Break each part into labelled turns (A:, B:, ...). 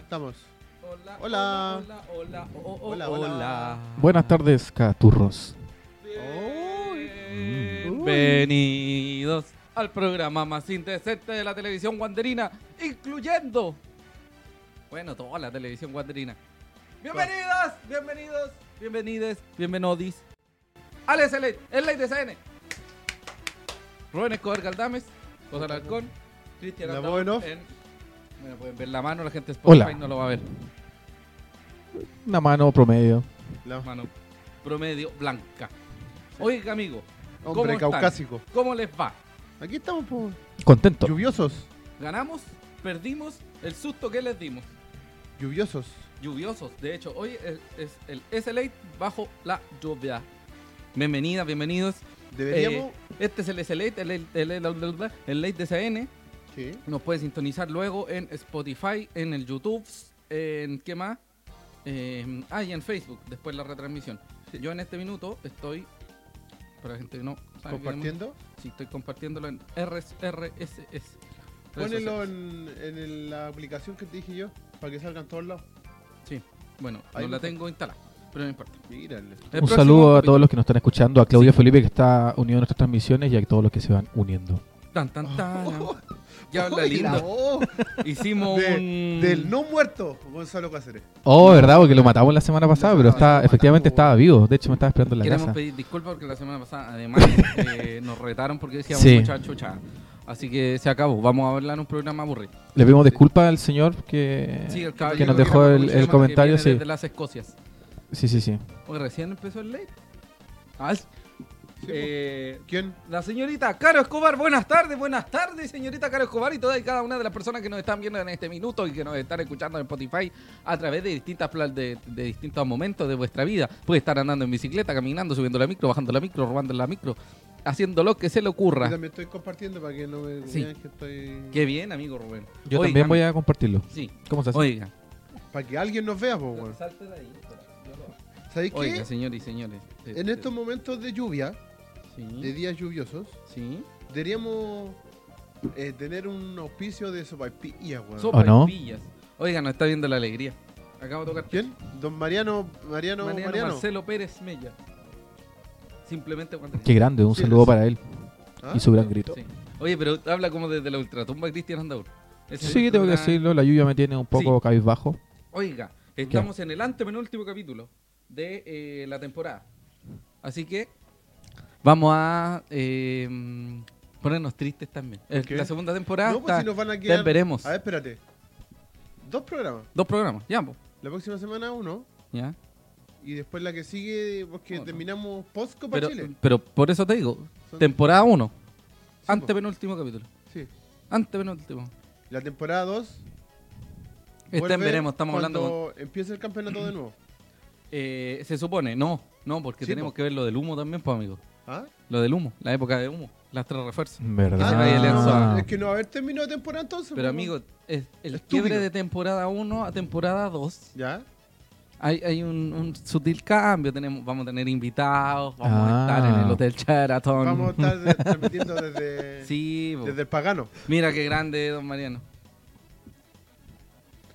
A: estamos.
B: Hola,
A: Hola.
B: hola, hola, oh, oh, oh,
A: Hola, hola.
C: Buenas tardes, caturros.
B: Bienvenidos al programa más indecente de la televisión guanderina, incluyendo, bueno, toda la televisión guanderina. Bienvenidas, bienvenidos, bienvenides, bienvenodis. Alex Elite, Elite de CN. Rubén Escobar Galdames, José Alarcón, Cristian
A: La
B: Aldao
A: voz en off.
B: en- Bueno, pueden ver la mano, la gente de Spotify
C: Hola.
B: no lo va a ver.
C: Una mano promedio.
A: La-
B: Mano promedio blanca. Oiga, amigo, ¿cómo
A: hombre
B: están?
A: caucásico.
B: ¿cómo les va?
A: Aquí estamos, po.
C: Contento.
A: Lluviosos.
B: Ganamos, perdimos, el susto que les dimos.
A: Lluviosos.
B: Lluviosos, de hecho, hoy es, es el SLA bajo la lluvia. Bienvenidas, bienvenidos.
A: Deberíamos.
B: Eh, este es el SLA, el, el, el, el, el late de CN.
A: Sí.
B: Nos pueden sintonizar luego en Spotify, en el YouTube, en qué más. Eh, ah, y en Facebook, después la retransmisión. Yo en este minuto estoy, para la gente que no sabe,
A: Compartiendo.
B: que- sí, estoy compartiéndolo en RSS.
A: Pónelo en, en el- la aplicación que te dije yo. Para que salgan todos lados.
B: Sí, bueno,
A: Ahí
B: no la
A: mejor.
B: tengo instalada, pero no importa.
A: Mírale.
B: El
C: Un
B: próximo
C: saludo a
B: capítulo.
C: todos los que nos están escuchando, a Claudio
B: Sí.
C: Felipe que está unido a nuestras transmisiones y a todos los que se van uniendo.
B: Tan, tan, tan. Ya habla
A: Uy, Oh. la
B: lindo.
A: voz
B: Hicimos
A: de-
B: un...
A: Del no muerto, Gonzalo Cáceres.
C: Oh, verdad, porque lo matamos la semana pasada,
A: Lo
C: pero
A: matamos,
C: está,
A: lo
C: efectivamente
A: matamos.
C: estaba vivo. De hecho, me estaba esperando en la
B: Queremos
C: casa.
B: pedir disculpas porque la semana pasada, además, eh, nos retaron porque decíamos
C: Sí.
B: mucha chucha. Así que se acabó. Vamos a hablar un programa aburrido.
C: Le pedimos disculpas al señor que,
B: Sí, el caballero
C: Eh, que nos
A: que
C: dejó
A: era
C: el,
B: mucho
C: el
B: más
C: comentario.
B: que viene
C: Sí.
B: Desde las Escocias.
C: sí, sí, sí.
B: Hoy recién empezó el late. Ah, es-
A: Sí,
B: eh,
A: ¿Quién?
B: la señorita Caro Escobar, buenas tardes, buenas tardes, señorita Caro Escobar y todas y cada una de las personas que nos están viendo en este minuto y que nos están escuchando en Spotify a través de distintas pla- de, de distintos momentos de vuestra vida. Puede estar andando en bicicleta, caminando, subiendo la micro, bajando la micro, robando la micro, haciendo lo que se le
A: Yo
B: ocurra.
A: también estoy compartiendo para que no me
B: Sí.
A: vean que estoy.
B: Qué bien, amigo Rubén.
C: Yo también voy
B: a...
C: a compartirlo.
B: Sí,
C: ¿Cómo se hace?
B: oiga.
A: Para que alguien nos vea, po, weón.
B: Salte de ahí.
A: ¿Sabéis
B: Oiga,
A: qué?
B: señores y señores. eh,
A: En
B: eh,
A: estos momentos de lluvia, de
B: Sí,
A: días lluviosos,
B: sí.
A: deberíamos eh, tener un auspicio de sopaipilla, weón.
B: Sopa y
C: no?
B: pillas. Oiga, nos está viendo la alegría. Acabo de tocar
A: ¿Quién? Don Mariano, Mariano,
B: Mariano,
A: Mariano.
B: Marcelo Pérez Mella. Simplemente cuando...
C: Qué grande, un
A: Sí,
C: saludo
A: sí.
C: para él
A: ¿Ah?
C: y su gran grito.
B: Sí. Oye, pero habla como desde la ultratumba Cristian Andaur. Ese
C: Sí,
B: es
C: tengo que
B: una-
C: decirlo, la lluvia me tiene un poco cabizbajo.
B: Oiga, estamos en el antepenúltimo capítulo de eh, la temporada. Así que vamos a eh, ponernos tristes también. Eh,
A: ¿Por qué?
B: La segunda temporada
A: No, pues
B: está-
A: si nos van a quedar.
B: veremos.
A: A ver, espérate. Dos programas.
B: dos programas. Ya, po.
A: La próxima semana uno.
B: ya.
A: Y después la que sigue, porque
B: Otro.
A: terminamos post Copa
B: Pero,
A: Chile.
B: pero por eso te digo,
A: Son-
B: temporada 1,
A: Sí, po.
B: antepenúltimo capítulo.
A: Sí.
B: Antepenúltimo.
A: La temporada 2.
B: Estén, veremos, estamos hablando con-
A: Cuando empiece el campeonato de nuevo.
B: Eh, se supone, no, no, porque
A: Sí,
B: tenemos
A: po.
B: que ver lo del humo también, pues amigo.
A: ¿Ah?
B: Lo del humo, la época de humo, las tres refuerzos.
C: ¿Verdad?
B: se vaya Lenzo
A: no,
B: a-
A: es que no va a haber terminado temporada entonces.
B: Pero
A: po,
B: amigo, es- el
A: Estúpido.
B: quiebre de temporada 1 a temporada 2,
A: ¿Ya?
B: hay, hay un, un sutil cambio, tenemos, vamos a tener invitados, vamos a
C: Ah.
B: estar en el Hotel Sheraton.
A: Vamos a estar de- transmitiendo desde,
B: Sí, po.
A: desde el Pagano.
B: mira qué grande Don Mariano.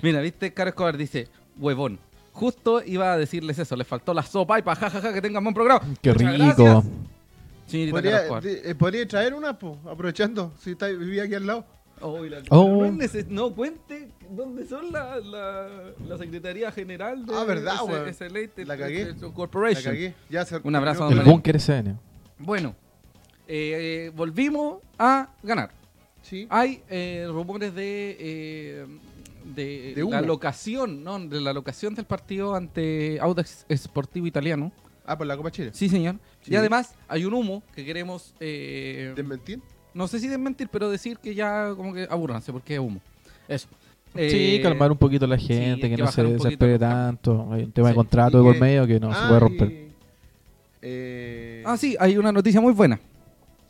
B: Mira, viste, Caro Escobar dice, huevón. Justo iba a decirles eso, les faltó la sopa y pa jajaja que tengan buen programa.
C: Qué
B: Muchas
C: rico.
B: gracias, señorita Caro
A: Podría,
B: Escobar.
A: de- eh, podría traer una, po, aprovechando, si está, vivía aquí al lado.
B: Oh, y la-
C: Oh.
B: No, es neces- no cuente dónde son la, la, la Secretaría General de
A: Ah, verdad,
B: ese-
A: weón.
B: ese Late-
A: La cagué. La
B: Corporation.
A: cagué. Ya se-
B: Un abrazo a
C: El
B: Don
C: búnker SN.
B: Bueno, eh, volvimos a ganar.
A: Sí.
B: Hay eh, rumores de, eh, de,
A: De humo.
B: la locación, ¿no? De la locación del partido ante Audax Sportivo Italiano.
A: Ah, por la Copa Chile.
B: Sí, señor.
A: Sí.
B: Y además hay un humo que queremos eh,
A: ¿Desmentir?
B: no sé si desmentir, pero decir que ya como que aburranse porque es humo. Eso.
C: Sí,
B: Eh,
C: calmar un poquito a la
B: sí,
C: gente,
B: hay
C: que
B: que
C: no
B: bajar
C: se
B: un poquito
C: desespere
B: los
C: tanto. Hay un tema
B: Sí.
C: de contrato
A: Y
C: de por
A: que-
C: medio que no se puede romper.
A: Ah, y- eh,
B: Ah, sí, hay una noticia muy buena
A: sí,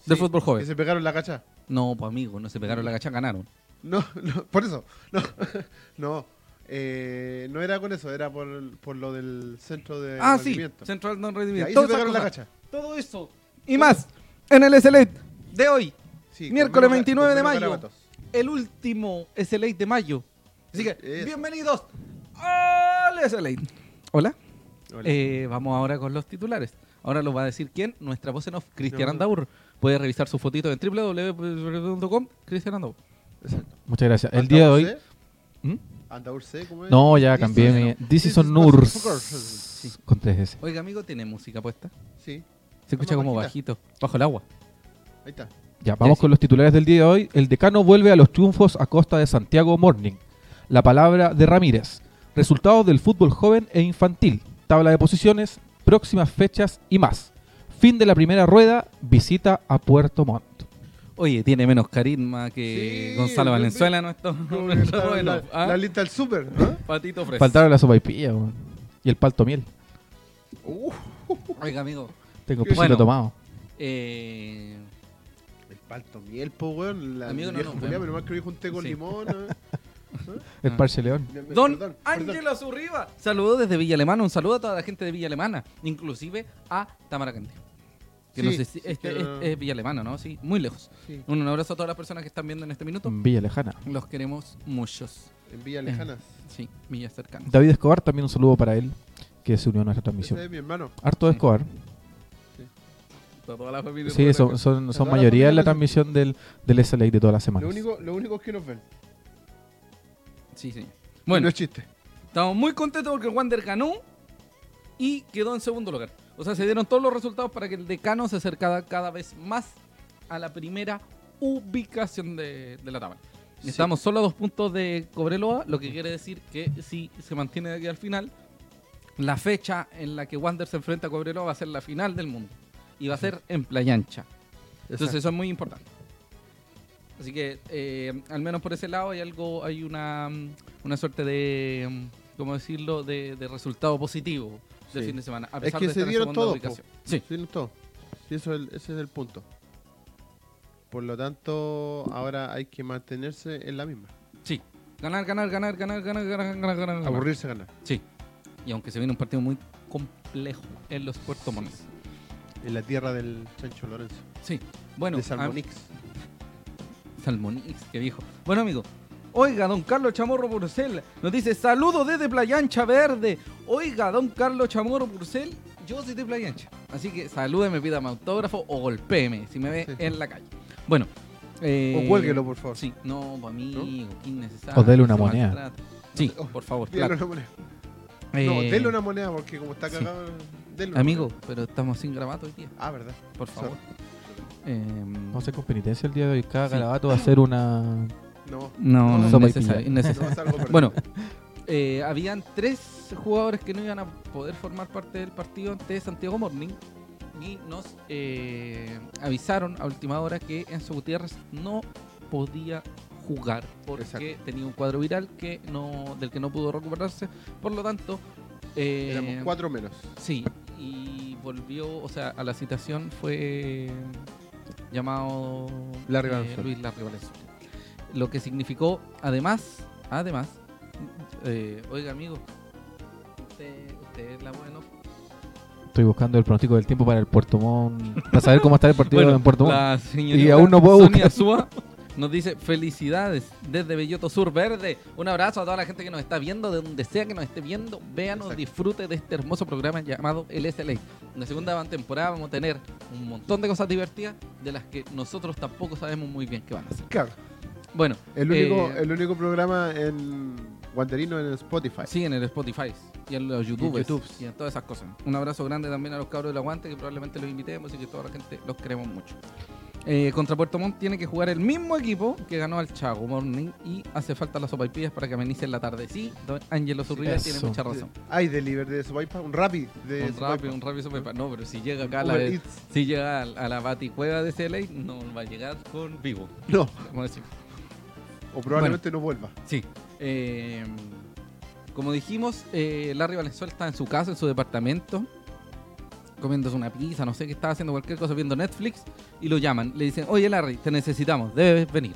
B: del fútbol
A: Que
B: joven.
A: se pegaron la cacha.
B: No, pues amigo, no se pegaron la cacha, ganaron.
A: No, no, por eso. No, no, eh, no era con eso, era por, por lo del centro de
B: ah, sí,
A: rendimiento.
B: Central Non
A: Y
B: Rendimiento.
A: ahí se
B: Todas esas
A: pegaron la
B: cosas.
A: cacha.
B: Todo eso y más en el SLA de hoy,
A: Sí,
B: Miércoles
A: con menos-
B: 29 de
A: con menos
B: mayo.
A: garabatos.
B: el último SLA de mayo Así que,
A: Eso.
B: bienvenidos al SLA. Hola.
A: Hola.
B: Eh, vamos ahora con los titulares. Ahora los va a decir quién, nuestra voz en off, Cristian
A: No.
B: Andaur. Puede revisar su fotito en www.com, Cristian Andaur.
A: Exacto.
C: Muchas gracias. El día de hoy.
A: Andaur
C: ¿Mm?
A: C, Andaur C, ¿cómo es?
C: No, ya
A: This
C: cambié
A: is-
C: mi. This is
A: This
C: on
A: is
C: Nurs.
A: Nurs.
B: Sí.
C: Con 3S.
B: Oiga, amigo, tiene música puesta.
A: Sí,
B: Se escucha
A: Una
B: como
A: bajita.
B: bajito, bajo el agua.
A: ahí está.
C: Ya, vamos
B: sí.
C: con los titulares del día de hoy. El decano vuelve a los triunfos a costa de Santiago Morning. La palabra de Ramírez. Resultados del fútbol joven e infantil. Tabla de posiciones, próximas fechas y más. Fin de la primera rueda, visita a Puerto Montt.
B: Oye, tiene menos carisma que
A: Sí,
B: Gonzalo
A: yo-
B: Valenzuela, nuestro,
A: Como
B: nuestro
A: la,
B: bueno,
A: la-
B: ¿ah?
A: la lista del super, ¿no?
B: Patito fresco.
C: Faltaron la sopaipilla weón. y el palto miel.
A: Uh,
B: Oiga, amigo,
C: Tengo
A: Bueno.
C: piscina tomado.
B: eh,
A: el palto miel, po, weón. La
B: Amigo, no,
A: vieja
B: no,
A: culiá,
B: no.
A: pero más que yo junté con
B: Sí.
A: limón. ¿no?
C: El
B: Ah.
C: parche león.
A: Me- me-
B: Don
A: perdón, perdón.
B: Ángelo Zurriba. Saludó desde Villa Alemana. Un saludo a toda la gente de Villa Alemana. Inclusive a Tamaracante. Que no
A: Sí,
B: sé si-
A: sí,
B: este,
A: que
B: es,
A: no-
B: es Villa Alemana, ¿no? Sí, muy lejos.
A: Sí,
B: Un abrazo a todas las personas que están viendo en este minuto.
C: En Villa Lejana.
B: Los queremos muchos.
A: en Villa
B: Eh,
A: Lejanas.
B: Sí, millas cercanas.
C: David Escobar, también un saludo para él, que se unió a nuestra
A: Ese
C: transmisión.
A: es mi hermano.
C: Harto de
B: Sí.
C: Escobar.
B: A toda la familia.
C: Sí, son, son, son
A: Toda la
C: mayoría en
A: familia.
C: la transmisión del, del SLA de todas las
A: Lo
C: semanas.
A: único, lo único es que nos ven.
B: Sí, sí.
A: Bueno. No
B: Bueno,
A: es chiste.
B: estamos muy contentos porque el Wander ganó y quedó en segundo lugar. O sea, se dieron todos los resultados para que el decano se acercara cada vez más a la primera ubicación de, de la tabla. Y
A: Sí.
B: Estamos solo a dos puntos de Cobreloa, lo que quiere decir que si se mantiene de aquí al final, la fecha en la que Wander se enfrenta a Cobreloa va a ser la final del mundo. Y va a ser en Playa Ancha. Entonces eso es muy importante. Así que eh, al menos por ese lado hay algo, hay una, mm, una suerte de, mm, ¿cómo decirlo?, de, de resultado positivo del
A: Sí.
B: fin de semana. A
A: Es
B: pesar
A: que
B: de
A: se
B: estar en
A: dieron
B: segunda
A: todo,
B: ubicación.
A: Sí.
B: Sí,
A: no todo. Sí, eso es el- ese es el punto. Por lo tanto, ahora hay que mantenerse en la misma.
B: sí. Ganar, ganar, ganar, ganar, ganar, ganar, ganar, ganar. ganar.
A: Aburrirse ganar.
B: Sí. Y aunque se viene un partido muy complejo en los Puerto Montt.
A: En la tierra del Chancho Lorenzo.
B: Sí. Bueno,
A: de
B: a-
A: Salmonix.
B: Salmonix, qué viejo. Bueno, amigo. Oiga, don Carlos Chamorro Burcel nos dice, saludo desde Playancha Verde. Oiga, don Carlos Chamorro Burcel, yo soy de Playancha. Así que salúdeme, pídame autógrafo o golpéeme si me ve
A: Sí.
B: en la calle. Bueno. eh,
A: O cuélguelo, por favor.
B: Sí, no, pues, amigo, qué innecesario.
C: O dele una
B: se
C: moneda.
B: maltrata. Sí,
A: Oh,
B: por favor,
A: Dele
B: claro.
A: una moneda. No,
B: Eh,
A: denle una moneda porque como está
B: sí.
A: cagado. denle una
B: Eh, Amigo,
A: moneda.
B: pero estamos sin grabato hoy día,
A: Ah, verdad.
B: por favor.
A: Sorry.
B: Em,
C: Vamos a hacer con penitencia el día de hoy. Cada
B: Sí.
C: garabato va a ser una.
A: No.
B: No,
C: No,
B: no,
C: sopa y
B: innecesario,
C: pilla.
A: No
B: innecesario.
A: vas a algo perdido.
B: Bueno, eh, habían tres jugadores que no iban a poder formar parte del partido ante Santiago Morning y nos eh, avisaron a última hora que Enzo Gutiérrez no podía jugar porque
A: Exacto.
B: tenía un cuadro viral que no del que no pudo recuperarse. Por lo tanto, eh,
A: Éramos cuatro menos.
B: sí, y volvió, o sea, a la citación fue llamado eh,
A: Larry Valenzuela.
B: Luis Larry Valenzuela. Lo que significó, además, además, eh, oiga amigo, usted, usted es la bueno.
C: Estoy buscando el pronóstico del tiempo para el Puerto Montt. Para saber cómo está el partido en Puerto Montt.
B: la señorita
C: Y aún no puedo
B: Sonia
C: buscar.
B: Súa nos dice felicidades desde Belloto Sur Verde. Un abrazo a toda la gente que nos está viendo, de donde sea que nos esté viendo. Véanos,
A: Exacto.
B: disfrute de este hermoso programa llamado El SLA. En la segunda temporada vamos a tener un montón de cosas divertidas de las que nosotros tampoco sabemos muy bien qué van a ser.
A: Claro.
B: Bueno,
A: El único,
B: Eh,
A: el único programa en Wanderino en Spotify.
B: Sí, en el Spotify y en los YouTube
A: YouTubes.
B: y en todas esas cosas. Un abrazo grande también a los cabros del aguante que probablemente los invitemos y que toda la gente los queremos mucho. Eh, contra Puerto Montt tiene que jugar el mismo equipo que ganó al Chago Morning y hace falta las sopaipillas para que amenicen la tarde. Sí, don Ángelo Zurriba
C: eso.
B: tiene mucha razón.
A: Hay delivery de Sopaipa, un Rappi de
B: Un
A: Sopaipa.
B: rápido, un rápido sopaipa. No, pero si llega acá a la,
A: Uber Eats.
B: si llega a, a la baticueva de CLA, no va a llegar con vivo.
A: No,
B: Como decimos.
A: o probablemente no vuelva.
B: Sí. Eh, como dijimos, eh, Larry Valenzuela está en su casa, en su departamento, comiéndose una pizza, no sé qué estaba haciendo, cualquier cosa, viendo Netflix, y lo llaman. Le dicen, oye Larry, te necesitamos, debes venir.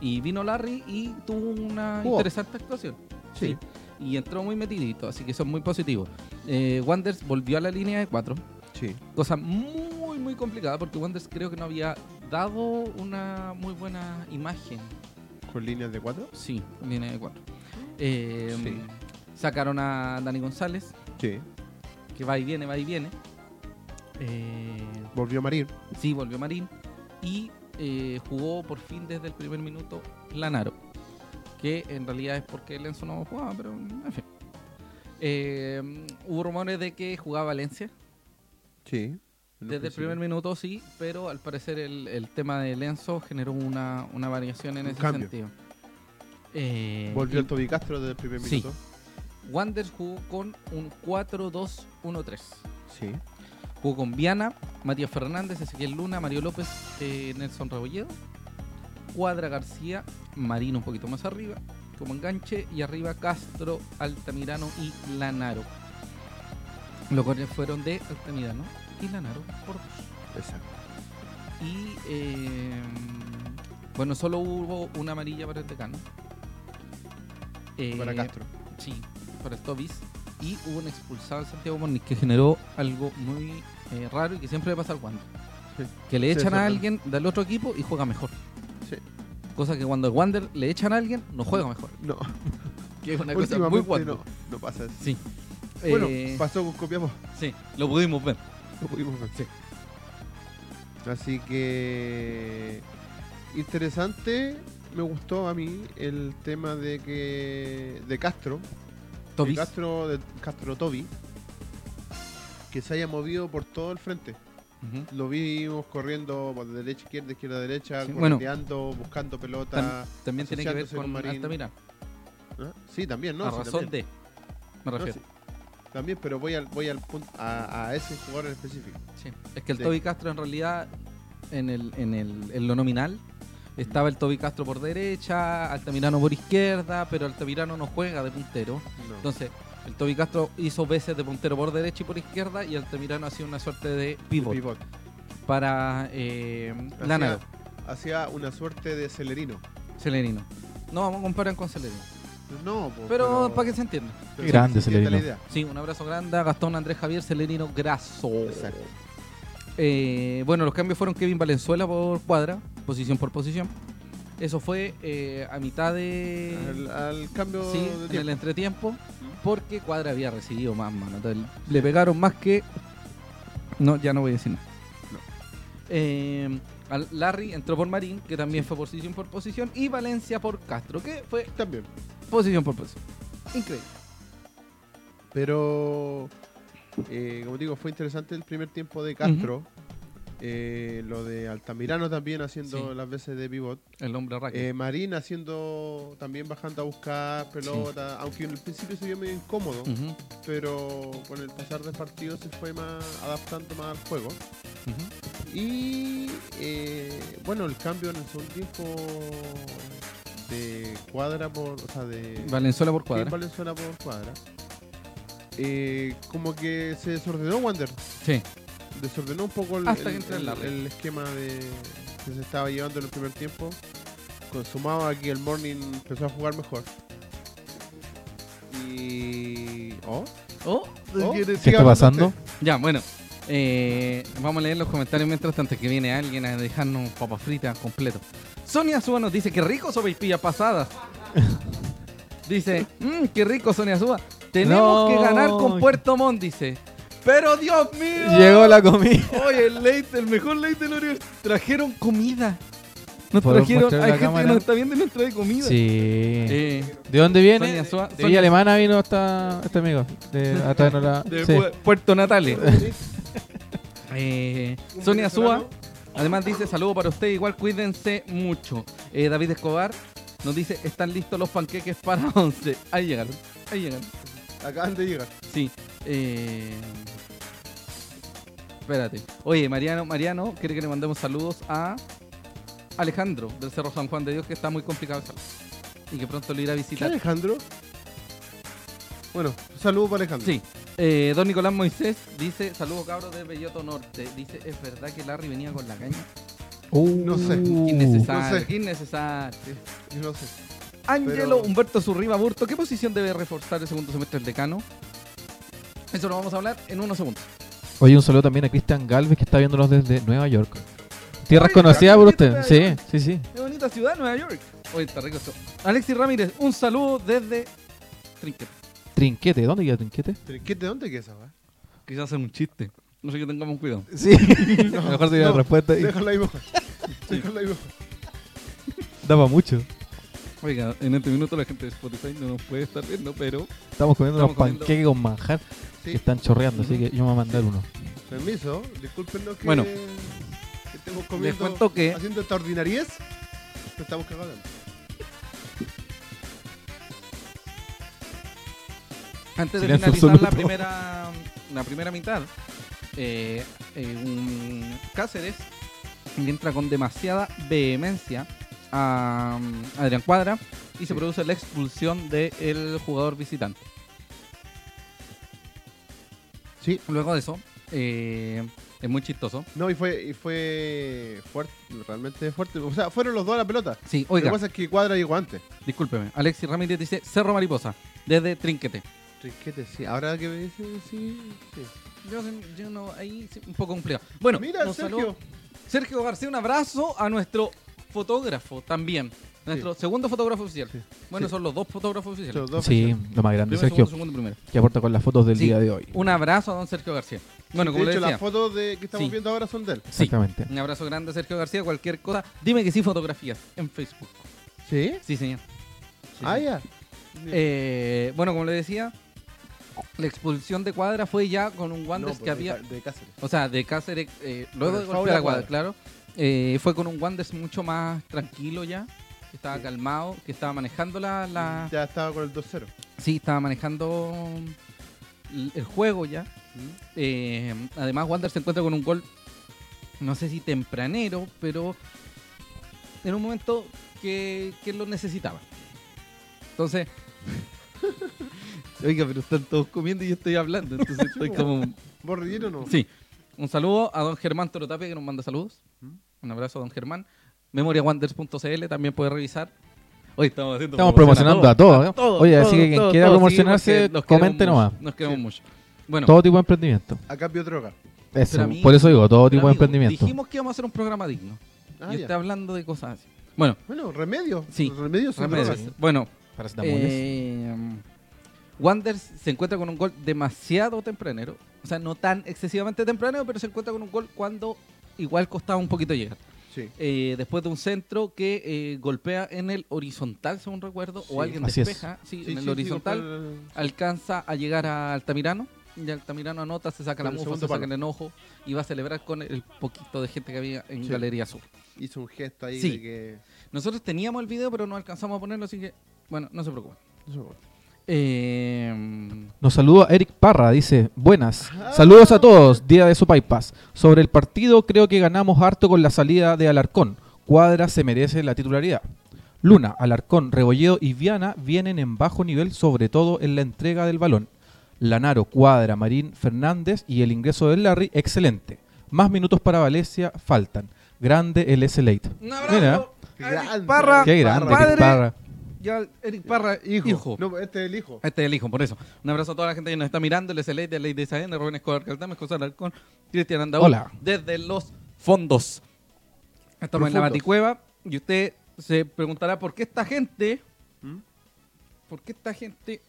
B: Y vino Larry y tuvo una
A: Jugó.
B: interesante actuación.
A: Sí.
B: Y entró muy metidito, así que eso es muy positivo. Eh, Wanders volvió a la línea de cuatro
A: Sí.
B: cosa muy muy complicada porque Wanders creo que no había dado una muy buena imagen
A: ¿Con líneas de cuatro?
B: Sí, línea de cuatro. Eh,
A: Sí.
B: Sacaron a Dani González,
A: Sí.
B: que va y viene, va y viene. Eh,
A: Volvió Marín.
B: sí, volvió Marín. Y eh, jugó por fin desde el primer minuto Lanaro. Que en realidad es porque Lenzo no jugaba, pero en fin. Eh, hubo rumores de que jugaba Valencia.
A: Sí.
B: Desde el primer minuto sí, pero al parecer el, el tema de Lenzo generó una, una variación en
A: Un
B: ese
A: cambio.
B: sentido. Eh,
A: Volvió
B: y
A: el Toby Castro desde el primer
B: Sí.
A: minuto.
B: Wander jugó con un 4-2-1-3.
A: Sí.
B: Jugó con Viana, Matías Fernández, Ezequiel Luna, Mario López, eh, Nelson Rebolledo, Cuadra García, Marino un poquito más arriba, como enganche, y arriba Castro, Altamirano y Lanaro. Los goles fueron de Altamirano y Lanaro por dos.
A: Exacto.
B: Y eh, bueno, solo hubo una amarilla para el decano. Eh,
A: Para Castro.
B: Sí, para Stobis. Y hubo un expulsado de Santiago Mornis que generó algo muy eh, raro y que siempre le pasa al Wander.
A: Sí.
B: Que le
A: Sí,
B: echan
A: eso es
B: a
A: raro.
B: alguien del otro equipo y juega mejor.
A: Sí.
B: Cosa que cuando el Wander le echan a alguien, no juega mejor.
A: No.
B: Que es una cosa muy
A: Últimamente
B: Wander.
A: no, no pasa eso.
B: Sí.
A: Bueno,
B: Eh,
A: pasó con Copiapó.
B: sí, lo pudimos ver.
A: Lo pudimos ver.
B: Sí.
A: Así que interesante, me gustó a mí el tema de que de Castro, de
B: Tobis.
A: Castro de Castro Toby que se haya movido por todo el frente.
B: Ujú.
A: Lo vimos corriendo por derecha a izquierda, izquierda a derecha,
B: Sí, bueno.
A: correteando, buscando pelota.
B: Tam- también tiene que ver
A: asociándose con
B: con,
A: Marín.
B: Altamirano.
A: ¿Ah? Sí, también, ¿no?
B: a
A: Sí,
B: razón
A: también.
B: de. Me
A: No,
B: refiero.
A: sí. También, pero voy al voy al punto a, a ese jugador en específico.
B: Sí, Es que el
A: Sí.
B: Toby Castro en realidad, en, el, en, el, en lo nominal, estaba el Toby Castro por derecha, Altamirano por izquierda, pero Altamirano no juega de puntero.
A: No.
B: Entonces, el Toby Castro hizo veces de puntero por derecha y por izquierda, y Altamirano hacía una suerte de pivot
A: Pivot.
B: para eh,
A: Hacía-
B: Lanaro,
A: Hacía una suerte de celerino.
B: Celerino. No, vamos a comparar con Celerino.
A: No, po,
B: Pero, para que se entienda.
A: pero
C: Qué grande
A: se entiende
C: Celerino.
A: la idea.
B: Sí, un abrazo grande a Gastón Andrés Javier Celerino Grasso.
A: Exacto.
B: Eh, bueno, los cambios fueron Kevin Valenzuela por cuadra, posición por posición. Eso fue eh, a mitad de.
A: Al, al cambio
B: Eh, sí,
A: de
B: en el
A: tiempo.
B: entretiempo, porque cuadra había recibido más manotas. Le pegaron más que. No, ya no voy a decir nada.
A: No.
B: Eh, al- Larry entró por Marín, que también fue posición por posición, y Valencia por Castro, que fue
A: También.
B: posición por posición. Increíble.
A: Pero, eh, como digo, fue interesante el primer tiempo de Castro. Eh, lo de Altamirano también haciendo
B: Sí.
A: las veces de pivot.
B: El hombre raquel.
A: Eh, Marín haciendo también bajando a buscar pelota. Aunque en el principio se vio medio incómodo,
B: Ujú,
A: pero con el pasar del partido se fue más adaptando más al juego.
B: ujú.
A: Y eh, bueno, el cambio en el segundo tiempo de cuadra por. O sea, de.
B: Valenzuela por
A: Kim
B: cuadra.
A: Valenzuela por cuadra. Eh, como que se desordenó Wander.
B: Sí.
A: Desordenó un poco el,
B: Hasta
A: el-
B: que entra
A: el-
B: el Larry.
A: el esquema de, que se estaba llevando en el primer tiempo. Consumado aquí el morning empezó a jugar mejor. Y. Oh,
B: Oh,
A: oh,
C: ¿Qué
A: sigue
C: está
A: hablando
C: pasando?
A: usted.
B: Ya, bueno. eh, vamos a leer los comentarios mientras tanto que viene alguien a dejarnos papas fritas completo. Sonia Suba nos dice, qué rico sopaipillas pasadas. dice, mmm, qué rico Sonia Suba. Tenemos
C: No.
B: que ganar con Puerto Montt, dice. Pero Dios mío.
C: Llegó la comida.
B: Oye, el late, el mejor late del Oriol. Trajeron comida. Nos
C: ¿Podemos
B: trajeron,
C: mostrar
B: hay
C: la
B: gente
C: cámara?
B: que nos está viendo y nos trae comida.
C: Sí.
B: Eh,
C: ¿De dónde viene?
B: Sonia Sua-
C: de
B: Sonia-
C: Villa Alemana vino hasta este amigo. De, a traernos la-
B: de
C: sí.
B: Pu- Puerto Natales. Eh,
A: Un
B: Sonia Azúa,
A: venezolano.
B: además dice saludo para usted, igual cuídense mucho. Eh, David Escobar nos dice, están listos los panqueques para 11. Ahí llegaron, ahí llegaron.
A: Acaban de llegar.
B: Sí. eh, Espérate. Oye, Mariano, Mariano quiere que le mandemos saludos a Alejandro del Cerro San Juan de Dios, que está muy complicado. de salud. Y que pronto lo irá a
A: ¿Qué
B: visitar.
A: Alejandro? Bueno, un saludo para Alejandro.
B: Sí. Eh, don Nicolás Moisés dice, saludos cabros de Belloto Norte. Dice, ¿es verdad que Larry venía con la caña?
C: Uh,
A: No sé.
B: Innecesario,
A: No sé.
B: innecesario.
A: Yo no sé.
B: Ángelo
A: Pero-
B: Humberto Zurriba Burto, ¿qué posición debe reforzar el segundo semestre del decano? Eso lo vamos a hablar en unos segundos.
C: Oye, un saludo también a Cristian Galvez que está viéndonos desde Nueva York. Tierras
B: Oye,
C: conocidas por
B: Cristian
C: usted. Sí,
B: Galvez.
C: sí, sí.
B: Qué bonita ciudad, Nueva York. Oye, está rico esto. Alexis Ramírez, un saludo desde Trinket.
C: Trinquete, ¿dónde queda Trinquete?
A: ¿Trinquete dónde queda esa weá?
B: Quizás es un chiste. No sé que tengamos cuidado.
C: Sí, mejor sería
A: no,
C: la respuesta. Y
A: Déjalo ahí mejor. Déjalo ahí mejor.
C: daba mucho.
B: Oiga, en este minuto la gente de Spotify no nos puede estar viendo, pero
C: Estamos comiendo
B: Estamos
C: unos panqueques con manjar
A: Sí.
C: que están chorreando, así que yo me voy a mandar uno.
A: Permiso, discúlpenos que,
B: Bueno.
A: que estemos
B: les
A: comiendo,
B: cuento que
A: haciendo esta ordinariez. Nos estamos cagando.
B: Antes de
C: Silencio
B: finalizar la
C: absoluto.
B: primera, la primera mitad, eh, eh, un Cáceres entra con demasiada vehemencia a mm, Adrián Cuadra y se produce la expulsión del jugador visitante.
A: Sí.
B: Luego de eso, eh, es muy chistoso.
A: No, y fue, y fue fuerte, realmente fuerte. O sea, fueron los dos a la pelota.
B: Sí,
A: Lo que
B: oiga,
A: pasa es que Cuadra llegó antes.
B: discúlpeme. Alexis Ramírez dice Cerro Mariposa, desde Trinquete.
A: Trinquete, sí. Ahora que me dicen, sí. sí.
B: Yo, yo no, ahí sí, un poco complicado. Bueno,
A: Mira,
B: nos
A: Sergio.
B: saludó- Sergio García, un abrazo a nuestro fotógrafo también. Nuestro segundo fotógrafo oficial.
A: Sí.
B: Bueno,
A: Sí.
B: son los dos fotógrafos oficiales.
A: Los dos
C: Sí,
A: oficiales.
C: lo más grande,
B: primero,
C: Sergio,
B: segundo, segundo, primero.
C: que aporta con las fotos del
B: Sí.
C: día de hoy.
B: Un abrazo a don Sergio García. Bueno,
A: de
B: como le
A: hecho,
B: decía,
A: las fotos de, que estamos
B: Sí.
A: viendo ahora son de él.
B: sí.
C: Exactamente.
B: Un abrazo grande a Sergio García. Cualquier cosa, dime que sí fotografías en Facebook.
A: ¿Sí?
B: Sí, señor. Sí,
A: Ah,
B: señor.
A: ya.
B: Eh, bueno, como le decía, la expulsión de Cuadra fue ya con un
A: No,
B: Wanderers
A: pues,
B: que había
A: De, de Cáceres.
B: O sea, de Cáceres, eh,
A: Con
B: luego de
A: el foul
B: golpear
A: a
B: a Cuadra,
A: Cuadra.
B: claro, eh, fue con un Wanders mucho más tranquilo ya, que estaba
A: Sí.
B: calmado, que estaba manejando la, la-
A: Ya estaba con el 2-0.
B: Sí, estaba manejando l- el juego ya. Eh, además, Wander se encuentra con un gol, no sé si tempranero, pero en un momento que, que lo necesitaba. Entonces... Oiga, pero están todos comiendo y yo estoy hablando, entonces estoy como...
A: ¿Borrillero no?
B: Sí. Un saludo a don Germán Torotapia que nos manda saludos.
A: ¿Mm?
B: Un abrazo a don Germán. MemoriaWanders.cl también puede revisar. Hoy estamos haciendo
C: Estamos
B: promoción
C: promocionando a todos. ¿eh?
B: todo,
C: Oye,
B: todo,
C: así que quien
B: todo,
C: quiera
B: todo, sí,
C: promocionarse,
B: porque nos queremos
C: comente
B: mucho,
C: nomás.
B: Nos queremos
A: Sí.
B: mucho. Bueno,
C: Todo tipo de emprendimiento.
A: A cambio de droga.
C: Eso,
B: Pero amigo,
C: por eso digo, todo
B: pero
C: tipo de
B: amigo,
C: emprendimiento.
B: dijimos que íbamos a hacer un programa digno.
A: Ah,
B: y
A: ya.
B: está hablando de cosas así. Bueno,
C: Ah,
A: Bueno, remedio.
B: Sí.
A: Remedio son
B: Remedios.
A: drogas.
B: Bueno,
C: Paracetamoles.
B: eh, Wanders se encuentra con un gol demasiado tempranero. O sea, no tan excesivamente tempranero, pero se encuentra con un gol cuando igual costaba un poquito llegar.
A: Sí.
B: eh, después de un centro que eh, golpea en el horizontal, según recuerdo,
A: Sí.
B: o alguien
C: Así es.
B: despeja, sí,
A: Sí,
B: en el
A: sí,
B: horizontal,
A: sí, fue
B: alcanza a llegar a Altamirano, y Altamirano anota, se saca
A: Con
B: la
A: el
B: mufa,
A: segundo
B: se saca el
A: palo.
B: enojo, y va a celebrar con el poquito de gente que había en
A: Sí.
B: Galería Sur.
A: el- hizo un gesto ahí
B: Sí.
A: de que.
B: Nosotros teníamos el video, pero no alcanzamos a ponerlo, así que, bueno, no se preocupen.
A: No sé, bueno.
B: Eh,
C: Nos saluda Eric Parra, dice, buenas,
A: Ah.
C: saludos a todos, día de su Paipas. Sobre el partido creo que ganamos harto con la salida de Alarcón. Cuadra se merece la titularidad. Luna, Alarcón, Rebolledo y Viana vienen en bajo nivel, sobre todo en la entrega del balón. Lanaro, Cuadra, Marín, Fernández y el ingreso del Larry, excelente. Más minutos para Valencia faltan. Grande el S-Late.
B: un
C: Mira.
B: abrazo
A: Qué
B: a Eric
A: grande.
B: Parra,
C: Qué grande,
B: padre,
C: Eric Parra.
B: y al Eric Parra, hijo.
A: No, este es el hijo.
B: Este es el hijo, por eso. Un abrazo a toda la gente que nos está mirando. El SLA de Ley de Isaén, Rubén Escobar Caldames, José Alarcón, Cristian Andaúl.
C: Hola.
B: Desde los fondos. Estamos en la
A: Profundos.
B: Baticueva y usted se preguntará por qué esta gente,
A: ¿Mm?
B: por qué esta gente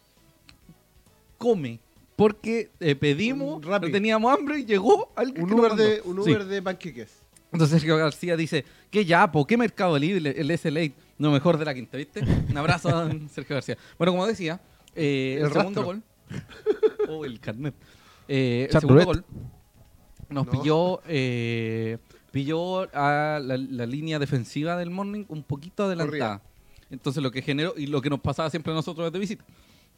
B: come. Porque eh, pedimos,
A: Un Rappi.
B: no teníamos hambre y llegó alguien
A: Un
B: que nos
A: Uber,
B: mandó.
A: de, un
B: Sí.
A: Uber de panqueques.
B: Entonces Sergio García dice, qué yapo, qué mercado libre, el SLA, lo mejor de la quinta, ¿viste? Un abrazo a don Sergio García. Bueno, como decía, eh, el,
A: El
B: segundo
A: rastro.
B: gol... Oh, el carnet. Eh, el
C: Chat
B: segundo
C: roulette.
B: gol nos
A: No.
B: pilló, eh, pilló a la, la línea defensiva del Morning un poquito adelantada. Entonces lo que generó y lo que nos pasaba siempre a nosotros de visita.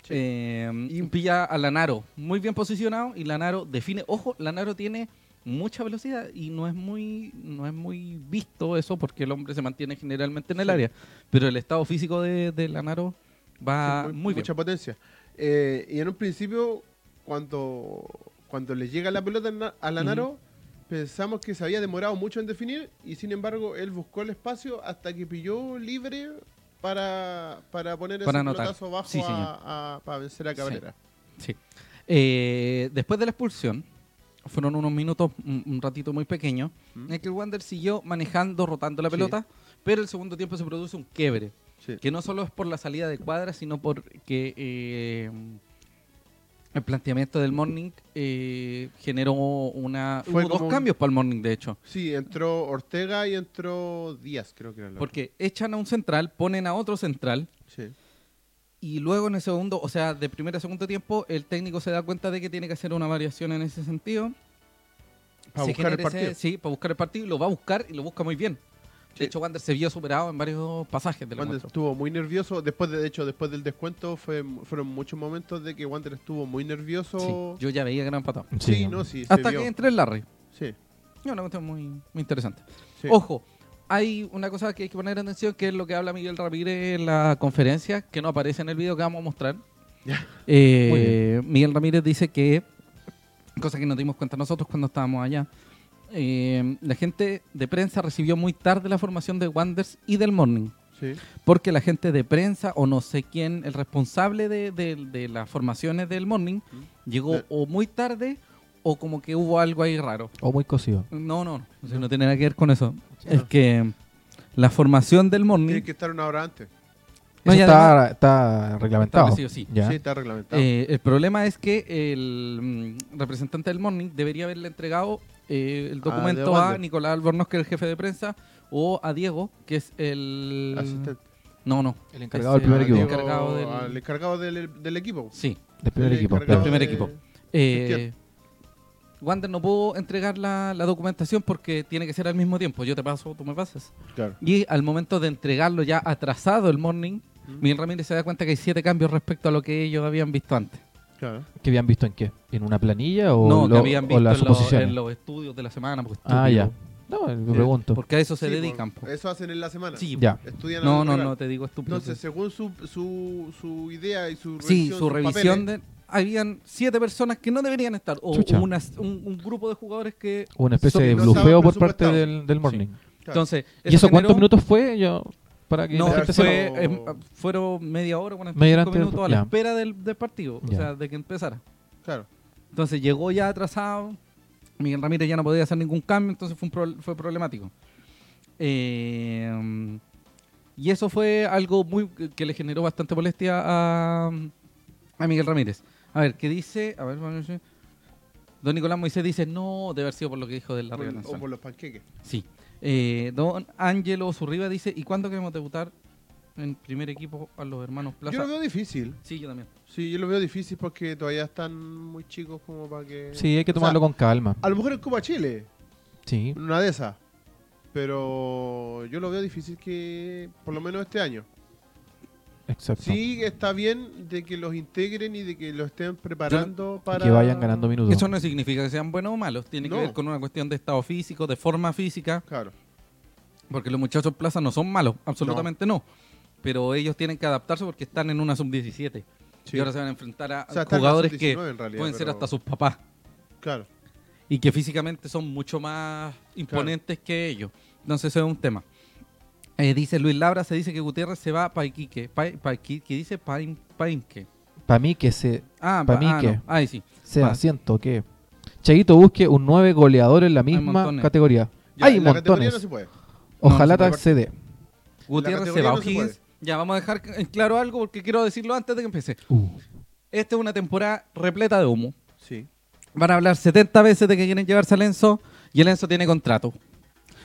B: Eh, y pilla a Lanaro, muy bien posicionado y Lanaro define, ojo, Lanaro tiene mucha velocidad y no es muy no es muy visto eso porque el hombre se mantiene generalmente en el
A: Sí.
B: área, pero el estado físico de, de Lanaro va
A: Sí,
B: Ah, muy, bien.
A: Mucha potencia. Eh, y en un principio, cuando, cuando le llega la pelota na- a Lanaro, pensamos que se había demorado mucho en definir y sin embargo él buscó el espacio hasta que pilló libre para, para poner
B: Para
A: ese
B: anotar.
A: pelotazo abajo
B: Sí,
A: a-
B: señor.
A: a- para vencer a Cabrera.
B: Sí. Eh, después de la expulsión, fueron unos minutos, un, un ratito muy pequeño,
A: ¿Mm?
B: en el que el Wander siguió manejando, rotando la
A: Sí.
B: pelota, pero el segundo tiempo se produce un quiebre.
A: Sí.
B: Que no solo es por la salida de cuadra, sino porque eh, el planteamiento del morning eh, generó una.
A: Fue
B: hubo dos
A: como un-
B: cambios para el morning, de hecho.
A: Sí, entró Ortega y entró Díaz, creo que era la
B: Porque echan a un central, ponen a otro central,
A: otra. Sí.
B: y luego en el segundo, o sea, de primer a segundo tiempo, el técnico se da cuenta de que tiene que hacer una variación en ese sentido.
A: Para
B: Se
A: buscar el
B: genera ese-
A: partido.
B: sí, para buscar el partido, y lo va a buscar y lo busca muy bien.
A: Sí.
B: De hecho, Wander se vio superado en varios pasajes del
A: Wander
B: encuentro.
A: estuvo muy nervioso. Después de, de hecho, después del descuento fue, fueron muchos momentos de que Wander estuvo muy nervioso.
B: Sí, yo ya veía que eran empatados.
A: Sí, no, sí, se
B: Hasta
A: vio.
B: que entré el Larry.
A: Sí,
B: No, una cuestión muy, muy interesante.
A: sí.
B: Ojo, hay una cosa que hay que poner atención, que es lo que habla Miguel Ramírez en la conferencia, que no aparece en el video que vamos a mostrar.
A: Ya.
B: Eh, Miguel Ramírez dice que, cosa que nos dimos cuenta nosotros cuando estábamos allá, eh, la gente de prensa recibió muy tarde la formación de Wanders y del Morning
A: Sí.
B: porque la gente de prensa o no sé quién, el responsable de, de- de las formaciones del morning, llegó
A: Eh.
B: o muy tarde o como que hubo algo ahí raro.
C: O muy cocido.
B: No, no, no, o sea, no tiene nada que ver con eso. Es que la formación del morning
A: Tiene que estar una hora antes.
B: No,
C: Eso
B: y
C: está, está reglamentado.
B: establecido, sí.
C: Ya.
A: Sí, está reglamentado.
B: Eh, el problema es que el mm, representante del Morning debería haberle entregado eh, el
A: Ah, de
B: documento a
A: Wander.
B: Nicolás Albornoz, que es el jefe de prensa, o a Diego, que es el...
A: Asistente.
B: No, no.
C: El encargado del
B: Es el
C: primer equipo.
A: Diego-
B: encargado del-
A: al encargado del, del equipo.
B: Sí.
C: Del primer
A: El
C: equipo.
A: encargado
C: claro.
B: Del primer
A: de-
B: equipo.
A: Gestión.
B: Eh, Wander no pudo entregar la, la documentación porque tiene que ser al mismo tiempo. Yo te paso, tú me pasas.
A: Claro.
B: Y al momento de entregarlo ya atrasado el morning,
A: Mm.
B: Miguel Ramírez se da cuenta que hay siete cambios respecto a lo que ellos habían visto antes.
A: Claro.
C: ¿Qué habían visto en qué? ¿En una planilla o,
B: no,
C: lo-
B: que habían
C: o
B: visto en,
C: las
B: los-
C: suposiciones?
B: en los estudios de la semana. porque
C: Ah,
B: estúpido.
C: ya. No, me pregunto.
B: Porque a eso se
A: Sí,
B: dedican.
A: pues,
B: po.
A: Eso hacen en la semana.
B: Sí,
C: Ya.
A: Estudian
B: no,
A: al
B: no,
A: rival.
B: no, te digo estúpido.
A: Entonces, según su, su, su idea y su
B: sí,
A: revisión,
B: su
A: sus
B: revisión
A: papeles,
B: de... Habían siete personas que no deberían estar. O
C: Chucha.
B: unas- un- un grupo de jugadores que
C: Una
B: Son-
C: especie de
A: no estaban
C: blufeo por parte
A: presupuestados.
C: del, del morning.
A: claro.
B: Entonces,
C: ¿Y eso cuántos
B: generó-
C: minutos fue? Yo, para que
B: No,
C: la gente
A: Debe
B: fue,
C: se lo-
A: haber sido-
B: em, fueron media hora, 45
C: Media hora antes del-
B: minutos a la
C: ya.
B: espera del, del partido, o
C: Ya.
B: sea, de que empezara.
A: claro.
B: Entonces llegó ya atrasado, Miguel Ramírez ya no podía hacer ningún cambio, entonces fue, un pro- fue problemático. Eh, y eso fue algo muy que le generó bastante molestia a, a Miguel Ramírez. A ver, ¿qué dice? A ver, vamos a ver. Don Nicolás Moisés dice, no, debe haber sido por lo que dijo de la
A: Por-
B: Riva
A: o
B: Lanzana".
A: por los panqueques.
B: Sí. Eh, don Ángelo Zurriba dice, ¿y cuándo queremos debutar en primer equipo a los hermanos Plaza?
A: Yo lo veo difícil.
B: Sí, yo también.
A: Sí, yo lo veo difícil porque todavía están muy chicos como para que...
C: Sí, hay que
A: O sea,
C: tomarlo con calma.
A: A lo mejor en Copa Chile,
C: Sí.
A: en una de esas. Pero yo lo veo difícil que, por lo menos este año.
C: Exacto.
A: Sí, está bien de que los integren y de que lo estén preparando para...
C: Que vayan ganando minutos.
B: Eso no significa que sean buenos o malos, tiene
A: No.
B: que ver con una cuestión de estado físico, de forma física,
A: Claro,
B: porque los muchachos Plaza no son malos, absolutamente no. Pero ellos tienen que adaptarse porque están en una sub-17.
A: sí.
B: Y ahora se van a enfrentar a
A: O sea, están en la
B: jugadores que
A: sub-19 en realidad,
B: pueden ser
A: pero-
B: hasta sus papás.
A: Claro,
B: y que físicamente son mucho más imponentes que ellos. Entonces eso es un tema. Eh, dice Luis Labra, se dice que Gutiérrez se va para Iquique. Pa, pa, Iqui- ¿Qué dice? Para Painque.
C: Para mí que se,
B: Ah,
C: Pa'
B: pa- ah,
C: Mique.
B: no. Ay, sí.
C: sea
B: Pa-
C: siento que... Chaguito busque un 9 goleador en la misma
B: montones.
C: categoría.
A: Ya,
C: hay
A: en la categoría
C: montones.
A: no se puede.
C: Ojalá
A: no se
C: te
A: puede
C: accede.
B: Gutiérrez se
A: categoría
B: va.
A: no se
B: O'Higgins. ya, vamos a dejar en claro algo porque quiero decirlo antes de que empiece. Esta es una temporada repleta de humo.
A: Sí.
B: Van a hablar 70 veces de que quieren llevarse a Lenzo y el Enzo tiene contrato.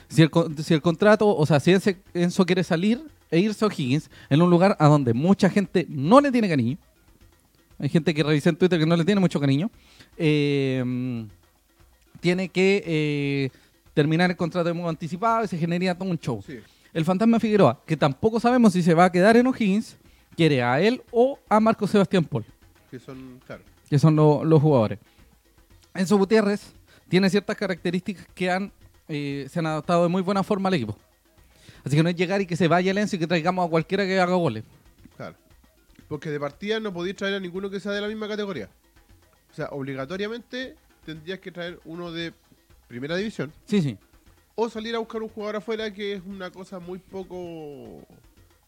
B: Si el, con- si el contrato, o sea, si ese Enzo quiere salir e irse a O'Higgins en un lugar a donde mucha gente no le tiene cariño, hay gente que revisa en Twitter que no le tiene mucho cariño, eh, mm, tiene que eh, terminar el contrato de modo anticipado y se generaría todo un show.
A: Sí.
B: El fantasma Figueroa, que tampoco sabemos si se va a quedar en O'Higgins, quiere a él o a Marco Sebastián Paul
A: Que son, claro.
B: que son lo- los jugadores. Enzo Gutiérrez tiene ciertas características que han, eh, se han adaptado de muy buena forma al equipo. Así que no es llegar y que se vaya el Enzo y que traigamos a cualquiera que haga goles.
A: Claro. Porque de partida no podéis traer a ninguno que sea de la misma categoría. O sea, obligatoriamente tendrías que traer uno de primera división
B: Sí, sí.
A: o salir a buscar un jugador afuera que es una cosa muy poco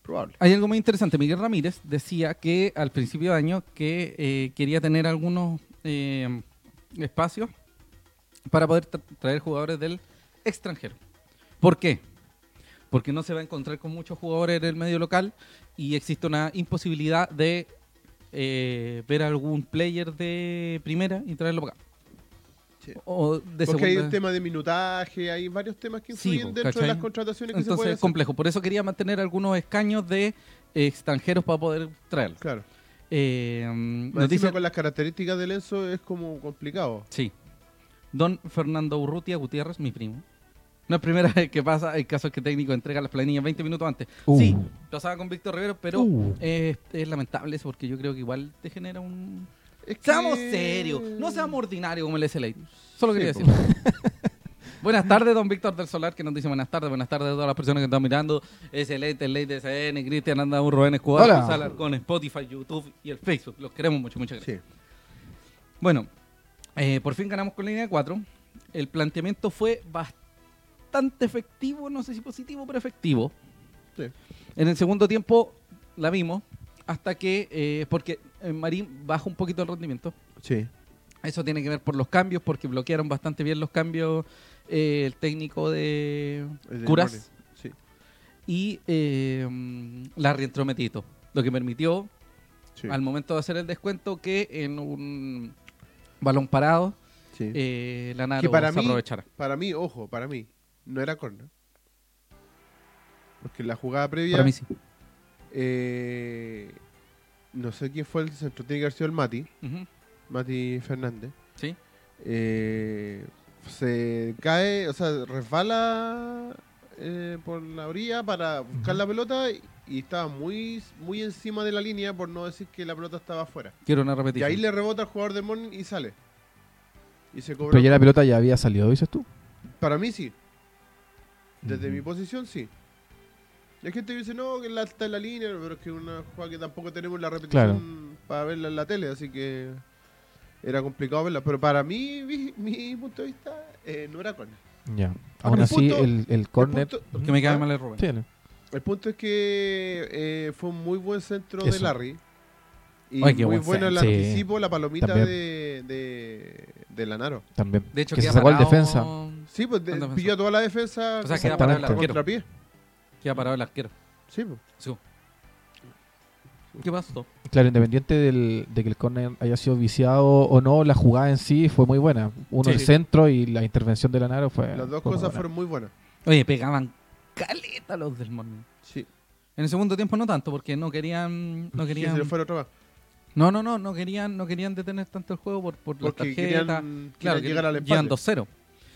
A: probable.
B: Hay algo muy interesante. Miguel Ramírez decía que al principio de año que eh, quería tener algunos eh, espacios para poder tra- traer jugadores del extranjero. ¿Por qué? porque no se va a encontrar con muchos jugadores en el medio local y existe una imposibilidad de eh, ver algún player de primera y traerlo para acá.
A: Sí.
B: O de
A: Porque hay un
B: segunda.
A: tema de minutaje, hay varios temas que
B: Sí,
A: influyen
B: po,
A: dentro
B: ¿cachai?
A: de las contrataciones que se
B: Entonces
A: pueden
B: es
A: hacer.
B: complejo. Por eso quería mantener algunos escaños de eh, extranjeros para poder traerlos.
A: Claro.
B: Eh, mm,
A: Más
B: nos
A: encima
B: dice-
A: con las características del Enzo es como complicado.
B: Sí. Don Fernando Urrutia Gutiérrez, mi primo. No es primera vez que pasa el caso es que técnico entrega las planillas 20 minutos antes.
C: Uh.
B: Sí, pasaba con Víctor Rivero, pero
C: Uh.
B: eh, es, lamentable eso porque yo creo que igual te genera un...
A: Es que-
B: Seamos serios, no seamos ordinarios como el SLA. Solo
A: Sí,
B: quería
A: po.
B: decir. buenas tardes, don Víctor del Solar, que nos dice buenas tardes, buenas tardes a todas las personas que están mirando. SLA, TLA, DCN, Cristian Andaur, Rubén
C: Hola.
B: Escobar, Salar, con Spotify, YouTube y el Facebook. Los queremos mucho, muchas gracias.
A: Sí.
B: Bueno, eh, por fin ganamos con la línea 4. El planteamiento fue bastante efectivo, no sé si positivo, pero efectivo.
A: Sí.
B: En el segundo tiempo la vimos hasta que, eh, porque eh, Marín baja un poquito el rendimiento.
A: Sí.
B: Eso tiene que ver por los cambios, porque bloquearon bastante bien los cambios eh, el técnico de
A: El de
B: Curas
A: Morning. Sí.
B: y eh, mm, Larry entró metido, lo que permitió
A: Sí.
B: al momento de hacer el descuento que en un balón parado
A: sí.
B: eh, la Naro
A: que para
B: se
A: mí,
B: aprovechara.
A: para mí, ojo, para mí, no era corner. Porque en la jugada previa,
B: Para mí sí.
A: eh, no sé quién fue el centro, tiene que haber sido el Mati,
B: Ujú.
A: Mati Fernández.
B: Sí.
A: eh, se cae, o sea, resbala eh, por la orilla para buscar la pelota y, y estaba muy, muy encima de la línea, por no decir que la pelota estaba afuera.
B: Quiero una
A: Y
B: repetición.
A: ahí le rebota al jugador de Morning y sale. Y se cobra.
C: Pero ya la pelota ya había salido, dices tú.
A: Para mí sí. Desde
C: Ujú.
A: mi posición sí. La gente dice, no, que la, está en la línea, pero es que es una jugada que tampoco tenemos la repetición para verla en la tele, así que era complicado verla. Pero para mí, vi- mi punto de vista, eh, no era corner.
C: Ya. Aún
A: el
C: así,
A: punto-
C: el, el córner.
A: El punto,
B: Porque me cae
A: ¿Ah?
B: mal el Rubén.
C: Sí, el-
A: El punto es que eh, fue un muy buen centro de
C: Eso.
A: Larry. Y
B: Ay, qué
A: muy
B: buen
A: bueno el
C: centro. Sí.
A: anticipo, la palomita
C: También.
A: de, de, de Lanaro.
C: también.
B: De hecho,
C: que se
B: queda
C: sacó el
B: parado-
C: defensa.
A: Sí, pues de-
B: Anda, pensó.
A: pilló a toda la defensa
B: O sea,
A: con-
B: queda parado el
C: Exactamente.
B: arquero.
A: contrapié.
B: Queda parado el arquero.
A: Sí, pues.
B: Sí. ¿Qué pasó?
C: Claro, independiente del- de que el córner haya sido viciado o no, la jugada en sí fue muy buena. Uno
B: Sí.
C: el centro y la intervención de Lanaro fue.
A: Las dos
C: fue muy
A: cosas
C: buena.
A: fueron muy buenas.
B: Oye, pegaban caleta los del Morning.
A: Sí.
B: En el segundo tiempo no tanto, porque no querían, no
A: Que se
B: querían,
A: le fuera otra más.
B: no, no, no, no querían, no querían detener tanto el juego por, por la
A: Porque
B: tarjeta.
A: querían,
B: claro,
A: querían llegar al empate.
B: llevan 2-0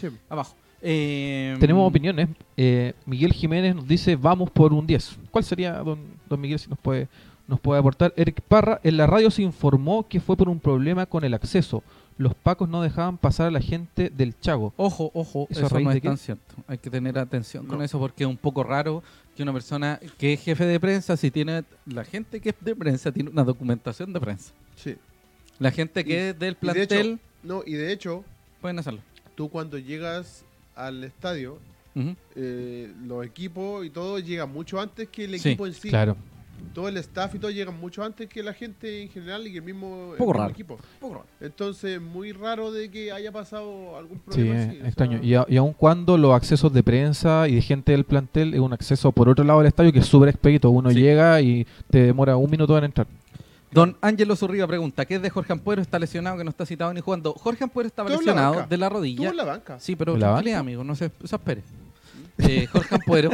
A: Sí.
B: abajo. Eh,
C: Tenemos opiniones. Eh, Miguel Jiménez nos dice, vamos por un 10. ¿Cuál sería, don, don Miguel, si nos puede, nos puede aportar? Eric Parra, en la radio se informó que fue por un problema con el acceso. Los pacos no dejaban pasar a la gente del Chago.
B: Ojo, ojo,
C: ¿Eso
B: eso,
C: a raíz
B: no
C: de
B: es
C: qué?
B: tan cierto. Hay que tener atención con
A: No.
B: eso porque es un poco raro que una persona que es jefe de prensa, si tiene la gente que es de prensa, tiene una documentación de prensa.
A: Sí.
B: La gente que
A: Y-
B: es del
A: Y de
B: plantel
A: hecho- no, y de hecho,
B: pueden hacerlo.
A: tú cuando llegas al estadio,
B: Ujú.
A: eh, los equipos y todo llegan mucho antes que el
B: Sí,
A: equipo en sí.
C: Claro.
A: Todo el staff y todo llegan mucho antes que la gente en general y que el mismo, el
B: Poco
A: mismo
B: raro.
A: equipo.
B: Poco raro.
A: Entonces, muy raro de que haya pasado algún
C: Sí,
A: problema. así, o
C: eh,
A: sea,
C: extraño. Y, a- y aun cuando los accesos de prensa y de gente del plantel es un acceso por otro lado del estadio que es súper expedito. Uno
B: Sí.
C: llega y te demora un minuto en entrar.
B: Don Ángelo Zurriba pregunta, ¿qué es de Jorge Ampuero? Está lesionado, que no está citado ni jugando. Jorge Ampuero estaba
A: Estuvo en la
B: lesionado
A: banca.
B: de la
A: Estuvo
B: rodilla.
A: en la banca.
B: Sí, pero
C: ¿En la
B: tranquilidad, amigo, no se, se espere. Eh, Jorge Ampuero,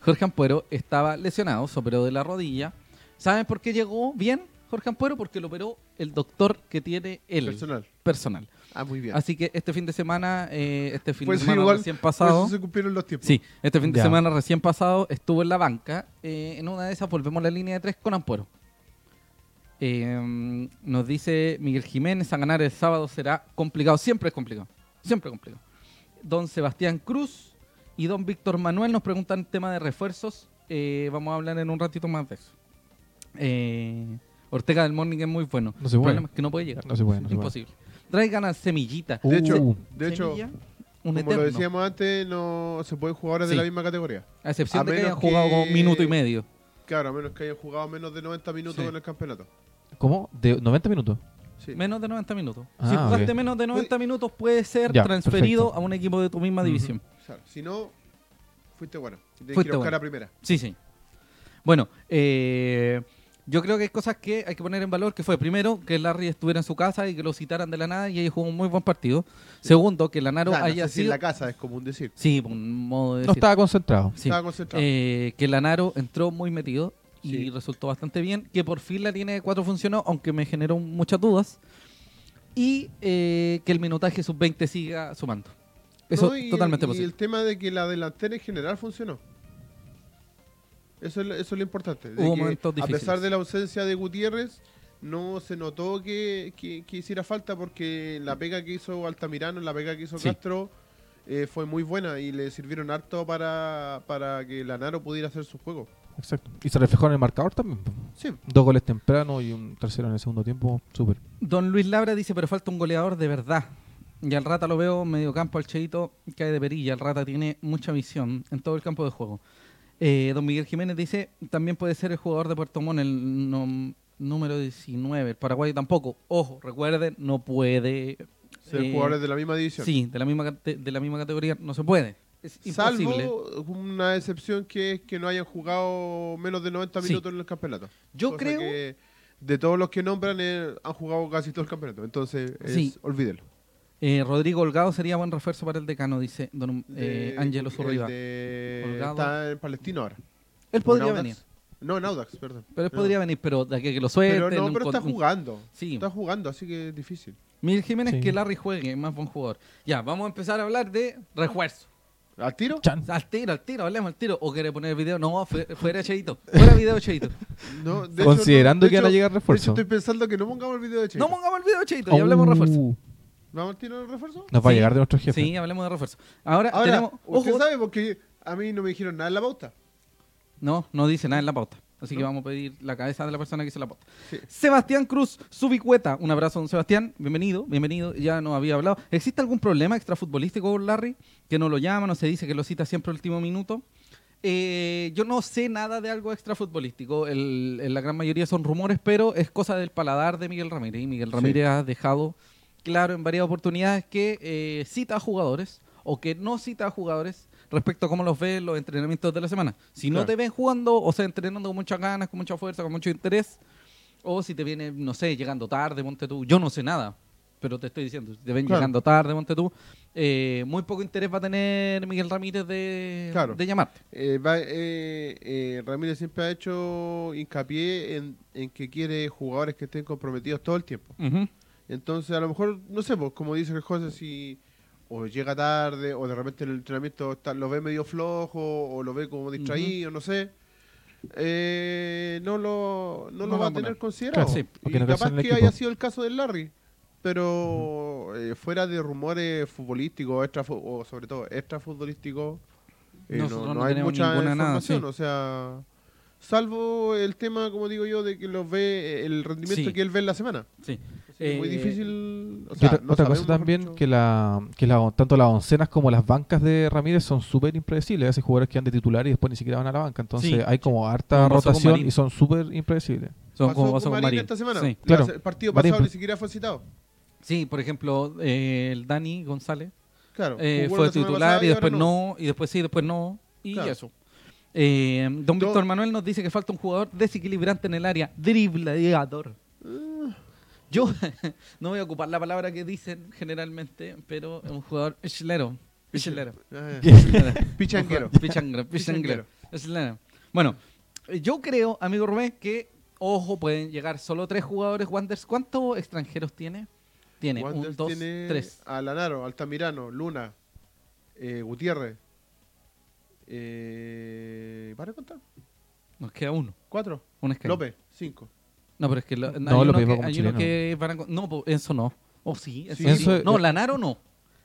B: Jorge Ampuero estaba lesionado, se operó de la rodilla. ¿Saben por qué llegó bien Jorge Ampuero? Porque lo operó el doctor que tiene él, personal.
A: Personal. Ah, muy bien.
B: Así que este fin de semana, eh, este fin
A: Pues
B: de
A: sí,
B: semana
A: igual,
B: recién
A: Por
B: pasado,
A: eso se cumplieron los tiempos.
B: sí, este fin de
C: Ya.
B: semana recién pasado estuvo en la banca. eh, en una de esas volvemos a la línea de tres con Ampuero. Eh, nos dice Miguel Jiménez, a ganar el sábado será complicado. Siempre es complicado. Siempre es complicado. Don Sebastián Cruz y don Víctor Manuel nos preguntan tema de refuerzos. Eh, vamos a hablar en un ratito más de eso. Eh, Ortega del Morning es muy bueno.
C: No se puede.
B: Problema es que no puede llegar.
C: No se puede, no se puede.
B: Imposible. Traigan a Semillita.
A: De hecho,
C: Uh.
A: de hecho
B: Semilla, un
A: como
B: eterno.
A: lo decíamos antes, no se pueden jugadores
B: Sí.
A: de la misma categoría.
B: A excepción
A: A
B: de que hayan
A: menos
B: jugado
A: que-
B: como minuto y medio.
A: Claro, a menos que hayan jugado menos de 90 minutos
B: Sí.
A: en el campeonato.
C: ¿Cómo? ¿De 90 minutos?
A: Sí.
B: Menos de 90 minutos.
C: Ah,
B: si jugaste
C: ok.
B: menos de 90 minutos, puede ser
C: Ya,
B: transferido
C: perfecto.
B: a un equipo de tu misma división.
A: Claro, si no, Fuiste bueno. Y Tienes
B: Fuiste
A: que ir a buscar
B: bueno.
A: la primera.
B: Sí, sí. Bueno, eh, yo creo que hay cosas que hay que poner en valor, que fue primero que Larry estuviera en su casa y que lo citaran de la nada y ahí jugó un muy buen partido. Segundo, que Lanaro
A: Nah, no
B: haya
A: sé si en
B: sido...
A: la casa es común decir.
B: Sí, un modo de
C: No
B: decir.
C: estaba concentrado.
B: Sí.
A: Estaba concentrado.
B: Eh, que Lanaro entró muy metido y
A: Sí.
B: resultó bastante bien. Que por fin la tiene de cuatro funcionó, aunque me generó muchas dudas. Y eh, que el minutaje sub-20 siga sumando. Eso
A: No, y el-
B: totalmente
A: y
B: posible.
A: el tema de que la delantera en general funcionó. Eso es, lo- eso es lo importante. de
B: Hubo
A: que
B: momentos
A: a
B: difíciles.
A: pesar de la ausencia de Gutiérrez, no se notó que, que- que hiciera falta porque la pega que hizo Altamirano, la pega que hizo
B: Sí.
A: Castro, eh, fue muy buena y le sirvieron harto para, para que Lanaro pudiera hacer su juego.
C: Exacto. Y se reflejó en el marcador también.
A: Sí,
C: Dos goles temprano y un tercero en el segundo tiempo. Súper.
B: Don Luis Labra dice, pero falta un goleador de verdad. Y al rata lo veo medio campo al Cheito, cae de perilla. El rata tiene mucha visión en todo el campo de juego. Eh, don Miguel Jiménez dice, también puede ser el jugador de Puerto Montt, el nom- número 19. El Paraguay tampoco. Ojo, recuerden, no puede...
A: ser
B: eh,
A: jugadores de la misma división.
B: Sí, de la misma, cate- de la misma categoría no se puede. Es imposible.
A: Salvo una excepción que es que no hayan jugado menos de 90
B: Sí.
A: minutos en el campeonato.
B: Yo
A: Cosa
B: creo...
A: que de todos los que nombran eh, han jugado casi todo el campeonato. Entonces, es-
B: Sí.
A: olvídelo.
B: eh, Rodrigo Holgado sería buen refuerzo para el decano, dice don eh,
A: De-
B: Ángelo
A: el
B: Zurriba.
A: de-
B: Holgado.
A: Está en Palestino ahora.
B: Él
A: ¿O
B: podría
A: en Audax?
B: venir.
A: No, en Audax, perdón.
B: Pero él
A: No.
B: podría venir, pero de aquí a que lo suelten.
A: Pero no,
B: un
A: pero
B: con-
A: está
B: un-
A: jugando.
B: Sí.
A: Está jugando, así que es difícil.
B: Miguel Jiménez
C: Sí.
B: que Larry juegue, más buen jugador. Ya, vamos a empezar a hablar de refuerzo.
A: ¿Al tiro?
C: Chan.
B: Al tiro, al tiro, hablemos al tiro. ¿O quiere poner video? No, fu- fuera Cheito. Fuera video Cheito.
A: No, de
C: Considerando
A: hecho,
C: que
A: de
C: van a
A: hecho-
C: llegar
A: de hecho,
C: refuerzos.
A: estoy pensando que no pongamos el video de Checo.
B: No pongamos el video Cheito y hablemos de refuerzo.
C: Uh,
A: ¿Vamos al tiro del refuerzo?
C: Nos va a
B: Sí.
C: llegar de nuestro jefe.
B: Sí, hablemos de refuerzo. Ahora,
A: Ahora,
B: tenemos.
A: usted
B: ojo,
A: sabe porque a mí no me dijeron nada en la pauta.
B: No, no dice nada en la pauta. Así que
A: No.
B: vamos a pedir la cabeza de la persona que hizo la pauta.
A: Sí.
B: Sebastián Cruz, Subicueta. Un abrazo, don Sebastián. Bienvenido, bienvenido. Ya nos había hablado. ¿Existe algún problema extrafutbolístico con Larry? Que no lo llama, no se dice que lo cita siempre al último minuto. Eh, yo no sé nada de algo extrafutbolístico. El- el- la gran mayoría son rumores, pero es cosa del paladar de Miguel Ramírez. Y Miguel Ramírez ha dejado claro en varias oportunidades que eh, cita a jugadores o que no cita a jugadores respecto a cómo los ve en los entrenamientos de la semana. Si no
A: Claro.
B: te ven jugando, o sea, entrenando con muchas ganas, con mucha fuerza, con mucho interés, o si te viene, no sé, llegando tarde, monte tú, yo no sé nada, pero te estoy diciendo, si te ven
A: Claro.
B: llegando tarde, monte tú, eh, muy poco interés va a tener Miguel Ramírez de,
A: Claro.
B: de llamarte.
A: Eh, va- eh, eh, Ramírez siempre ha hecho hincapié en, en que quiere jugadores que estén comprometidos todo el tiempo.
B: Ujú.
A: Entonces, a lo mejor, no sé, pues, como dice el José, si o llega tarde, o de repente en el entrenamiento está- lo ve medio flojo, o lo ve como distraído, no sé. eh, no lo, no
B: No
A: lo
B: lo
A: va a
B: poner.
A: tener considerado.
C: Claro, sí, porque
A: y
C: no calza
A: capaz
C: en
A: que
C: el
A: haya
C: equipo.
A: sido el caso del Larry. Pero eh, fuera de rumores futbolísticos, extra, o sobre todo extrafutbolísticos, eh, no,
B: Nosotros
A: no
B: no
A: hay
B: tenemos
A: mucha
B: ninguna nada,
A: información.
B: sí.
A: O sea, salvo el tema, como digo yo, de que los ve, el rendimiento
B: Sí.
A: que él ve en la semana.
B: Sí.
A: Es muy
B: Eh,
A: difícil. O
C: Y
A: sea,
C: otra
A: no
C: otra
A: sabemos,
C: cosa
A: mejor
C: también,
A: dicho.
C: que, la, que la- tanto las oncenas como las bancas de Ramírez son súper impredecibles. Hace jugadores que van de titular y después ni siquiera van a la banca. Entonces
B: Sí.
C: hay como harta
B: Como pasó con
C: rotación
B: Marín.
C: y son súper impredecibles.
B: Son
A: pasó
B: como
A: con
B: pasó con
A: Marín
B: Marín.
A: esta semana.
B: Sí.
A: La-
C: Claro.
A: El partido
C: Marín,
A: pasado
C: pues.
A: ni siquiera fue citado.
B: Sí, por ejemplo, eh, el Dani González
A: Claro.
B: eh,
A: jugó
B: fue
A: la semana
B: titular
A: pasada
B: y
A: ahora
B: después no. y después sí, después no, y
A: Claro.
B: eso. Eh, don
A: Do-
B: Víctor Manuel nos dice que falta un jugador desequilibrante en el área, driblador.
A: Ah.
B: Yo no voy a ocupar la palabra que dicen generalmente, pero es un jugador chilero. Chilero.
A: Ah, ya.
B: Chilero. Pichanguero,
A: Pichanguero.
B: pichanguero.
A: Pichanguero.
B: Excelente. Bueno, eh, yo creo, amigo Rubén, que, ojo, pueden llegar solo tres jugadores Wanderers. ¿Cuántos extranjeros tiene? Tiene un,
A: Wanderers
B: dos,
A: tiene
B: tres.
A: A Lanaro, Altamirano, Luna, eh, Gutiérrez. Eh, ¿Para de contar?
B: Nos queda uno.
A: Cuatro.
B: Un esquema.
A: López, cinco.
B: No, pero es que lo- hay,
C: No,
B: uno
C: López
B: que,
C: va como
B: hay
C: chileno.
B: uno que van a... con- No, po, eso no. Oh, sí, eso
A: Sí.
B: sí.
C: Enzo-
B: No, Lanaro no.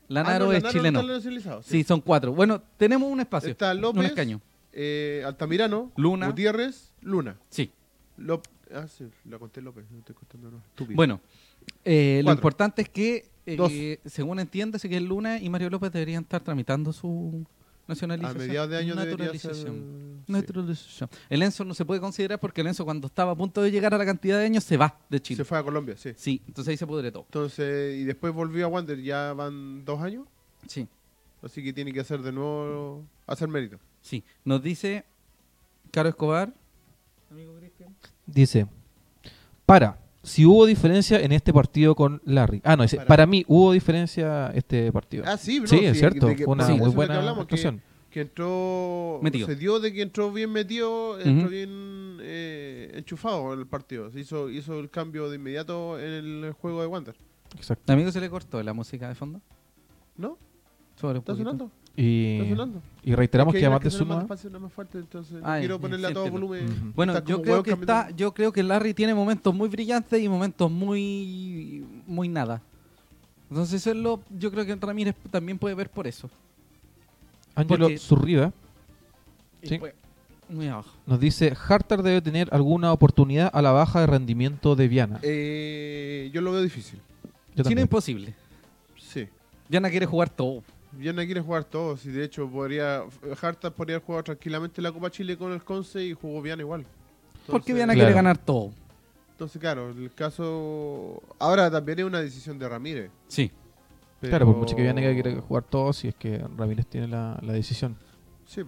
B: Lanaro
A: Ah, no,
B: es chileno.
A: No está nacionalizado,
B: Sí, son cuatro. Bueno, tenemos un espacio.
A: Está
B: Un
A: López,
B: escaño.
A: eh, Altamirano,
B: Luna.
A: Gutiérrez, Luna.
B: Sí.
A: Lop- ah, sí, la conté López, no estoy contando nada. Estúpido.
B: Bueno, eh, lo
A: Cuatro.
B: importante es que, eh,
A: Dos.
B: según entiendo, que el Luna y Mario López deberían estar tramitando su
A: a
B: nacionalización.
A: mediados de año debería ser...
B: naturalización.
A: sí.
B: Naturalización. El Enzo no se puede considerar porque el Enzo, cuando estaba a punto de llegar a la cantidad de años, se va de Chile.
A: Se fue a Colombia, sí.
B: Sí, entonces ahí se pudre todo.
A: Entonces, y después volvió a Wander, ya van dos años,
B: Sí.
A: así que tiene que hacer de nuevo, hacer mérito.
B: Sí, nos dice Caro Escobar. Amigo Cristian.
C: Dice, para, si hubo diferencia en este partido con Larry. Ah, no, dice,
A: Para.
C: para, mí hubo diferencia este partido.
A: Ah, sí, bro.
C: Sí, es cierto,
A: de que-
C: fue una
A: sí,
C: muy
A: eso es lo que
C: buena
A: que-
C: actuación.
A: Que, entró.
B: Metido.
A: Se dio de que entró bien metido, entró
B: Ujú.
A: bien eh, enchufado en el partido. Se hizo, hizo el cambio de inmediato en el juego de Wander.
C: Exacto.
B: Amigo, se le cortó la música de fondo.
A: ¿No?
B: Sobre
A: ¿Está sonando?
C: Y,
A: ¿Está sonando?
C: y reiteramos
A: Es
C: Eh, que,
A: hay
C: además
A: unas
C: de
A: suena Más,
C: suma...
A: despacio, unas más fuerte, entonces
B: Ah,
A: no quiero
B: ya,
A: ponerla a todo
B: siéntelo.
A: volumen.
C: Ujú.
B: Bueno,
A: Está
B: yo
A: como
B: creo
A: huevo
B: que
A: caminando.
B: está, yo creo que Larry tiene momentos muy brillantes y momentos muy muy nada. Entonces eso es lo, yo creo que Ramírez también puede ver por eso.
C: Ángelo
B: porque-
C: Zurriba
B: Y
C: Sí.
B: fue Muy abajo.
C: nos dice, Hartar debe tener alguna oportunidad a la baja de rendimiento de Viana.
A: Eh, yo lo veo difícil.
C: Yo
B: Si no
C: también.
B: imposible.
A: Sí.
B: Yana quiere jugar todo.
A: Viana quiere jugar todos y de hecho podría Hartas podría haber jugado tranquilamente la Copa Chile con el Conce y jugó Viana igual.
B: porque
A: Entonces-
B: Viana
C: Claro.
B: quiere ganar todo.
A: Entonces, claro, el caso. Ahora también es una decisión de Ramírez.
B: Sí.
A: pero-
C: Claro, por mucho que Viana quiera jugar todo, si es que Ramírez tiene la, la decisión.
A: Sí,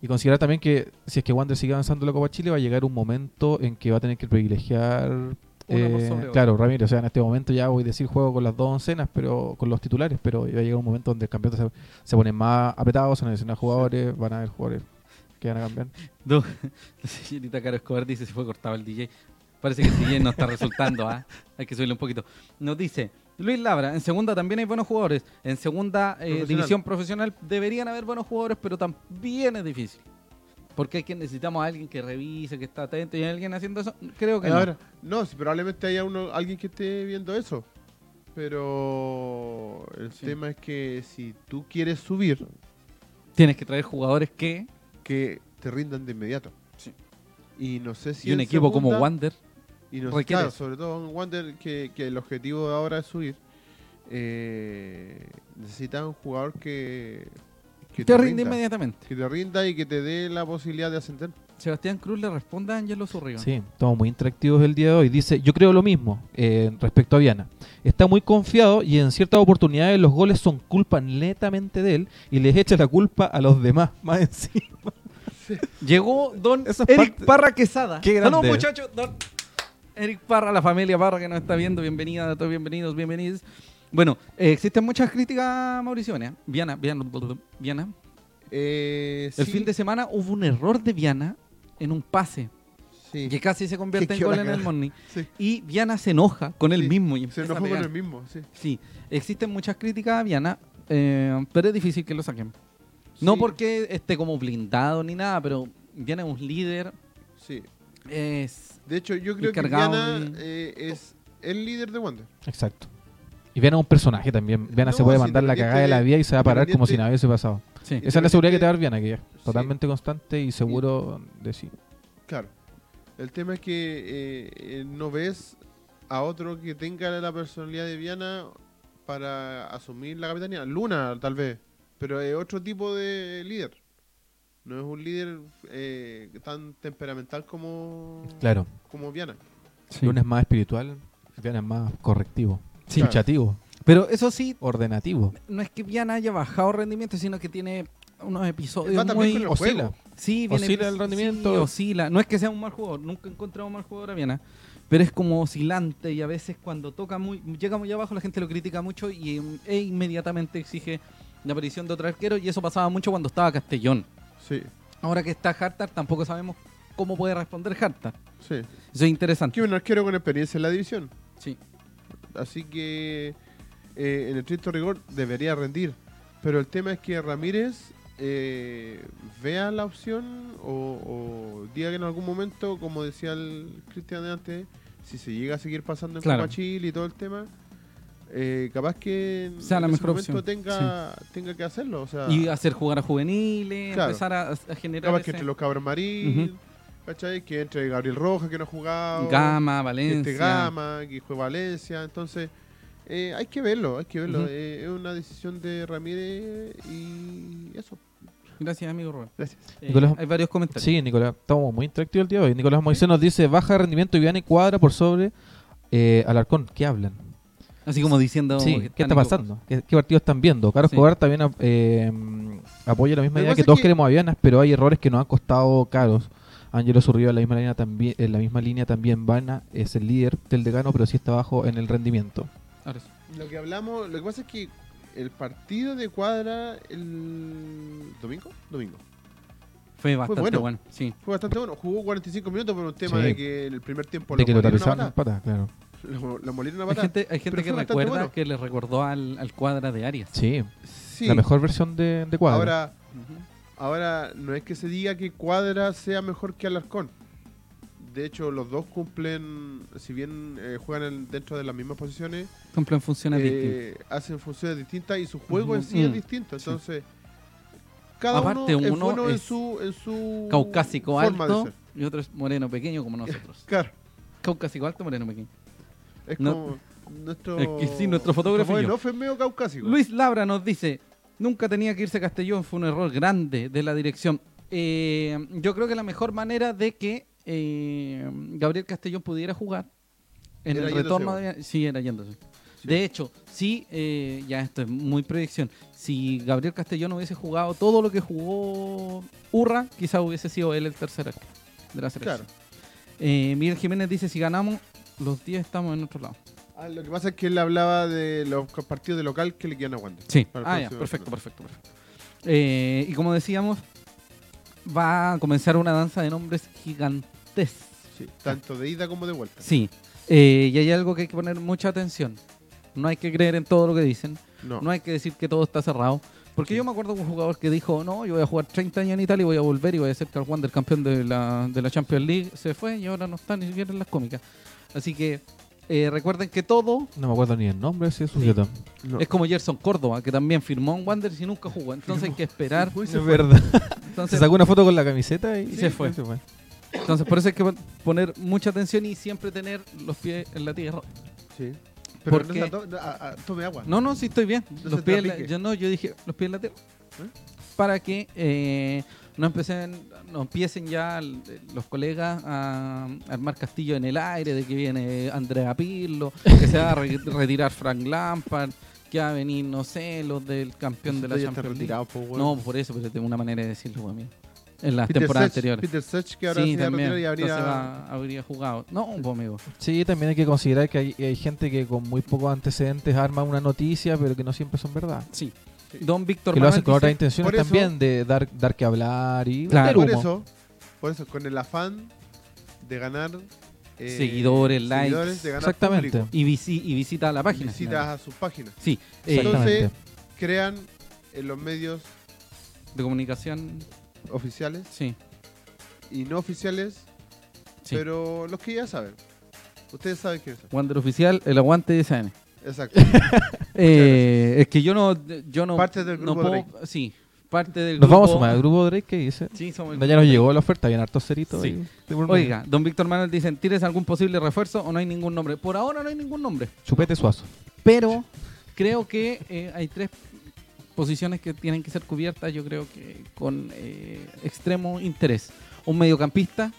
C: Y considerar también que si es que Wander sigue avanzando en la Copa Chile, va a llegar un momento en que va a tener que privilegiar.
B: Una por
C: eh,
B: sobre otra.
C: claro, Ramírez, o sea, en este momento ya voy a decir juego con las dos oncenas, pero con los titulares, pero va a llegar un momento donde el campeonato se, se pone más apretado, se necesitan jugadores, van a haber jugadores que van a cambiar.
B: Do- La señorita Caro Escobar dice se fue cortado el DJ. Parece que el DJ no está resultando, ¿ah? Hay que subirle un poquito. Nos dice Luis Labra, en segunda también hay buenos jugadores. En segunda eh,
A: Profesional.
B: división profesional deberían haber buenos jugadores, pero también es difícil. Porque hay que necesitamos a alguien que revise, que está atento y alguien haciendo eso. Creo que no.
A: ahora, no, sí, probablemente haya uno, alguien que esté viendo eso. Pero el
B: Sí.
A: tema es que si tú quieres subir,
B: Tienes que traer jugadores que
A: que te rindan de inmediato.
B: Sí.
A: Y no sé
B: y
A: si.
B: un
A: en
B: equipo como
A: segunda-
B: Wander.
A: Y no
B: Requiere
A: claro,
B: eso.
A: sobre todo en Wander, que, que el objetivo de ahora es subir. Eh, necesitas un jugador que, que
B: Te, rinde
A: rinda,
B: inmediatamente.
A: Que te rinda y que te dé la posibilidad de ascender.
B: Sebastián Cruz le responde a Ángelo Zurriba.
C: Sí, estamos muy interactivos el día de hoy. Dice, yo creo lo mismo eh, respecto a Viana. Está muy confiado y en ciertas oportunidades los goles son culpa netamente de él y les echa la culpa a los demás más encima.
B: Llegó Don
C: Esa es
B: Eric
C: parte-
B: Parra Quesada.
C: Qué
B: Saludos,
C: grande.
B: muchachos. Don Eric Parra, la familia Parra que nos está viendo. Bienvenida, todos bienvenidos, bienvenidos. Bueno, eh, existen muchas críticas a Mauricio Viana. Viana, Viana, Viana.
A: Eh,
B: El
A: sí,
B: fin de semana hubo un error de Viana en un pase
A: sí.
B: que casi se convierte en
A: quedó
B: gol
A: la
B: en el
A: cagada.
B: morning.
A: Sí.
B: Y Viana se enoja con él
A: Sí,
B: mismo. Y
A: Se
B: empieza a
A: enojó con
B: pegar.
A: el mismo, sí.
B: Sí, existen muchas críticas a Viana, eh, pero es difícil que lo saquen. No
A: Sí,
B: porque esté como blindado ni nada, pero Viana es un líder.
A: Sí.
B: Es
A: De hecho, yo creo que
B: cargado
A: Viana
B: de-
A: eh, es el líder de Wander.
C: Exacto. Y Viana es un personaje también. Viana
A: No,
C: se puede
A: sí,
C: mandar la
A: independiente
C: cagada de la
A: de-
C: vida y se va a parar como si
A: independiente-
C: nada hubiese pasado.
B: Sí.
C: Esa es la seguridad que te da Viana, que es
A: Sí.
C: totalmente constante y seguro de sí.
A: Claro. El tema es que eh, eh, no ves a otro que tenga la personalidad de Viana para asumir la capitanía. Luna, tal vez. Pero es otro tipo de líder. No es un líder eh, tan temperamental como,
C: Claro.
A: como Viana.
C: Luna es más espiritual, Viana es más correctivo,
B: Sí.
A: Claro.
C: fichativo,
B: Pero eso sí,
C: ordenativo.
B: no es que Viana haya bajado rendimiento, sino que tiene unos episodios
A: Va también
B: muy...
A: con el
C: oscila.
A: juego.
B: Sí,
C: oscila el rendimiento.
B: sí, oscila. No es que sea un mal jugador, nunca he encontrado un mal jugador a Viana, pero es como oscilante y a veces cuando toca muy, llega muy abajo la gente lo critica mucho y em, e inmediatamente exige la aparición de otro arquero y eso pasaba mucho cuando estaba Castellón.
A: Sí,
B: Ahora que está Hartar tampoco sabemos cómo puede responder Hartar.
A: sí.
B: Eso es interesante.
A: Que un arquero con experiencia en la división.
B: Sí.
A: Así que eh, en el estricto rigor debería rendir. Pero el tema es que Ramírez eh, vea la opción o, o diga que en algún momento, como decía el Cristian de antes, si se llega a seguir pasando en
B: Claro.
A: Copa Chile y todo el tema, eh, capaz que en-
B: Sea la
A: en
B: mejor
A: ese
B: opción,
A: momento tenga, tenga que hacerlo. O sea,
B: Y hacer jugar a juveniles,
A: Claro.
B: empezar a, a generar...
A: capaz que
B: ese-
A: entre los cabros marín,
B: Ujú.
A: ¿cachai? que entre Gabriel Rojas que no ha jugado,
B: Gama,
A: que
B: Valencia.
A: este Gama, que juega Valencia. Entonces, eh, hay que verlo, hay que verlo.
B: Ujú.
A: Eh, es una decisión de Ramírez y eso.
B: Gracias, amigo Rubén.
A: Gracias.
B: Eh,
C: Nicolás-
B: hay varios comentarios.
C: Sí, Nicolás, estamos muy interactivos el día de hoy. Nicolás Moisés nos dice, baja rendimiento y Viana y cuadra por sobre eh, Alarcón. ¿Qué hablan?
B: Así como diciendo.
C: Sí,
B: que
C: ¿qué está
B: están locos.
C: pasando? ¿Qué, qué partidos están viendo? Carlos
B: Sí.
C: Escobar también eh, apoya la
A: Lo
C: misma
A: que
C: idea
A: pasa
C: que
A: es
C: todos
A: que-
C: queremos Avianas, pero hay errores que nos han costado caros. Ángelo Zurriba en la misma línea también, en la misma línea también Vana es el líder del decano, pero sí está bajo en el rendimiento.
B: Ahora sí.
A: Lo que hablamos, lo que pasa es que el partido de cuadra el domingo, domingo,
B: Fue bastante
A: bueno.
B: bueno. Sí.
A: fue bastante bueno. Jugó 45 minutos por un tema
C: Sí.
A: de que en el primer tiempo
C: de que lo
A: molieron a
C: aterrizaron en patas, claro.
A: patada. Lo, lo molieron a
B: Hay
A: patada.
B: gente, hay gente
A: Pero
B: que
A: fue bastante
B: recuerda
A: bueno.
B: que le recordó al, al cuadra de Arias.
C: Sí,
A: Sí,
C: la mejor versión de, de Cuadra.
A: Ahora, ahora no es que se diga que Cuadra sea mejor que Alarcón. De hecho, los dos cumplen, si bien eh, juegan en- dentro de las mismas posiciones,
B: Cumplen funciones
A: eh,
B: distintas.
A: hacen funciones distintas y su juego en sí
B: Ujú. Mm,
A: es distinto. Entonces, cada
B: Aparte,
A: uno es
B: uno
A: bueno en
B: es
A: su, en su
B: Caucásico
A: forma
B: alto
A: de ser.
B: y otro es moreno pequeño como nosotros.
A: Claro,
B: Caucásico alto, moreno pequeño.
A: es
B: No-
A: como nuestro,
B: Es que sí, nuestro fotógrafo y yo.
A: No fue medio caucásico.
B: Luis Labra nos dice, nunca tenía que irse Castellón, fue un error grande de la dirección. Eh, yo creo que la mejor manera de que eh, Gabriel Castellón pudiera jugar en
A: Era
B: el
A: yéndose,
B: retorno
A: bueno.
B: de... Sí, era yéndose.
A: Sí.
B: De hecho, sí, eh, ya esto es muy predicción, si Gabriel Castellón hubiese jugado todo lo que jugó Urra, quizá hubiese sido él el tercer arquero de la selección.
A: Claro.
B: Eh, Miguel Jiménez dice, si ganamos, los 10 estamos en otro lado.
A: Ah, lo que pasa es que él hablaba de los partidos de local que le quedan a Wander.
B: Sí.
A: Para el
B: Ah, ya,
A: próximo
B: perfecto,
A: torneo.
B: perfecto, perfecto. Eh, y como decíamos, va a comenzar una danza de nombres gigantes.
A: Sí, tanto de ida como de vuelta.
B: Sí. Eh, y hay algo que hay que poner mucha atención. No hay que creer en todo lo que dicen.
A: No.
B: No hay que decir que todo está cerrado. Porque yo me acuerdo de un jugador que dijo, no, yo voy a jugar 30 años en Italia y voy a volver y voy a ser Carl Wander campeón de la, de la Champions League. Se fue y ahora no está ni siquiera en las cómicas. Así que eh, recuerden que todo
C: No me acuerdo ni el nombre de ese sujeto.
A: No.
B: es como Gerson Córdoba, que también firmó un Wander y nunca jugó. Entonces hay que esperar.
A: Uy, se
C: Es
A: fue.
C: verdad. Se
B: Entonces,
C: sacó una foto con la camiseta y
B: Sí, se fue. entonces por eso hay que pon- poner mucha atención y siempre tener los pies en la tierra.
A: Sí. Pero
B: Porque-
A: no se ato- a- a- tome agua.
B: No, no, sí estoy bien. Los
A: Entonces
B: pies
A: te
B: en la-
A: aplique.
B: yo no, yo dije los pies en la tierra.
A: ¿Eh?
B: Para que eh, no empiecen, no empiecen ya l- los colegas a armar castillo en el aire, de que viene Andrea Pirlo, que se va a re- retirar Frank Lampard, que va a venir, no sé, los del campeón de la
A: Ya está
B: Champions League.
A: retirado, po, weón.
B: No, por eso, pero tengo una manera de decirlo, weón, mira. En las
A: Peter
B: temporadas
A: Sech-
B: anteriores.
A: Peter Sech que ahora
B: sí,
A: se va a
B: también.
A: retirar y
B: Entonces
A: habría...
B: va- habría jugado. No, pues, amigo.
C: Sí, también hay que considerar que hay, hay gente que con muy pocos antecedentes arma una noticia, pero que no siempre son verdad.
B: Sí.
A: Sí.
B: Don Víctor
C: Que lo hacen
B: Manuel
C: con otras
B: dice,
C: intenciones
A: por eso-
C: también, de dar, dar que hablar y
B: Claro.
C: vender
A: Por
C: humo.
A: eso, por eso, con el afán de ganar... eh,
B: Seguidores, likes.
A: de ganar
C: Exactamente.
A: público.
B: y, visi- y visita la página.
A: Visitas a sus páginas.
B: Sí. eh,
A: Entonces-
C: Exactamente.
A: Crean en los medios
B: de comunicación,
A: oficiales
B: sí.
A: y no oficiales,
B: sí.
A: pero los que ya saben. Ustedes saben quiénes son.
B: Wander Oficial, el aguante de SN.
A: Exacto.
B: Eh, es que yo no, yo no,
A: Parte del
B: no
A: grupo
B: puedo-
A: Drake.
B: sí, parte del
C: Nos
B: grupo.
C: vamos a sumar al grupo Drake que dice.
B: Sí, somos el
C: Ya nos llegó la oferta, bien harto cerito.
B: Sí.
C: ahí, de por medio.
B: Oiga, don Víctor Manuel dice, ¿tienes algún posible refuerzo o no hay ningún nombre? Por ahora no hay ningún nombre.
C: Chupete suazo.
B: Pero creo que eh, hay tres posiciones que tienen que ser cubiertas, yo creo que con eh, extremo interés. Un mediocampista,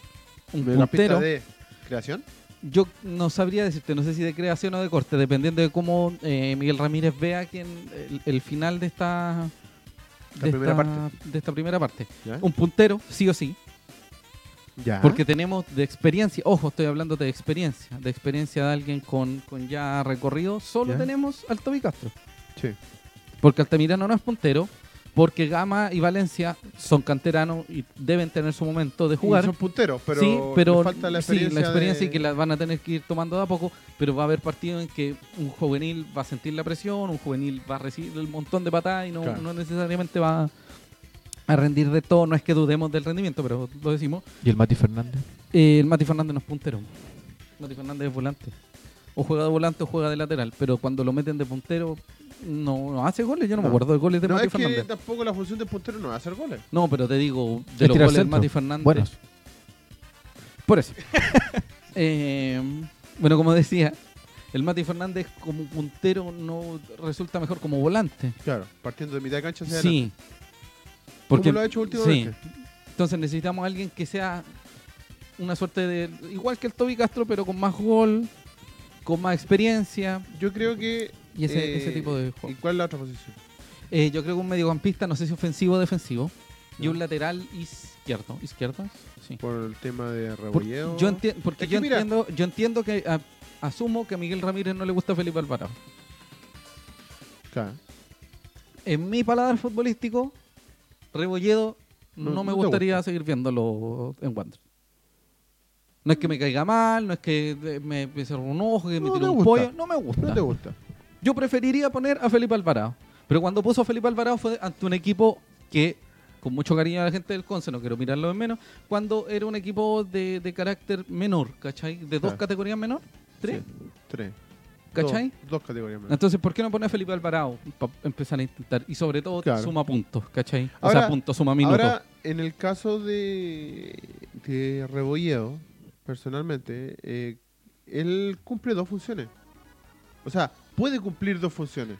B: un
A: Una pista
B: puntero.
A: de creación.
B: Yo no sabría decirte, no sé si de creación o de corte, dependiendo de cómo eh, Miguel Ramírez vea que en el, el final de esta,
A: La primera Ah.
B: parte. de esta primera parte.
A: ¿Ya?
B: Un puntero, sí o sí,
A: Ya.
B: porque tenemos de experiencia, ojo, estoy hablando de experiencia, de experiencia de alguien con, con ya recorrido, solo
A: Ya.
B: tenemos al Toby Castro.
A: Sí.
B: Porque Altamirano no es puntero, porque Gama y Valencia son canteranos y deben tener su momento de
A: jugar.
B: jugar.
A: Son punteros, pero,
B: sí, pero
A: les falta la
B: sí,
A: experiencia.
B: experiencia
A: de-
B: y que la van a tener que ir tomando de a poco, pero va a haber partidos en que un juvenil va a sentir la presión, un juvenil va a recibir el montón de patadas y no,
A: Claro.
B: no necesariamente va a rendir de todo, no es que dudemos del rendimiento, pero lo decimos.
C: Y el Mati Fernández.
B: Eh, el Mati Fernández no es puntero. Mati Fernández es volante. O juega de volante o juega de lateral, pero cuando lo meten de puntero no, no hace goles, yo no, me
A: No.
B: acuerdo de goles de
A: No,
B: Mati
A: es que
B: Fernández.
A: tampoco la función de puntero no es hacer goles.
B: No, pero te digo, de
C: Es
B: los
C: tirar
B: goles de
C: centro.
B: Mati Fernández.
C: Buenos.
B: Por eso. Eh, bueno, como decía, el Mati Fernández como puntero no resulta mejor como volante.
A: Claro, partiendo de mitad de cancha hacia adelante.
B: Sí. Porque,
A: lo ha hecho últimamente?
B: sí. Entonces necesitamos a alguien que sea una suerte de... Igual que el Toby Castro, pero con más gol, con más experiencia
A: Yo creo que. eh,
B: y ese, ese tipo de
A: ¿Y
B: juego.
A: cuál es la otra posición?
B: Eh, yo creo que un mediocampista, no sé si ofensivo o defensivo, y un lateral izquierdo. ¿Izquierdo? Sí.
A: Por el tema de
B: Por-
A: Rebolleo.
B: yo enti- porque
A: Es que
B: yo,
A: mira-
B: entiendo, yo entiendo que a- asumo que a Miguel Ramírez no le gusta Felipe Alvarado.
A: Claro.
B: Ah. En mi paladar futbolístico, Rebolledo no,
A: No- no
B: me
A: te
B: gustaría seguir viéndolo en Wander. No es que me caiga mal, no es que eh, me, me cerró un ojo, que me
A: No
B: tiró
A: te
B: un
A: gusta.
B: pollo, no me gusta.
A: No te gusta.
B: Yo preferiría poner a Felipe Alvarado. Pero cuando puso a Felipe Alvarado fue ante un equipo que, con mucho cariño a la gente del Conce, no quiero mirarlo de menos, cuando era un equipo de, de carácter menor, ¿cachai? De dos
A: Ah.
B: categorías menor, tres,
A: Sí, tres.
B: ¿cachai?
A: Dos, dos categorías menos.
B: Entonces, ¿por qué no poner a Felipe Alvarado para empezar a intentar? Y sobre todo,
A: Claro.
B: suma puntos, ¿cachai? o
A: Ahora-
B: sea, puntos, suma minutos.
A: Ahora, en el caso de, de Rebolledo, personalmente, eh, él cumple dos funciones. O sea, puede cumplir dos funciones.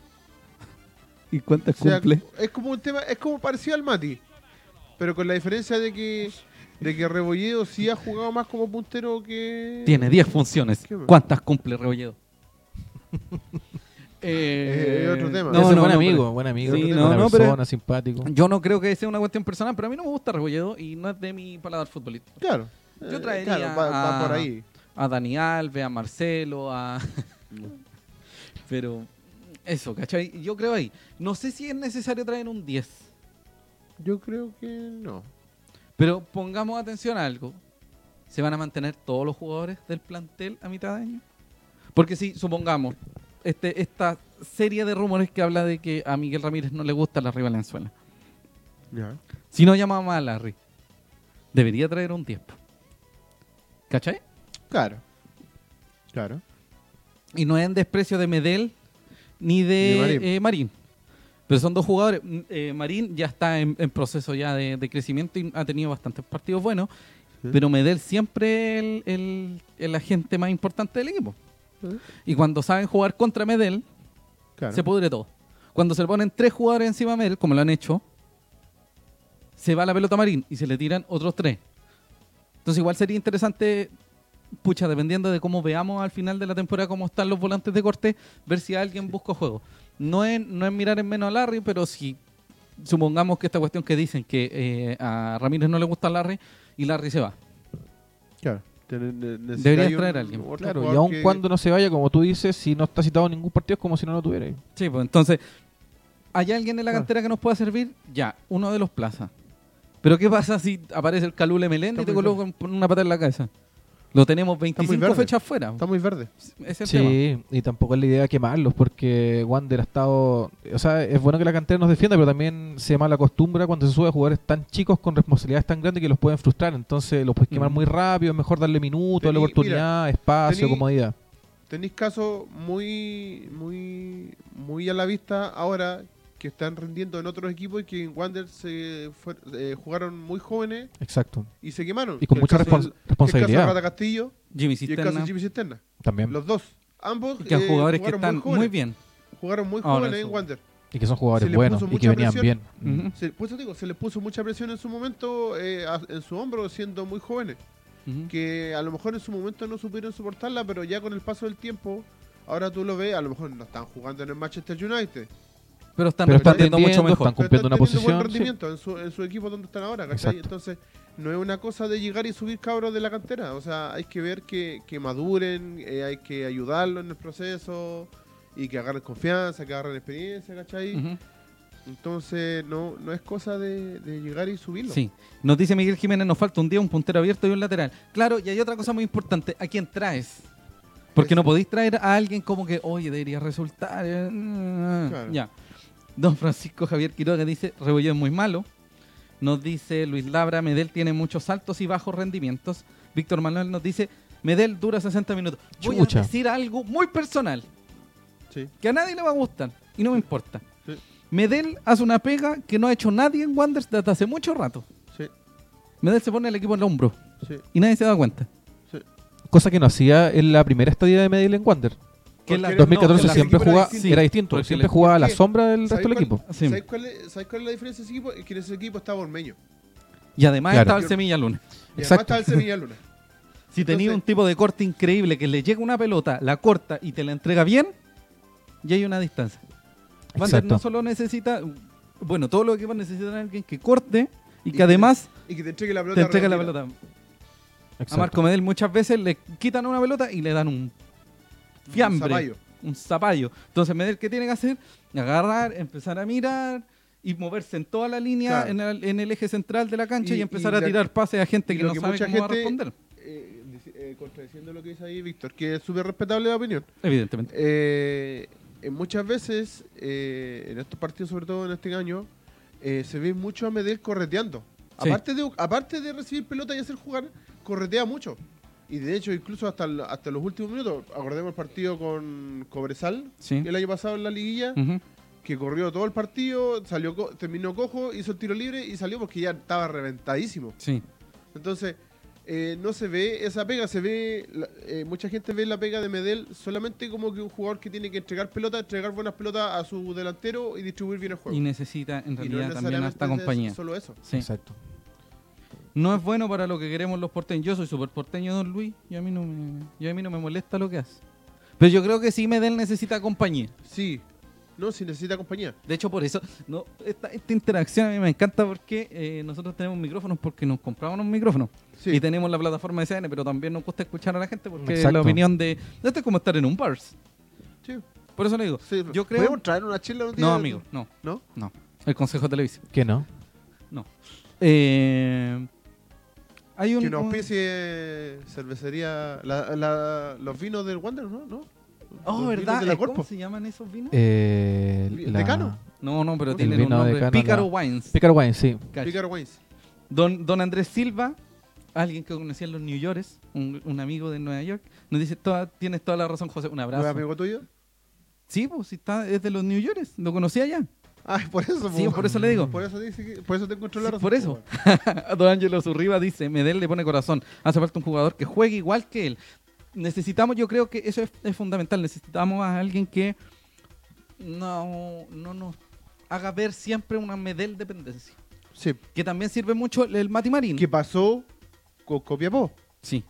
B: ¿Y cuántas
A: O sea, es como un tema, es como parecido al Mati, pero con la diferencia de que de que Rebolledo sí ha jugado más como puntero que
B: Tiene 10 funciones.
A: Qué bueno.
B: ¿Cuántas cumple Rebolledo? eh,
A: Eh, otro tema.
C: No,
A: Ese
C: no,
B: no,
C: buen
B: no,
C: amigo,
B: pero-
C: buen amigo.
B: Sí,
C: buena
B: no, no, pero-
C: persona, simpático.
B: Yo no creo que sea una cuestión personal, pero a mí no me gusta Rebolledo y no es de mi paladar futbolístico.
A: Claro.
B: Yo
A: Eh,
B: traería
A: claro, va, va
B: a-
A: por ahí.
B: A Dani Alves, a Marcelo, a... pero eso, ¿cachai? Yo creo ahí. No sé si es necesario traer un 10,
A: Yo creo que no.
B: pero pongamos atención a algo. ¿Se van a mantener todos los jugadores del plantel a mitad de año? Porque si, supongamos, este, esta serie de rumores que habla de que a Miguel Ramírez no le gusta la Valenzuela.
A: Ya.
B: Si no llamamos a Larry, debería traer un tiempo. ¿Cachai?
A: Claro. Claro.
B: Y no es en desprecio de Medel ni de
A: Ni Marín.
B: eh, Marín. Pero son dos jugadores. Mm, eh, Marín ya está en, en proceso ya de, de crecimiento y ha tenido bastantes partidos buenos.
A: Sí.
B: Pero Medel siempre es el, el- el agente más importante del equipo.
A: Sí.
B: Y cuando saben jugar contra Medel,
A: Claro.
B: ¿Eh? se pudre todo. Cuando se le ponen tres jugadores encima de Medel, como lo han hecho, se va la pelota a Marín y se le tiran otros tres. Entonces igual sería interesante, pucha, dependiendo de cómo veamos al final de la temporada cómo están los volantes de corte, ver si alguien busca juego. No es, no es mirar en menos a Larry, pero si supongamos que esta cuestión que dicen que eh, a Ramírez no le gusta Larry y Larry se va.
A: claro. Te- ne- ne- necesitáis
B: Deberías
A: un-
B: traer a alguien.
A: otro
C: Claro, y
A: jugador
C: aun
A: que-
C: cuando no se vaya, como tú dices, si no está citado en ningún partido es como si no lo tuviera.
B: Sí, pues entonces, ¿hay alguien en la
A: Claro.
B: cantera que nos pueda servir? Ya, uno de los plazas. Pero ¿qué pasa si aparece el Calule Melende y
A: Está
B: te
A: muy
B: coloca un- una pata en la cabeza? Lo tenemos
A: muy
B: 25
A: verde.
B: fechas fuera.
A: Está muy verde.
B: Ese es el
A: este
B: tema.
C: Sí, y tampoco es la idea quemarlos, porque Wander ha estado. O sea, es bueno que la cantera nos defienda, pero también se mala acostumbra cuando se sube a jugadores tan chicos con responsabilidades tan grandes que los pueden frustrar. Entonces los puedes quemar
B: Mm.
C: muy rápido, es mejor darle minutos, darle
A: Tení-
C: oportunidad, espacio,
A: tení-
C: comodidad.
A: Tenéis casos muy, muy, muy a la vista ahora que están rindiendo en otros equipos y que en Wander se fue- eh, jugaron muy jóvenes
C: Exacto.
A: y se quemaron.
C: Y con
A: El
C: mucha
A: caso del-
C: respons-
A: El caso de
C: responsabilidad
A: Rata Castillo
B: Jimmy
A: y el caso
B: Cisterna,
A: de Jimmy Cisterna.
C: también.
A: Los dos. Ambos
B: que
A: eh,
B: hay jugadores que
A: jugaron
B: están muy,
A: jóvenes.
B: bien.
A: Jugaron muy
B: Ahora
A: jóvenes
B: eso.
A: en Wander.
C: Y que son
A: se
C: jugadores
A: le
C: buenos
A: puso
C: y que
A: mucha
C: venían
A: presión.
C: bien.
B: Ujú,
A: Se, por eso te digo, se les puso mucha presión en su momento eh, a- en su hombro siendo muy jóvenes.
B: ujú.
A: Que a lo mejor en su momento no supieron soportarla, pero ya con el paso del tiempo, ahora tú lo ves, a lo mejor no están jugando en el Manchester United.
B: Pero están
C: Pero están
B: respondiendo mucho
C: atendiendo,
B: mejor.
C: están cumpliendo
A: Pero
C: una
A: están teniendo
C: posición.
A: Buen rendimiento en, su, en su equipo donde están ahora, ¿cachai?
C: Exacto.
A: Entonces, no es una cosa de llegar y subir cabros de la cantera. O sea, hay que ver que, que maduren, eh, hay que ayudarlos en el proceso y que agarren confianza, que agarren experiencia, ¿cachai?
B: Ujú.
A: Entonces, no, no es cosa de, de llegar y subirlo.
B: Sí. Nos dice Miguel Jiménez, nos falta un día, un puntero abierto y un lateral. Claro, y hay otra cosa muy importante, ¿a quién traes? Porque no
A: Eso.
B: podéis traer a alguien como que, oye, debería resultar. eh, mm,
A: Claro.
B: Ya. Don Francisco Javier Quiroga dice, Rebolledo es muy malo. Nos dice Luis Labra, Medel tiene muchos altos y bajos rendimientos. Víctor Manuel nos dice, Medel dura 60 minutos. Voy
C: Chucha.
B: a decir algo muy personal,
A: Sí.
B: que a nadie le va a gustar y no me importa.
A: Sí.
B: Medel hace una pega que no ha hecho nadie en Wanderers desde hace mucho rato.
A: Sí,
B: Medel se pone el equipo en el hombro
A: sí,
B: y nadie se da cuenta.
A: sí.
C: Cosa que no hacía en la primera estadía de Medellín en Wander.
B: Que
A: Porque
B: la-
A: el-
C: 2014
A: no, el
C: siempre
A: equipo era
C: jugaba,
A: distinto.
C: era distinto,
B: Porque
C: siempre
B: el-
C: jugaba a la
A: ¿Por qué?
C: sombra del resto del
A: ¿Sabéis
C: equipo.
A: cuál-
B: Sí.
A: ¿Sabéis cuál, es- sabéis cuál es la diferencia de ese equipo? Es que en ese equipo estaba Ormeño.
B: Y además
C: Claro.
B: estaba el Semilla Luna.
A: Y además
C: Exacto.
A: estaba el Sevilla Luna.
B: Si tenía un
A: Entonces-
B: tipo de corte increíble que le llega una pelota, la corta y te la entrega bien, ya hay una distancia. Van Der
C: Exacto.
B: no solo necesita, bueno, todo lo que va a necesitar alguien que corte y
A: Y
B: que
A: que-
B: además
A: Y que te entregue la pelota.
B: te entrega la
A: redondita.
B: pelota. A
C: Exacto.
B: Marco Medel muchas veces le quitan una pelota y le dan un fiambre,
A: zapallo.
B: un zapallo. Entonces Medel, ¿qué tiene que hacer? Agarrar, empezar a mirar y moverse en toda la línea,
A: Claro.
B: en, el, en el eje central de la cancha y,
A: Y- y
B: empezar a
A: la-
B: tirar pases a gente
A: y
B: que
A: lo
B: no
A: que
B: sabe
A: mucha
B: cómo va a
A: gente-
B: responder.
A: Eh, dice- eh, contradiciendo lo que dice ahí Víctor, que es súper respetable la opinión.
B: Evidentemente.
A: Eh, en muchas veces, eh, en estos partidos, sobre todo en este año, eh, se ve mucho a Medel correteando.
B: Sí.
A: Aparte, de, aparte de recibir pelota y hacer jugar, corretea mucho. Y de hecho, incluso hasta, el- hasta los últimos minutos, acordemos el partido con Cobresal,
B: Sí. Mm.
A: el año pasado en la liguilla,
B: Ujú.
A: que corrió todo el partido, salió co- terminó cojo, hizo el tiro libre y salió porque ya estaba reventadísimo.
B: Sí.
A: Entonces, eh, no se ve esa pega, se ve, la- eh, mucha gente ve la pega de Medel solamente como que un jugador que tiene que entregar pelota, entregar buenas pelotas a su delantero y distribuir bien el juego.
B: Y necesita en
A: Y no
B: realidad también a
A: necesariamente
B: esta
A: es
B: compañía.
A: Solo eso.
B: Sí.
C: Exacto.
B: No es bueno para lo que queremos los porteños. Yo soy súper porteño, don Luis, y a, mí no me, y a mí no me molesta lo que hace. Pero yo creo que sí Medel necesita compañía.
A: Sí. No, si necesita compañía.
B: De hecho, por eso, no, esta, esta interacción a mí me encanta porque eh, nosotros tenemos micrófonos porque nos compramos unos micrófonos.
A: Sí.
B: Y tenemos la plataforma de CN, pero también nos gusta escuchar a la gente porque la
C: Exacto.
B: opinión de... Esto es como estar en un bar.
A: sí,
B: Por eso le digo,
A: sí.
B: yo creo...
A: ¿Podemos traer una chela un día?
B: No, amigo, no,
A: ¿No?
B: no. El Consejo de Televisión.
C: ¿Qué no?
B: No. Eh, hay un...
A: Que nos
B: un-
A: auspicie cervecería, la- la- los vinos del Wander, ¿no? ¿No?
B: Oh,
A: Los vinos
B: ¿verdad?
A: de la
B: Eh, ¿Cómo
A: Corpo.
B: se llaman esos vinos?
C: Eh,
A: Vi-
C: la-
A: Decano.
B: no, no, pero
A: el
B: tienen un
C: vino de
B: nombre.
C: Canadá.
B: Pícaro Wines.
C: Picard Wine, sí.
B: Cacha.
A: Picaro Wines.
B: Don, don Andrés Silva, alguien que conocía en los New Yorkers, un, un amigo de Nueva York, nos dice, "Toda- tienes toda la razón, José, un
A: ¿No es
B: abrazo.
A: amigo tuyo?
B: Sí, pues si está, es de los New Yorkers, lo conocía allá.
A: Ah, por eso.
B: Sí,
A: po.
B: por eso le digo.
A: Por eso, dice que- por eso te encontró
B: Sí,
A: la razón, pues,
B: por
A: po,
B: eso.
A: weón.
B: Don Ángelo Zurriba dice, Medel le pone corazón, hace falta un jugador que juegue igual que él. Necesitamos, yo creo que eso es, es fundamental, necesitamos a alguien que no, no nos haga ver siempre una Medel dependencia.
A: Sí.
B: Que también sirve mucho el, el Mati Marín.
A: ¿Qué pasó con Copiapó?
B: Sí.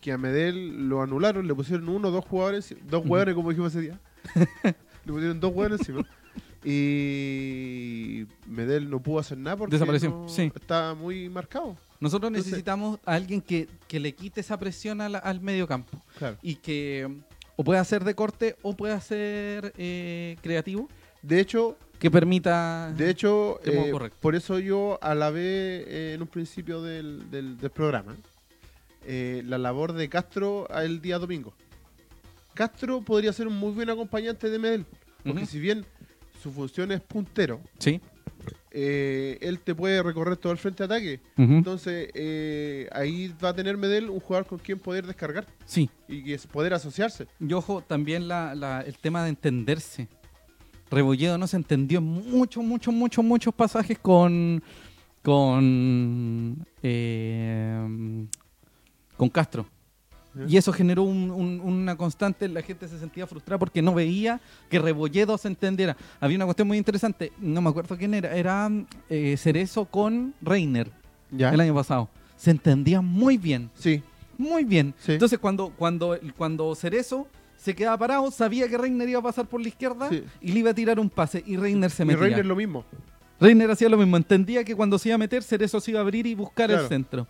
A: Que a Medel lo anularon, le pusieron uno, dos jugadores, dos
B: Ujú.
A: hueones, como dijimos ese día. le pusieron dos hueones encima. Y Medel no pudo hacer nada porque
B: Desapareció,
A: no-
B: sí.
A: está muy marcado.
B: Nosotros
A: Entonces-
B: necesitamos a alguien que, que le quite esa presión a la- al medio campo
A: Claro.
B: y que mm, o pueda ser de corte o pueda ser eh, creativo,
A: De hecho,
B: que permita...
A: de hecho
B: De modo
A: eh,
B: correcto.
A: por eso yo alabé eh, en un principio del, del- del programa eh, la labor de Castro el día domingo. Castro podría ser un muy buen acompañante de Medel, porque
B: Ujú.
A: si bien su función es puntero,
B: Sí.
A: eh, él te puede recorrer todo el frente de ataque.
B: Ujú.
A: Entonces, eh, ahí va a tener Medel un jugador con quien poder descargar
B: Sí.
A: y que es poder asociarse.
B: Y ojo, también la- la- el tema de entenderse. Rebolledo no se entendió en muchos, muchos, muchos, muchos pasajes con... con... eh, con Castro. Y eso generó un- un- una constante, la gente se sentía frustrada porque no veía que Rebolledo se entendiera. Había una cuestión muy interesante, no me acuerdo quién era, era eh, Cerezo con Reiner
A: ¿Ya?
B: el año pasado. Se entendían muy bien,
A: Sí,
B: muy bien.
A: Sí.
B: Entonces cuando, cuando, cuando Cerezo se quedaba parado, sabía que Reiner iba a pasar por la izquierda
A: Sí.
B: y le iba a tirar un pase y Reiner se
A: y
B: metía.
A: Reiner
B: Reiner,
A: lo mismo.
B: hacía lo mismo, entendía que cuando se iba a meter, Cerezo se iba a abrir y buscar el
A: Claro.
B: centro.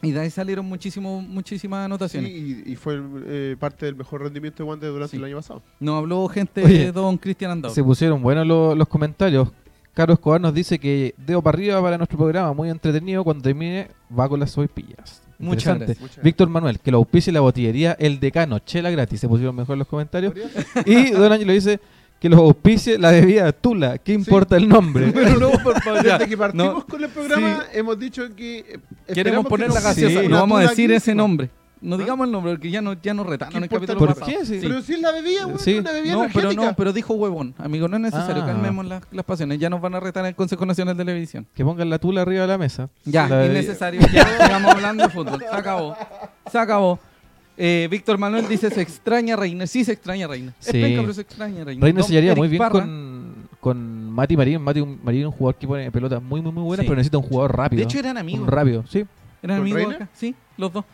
B: Y de ahí salieron muchísimo, muchísimas
A: Sí,
B: anotaciones.
A: y, y fue eh, parte del mejor rendimiento de Wander durante
B: Sí.
A: el año pasado.
B: No habló gente
C: Oye,
B: de Don Cristian Andor.
C: Se pusieron buenos lo- los comentarios. Carlos Escobar nos dice que dedo para arriba para nuestro programa, muy entretenido. Cuando termine, va con las sopaipillas.
B: Muchas
C: Interesante.
B: gracias.
A: Muchas
C: Víctor Manuel, que lo auspicie la botillería El Decano, chela gratis. Se pusieron mejor los comentarios.
A: ¿Podría ser?
C: Y Don Ángelo dice que los auspicie la bebida Tula, ¿qué importa el nombre?
A: Pero no, por favor,
B: Ya,
A: desde que partimos
B: no,
A: con el programa hemos dicho que eh,
B: Queremos
A: esperamos
B: poner
A: que
B: la
A: nos-
B: gaseosa.
C: Sí.
B: No vamos a
A: Natura
B: decir ese
A: Green.
B: nombre. No
A: ¿Ah?
B: digamos el nombre porque ya no, ya nos retaron
A: ¿Qué
B: en el
A: importa
B: capítulo
A: el
C: ¿Por
B: pasado.
C: qué? Sí.
A: Pero si es la bebida, weón,
C: Sí.
A: una bebida
B: No, pero
A: energética.
B: no, pero dijo huevón. Amigo, no es necesario.
C: Ah.
B: Calmemos las, las pasiones. Ya nos van a retar en el Consejo Nacional de Televisión.
C: Que pongan la Tula arriba de la mesa.
B: Ya,
C: La bebida.
B: innecesario. Ya, sigamos hablando de fútbol. Se acabó. Se acabó. Eh, Víctor Manuel dice, se extraña Reiner. Sí, se extraña Reiner. Es
C: Sí.
B: penca, pero se extraña Reiner.
C: Reina
B: Don
C: se llevaría muy
B: Eric
C: bien
B: Parra.
C: con, con Mati Marín. Mati Marín es un jugador que pone pelotas muy, muy, muy buenas,
B: Sí.
C: pero necesita un jugador rápido.
B: De hecho, eran amigos.
C: Un rápido, sí.
B: Eran
A: ¿Con
B: amigos
A: Reiner?
B: acá. Sí, los dos.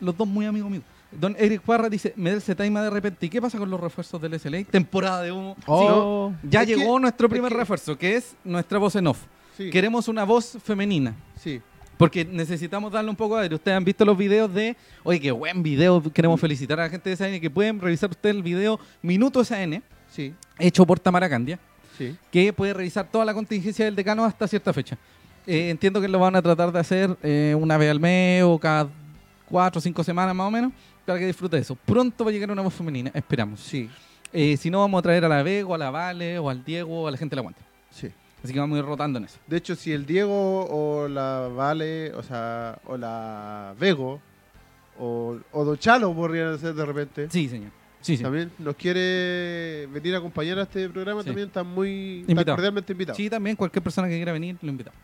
B: Los dos muy amigos míos. Don Eric Parra dice, me da el setaima de repente. ¿Y qué pasa con los refuerzos del SLA? Temporada de humo.
C: Oh.
B: Sí, ya
A: Es que-
B: llegó nuestro primer
A: es que-
B: refuerzo, que es nuestra voz en off.
A: Sí,
B: Queremos una voz femenina.
A: sí.
B: Porque necesitamos darle un poco de aire. Ustedes han visto los videos de. Oye, qué buen video. Queremos felicitar a la gente de SAN que pueden revisar ustedes el video Minuto SAN,
A: Sí,
B: hecho por Tamara Candia,
A: sí.
B: que puede revisar toda la contingencia del decano hasta cierta fecha. Eh, entiendo que lo van a tratar de hacer eh, una vez al mes o cada cuatro o cinco semanas más o menos, para que disfrute de eso. Pronto va a llegar una voz femenina, esperamos.
A: Sí,
B: Eh, si no, vamos a traer a la Bego, a la Vale, o al Diego, o a la gente de la Guante.
A: sí.
B: Así que vamos a ir rotando en eso.
A: De hecho, si el Diego o la Vale, o sea, o la Vego, o, o Dochalo podrían hacer de repente,
B: Sí, señor. Sí, sí.
A: también nos quiere venir a acompañar a este programa,
B: Sí.
A: también están muy están
B: Invitado.
A: cordialmente invitados.
B: Sí, también cualquier persona que quiera venir, lo invitamos.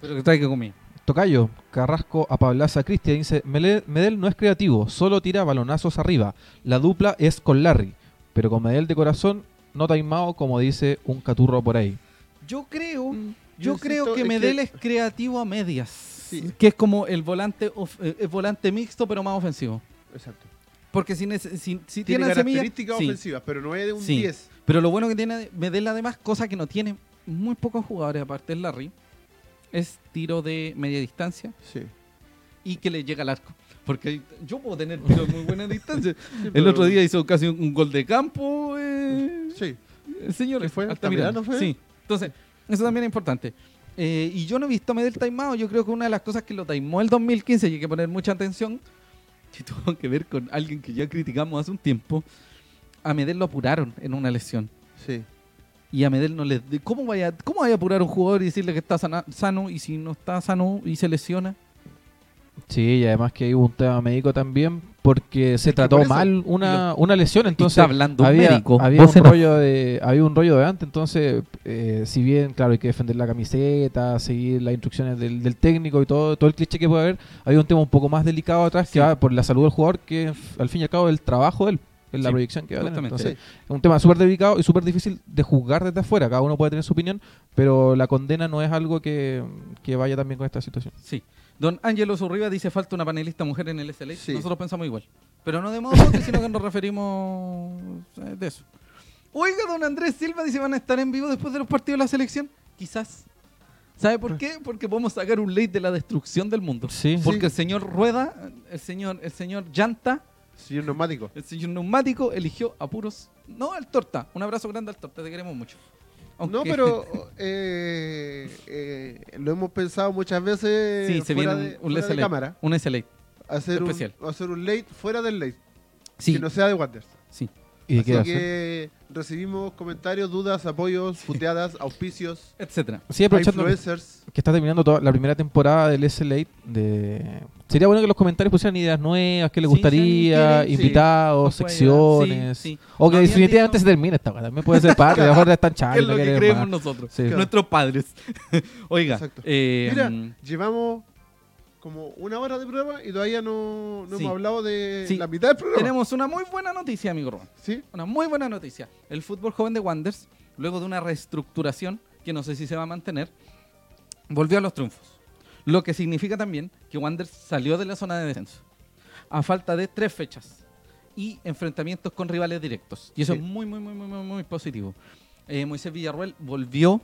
B: Pero que traiga comida.
C: Tocayo, Carrasco Apablaza Cristian dice, "Mele- Medel no es creativo, solo tira balonazos arriba. La dupla es con Larry, pero con Medel de corazón, no taimado como dice un caturro por ahí.
B: Yo creo,
A: Mm, yo
B: yo,
A: insisto,
B: creo que
A: es
B: Medel
A: que-
B: es creativo a medias.
A: Sí.
B: Que es como el volante of- eh, el volante mixto, pero más ofensivo.
A: Exacto.
B: Porque si, nece- si, si
A: Tiene
B: tiene la semilla-
A: características
B: sí,
A: ofensivas, pero no es de un
B: sí.
A: 10.
B: Pero lo bueno que tiene Medel, además, cosa que no tiene muy pocos jugadores, aparte del Larry, es tiro de media distancia
A: Sí.
B: y que le llega al arco. Porque yo puedo tener tiros muy buenas distancias. El
A: pero-
B: otro día hizo casi un, un gol de campo. eh,
A: Sí.
B: Señores,
A: ¿Qué fue?
B: Altamirano.
A: ¿Altamirano fue?
B: Sí. Entonces, eso también es importante. Eh, y yo no he visto a Medel taimado. Yo creo que una de las cosas que lo taimó el 2015, y hay que poner mucha atención, que tuvo que ver con alguien que ya criticamos hace un tiempo, a Medel lo apuraron en una lesión.
A: Sí.
B: Y a Medel no le... ¿Cómo vaya, cómo vaya a apurar a un jugador y decirle que está sana- sano y si no está sano y se lesiona?
C: Sí, y además que hubo un tema médico también, porque se
A: que
C: trató
A: por eso-
C: mal una, una lesión, entonces
B: está hablando un
C: había,
B: médico.
C: había
B: Voz
C: un
B: en off.
C: rollo de había un rollo de antes, entonces eh, si bien claro hay que defender la camiseta, seguir las instrucciones del, del técnico y todo todo el cliché que puede haber, había un tema un poco más delicado atrás
B: Sí.
C: que va por la salud del jugador, que f- al fin y al cabo el trabajo de él, es la
B: Sí,
C: proyección que va a tener.
B: justamente.
C: Entonces, es un tema súper delicado y súper difícil de juzgar desde afuera, cada uno puede tener su opinión, pero la condena no es algo que, que vaya también con esta situación.
B: Sí. Don Ángelo Zurriba dice falta una panelista mujer en el SLA.
A: Sí.
B: Nosotros pensamos igual. Pero no de modo propio, sino que nos referimos eh, de eso. Oiga, don Andrés Silva dice van a estar en vivo después de los partidos de la selección. Quizás. ¿Sabe por qué? Porque podemos sacar un ley de la destrucción del mundo.
C: Ah. Sí.
B: Porque
A: Sí.
B: el señor Rueda, el señor, el señor Llanta,
A: Señor neumático.
B: el señor Neumático eligió a puros. No, al Torta. Un abrazo grande al Torta, te queremos mucho. Aunque-
A: No, pero eh, eh, lo hemos pensado muchas veces
B: sí, se
A: eh,
B: viene
A: fuera
B: un,
A: de,
B: un
A: fuera de
B: SLA,
A: cámara.
B: Un SLA.
A: Hacer un,
B: especial.
A: hacer un late fuera del late,
B: Sí,
A: que no sea de Wanderers.
B: sí.
C: ¿Y
A: Así
C: qué va a hacer?
A: que recibimos comentarios, dudas, apoyos, puteadas, auspicios,
B: Etcétera.
C: Sí,
A: a
C: aprovechando que-
A: influencers.
C: que está terminando toda la primera temporada del SLA. De... Sería bueno que los comentarios pusieran ideas nuevas, qué les
B: Sí, si alguien
C: gustaría,
B: quiere, sí,
C: invitados,
B: nos puede ayudar.
C: pues, secciones.
B: Sí, sí.
C: O que
B: Nos habían
C: definitivamente
B: dicho-
C: se termine esta weá, También puede ser parte, a lo mejor están chales,
B: es lo
C: no
B: que
C: quieren
B: creemos
C: más.
B: nosotros,
C: Sí.
B: nuestros padres. Oiga,
A: Exacto.
B: eh,
A: Mira,
B: mm,
A: llevamos como una hora de programa y todavía no, no
B: Sí.
A: hemos hablado de
B: Sí.
A: la mitad del programa.
B: tenemos una muy buena noticia, amigo Rubén.
A: ¿Sí?
B: Una muy buena noticia. El fútbol joven de Wanders, luego de una reestructuración que no sé si se va a mantener, volvió a los triunfos. Lo que significa también que Wanders salió de la zona de descenso a falta de tres fechas y enfrentamientos con rivales directos. Y eso
A: Sí.
B: es muy, muy, muy, muy, muy, muy positivo. Eh, Moisés Villarruel volvió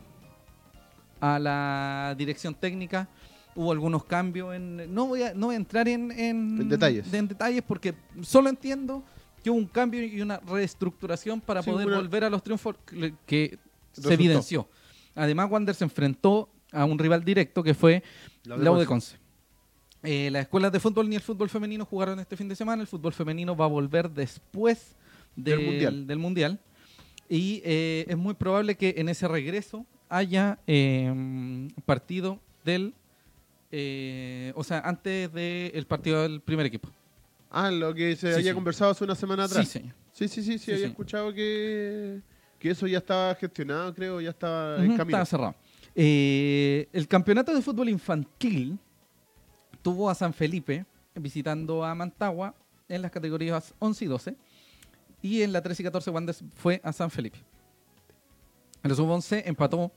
B: a la dirección técnica. Hubo algunos cambios en. No voy a, no voy a entrar en, en,
A: En detalles.
B: de- en detalles porque solo entiendo que hubo un cambio y una reestructuración para
A: Sí,
B: poder
A: una-
B: volver a los triunfos que- que se
A: Resultó.
B: evidenció. Además, Wander se enfrentó a un rival directo que fue la
A: Lau de
B: de Conce. Eh, las escuelas de fútbol ni el fútbol femenino jugaron este fin de semana. El fútbol femenino va a volver después
A: Del
B: del,
A: Mundial.
B: del mundial. Y eh, es muy probable que en ese regreso haya eh, partido del. eh, o sea, antes del partido del primer equipo.
A: Ah, lo que se
B: Sí,
A: había
B: sí.
A: conversado hace una semana
B: Sí,
A: atrás.
B: señor.
A: Sí, sí, sí, sí,
B: Sí,
A: había
B: sí.
A: escuchado que, que eso ya estaba gestionado, creo, ya estaba
B: Ujú,
A: en camino.
B: estaba cerrado. Eh, el campeonato de fútbol infantil tuvo a San Felipe visitando a Mantagua en las categorías 11 y 12. Y en la 13 y 14 Wanderers fue a San Felipe. En la sub-11 empató.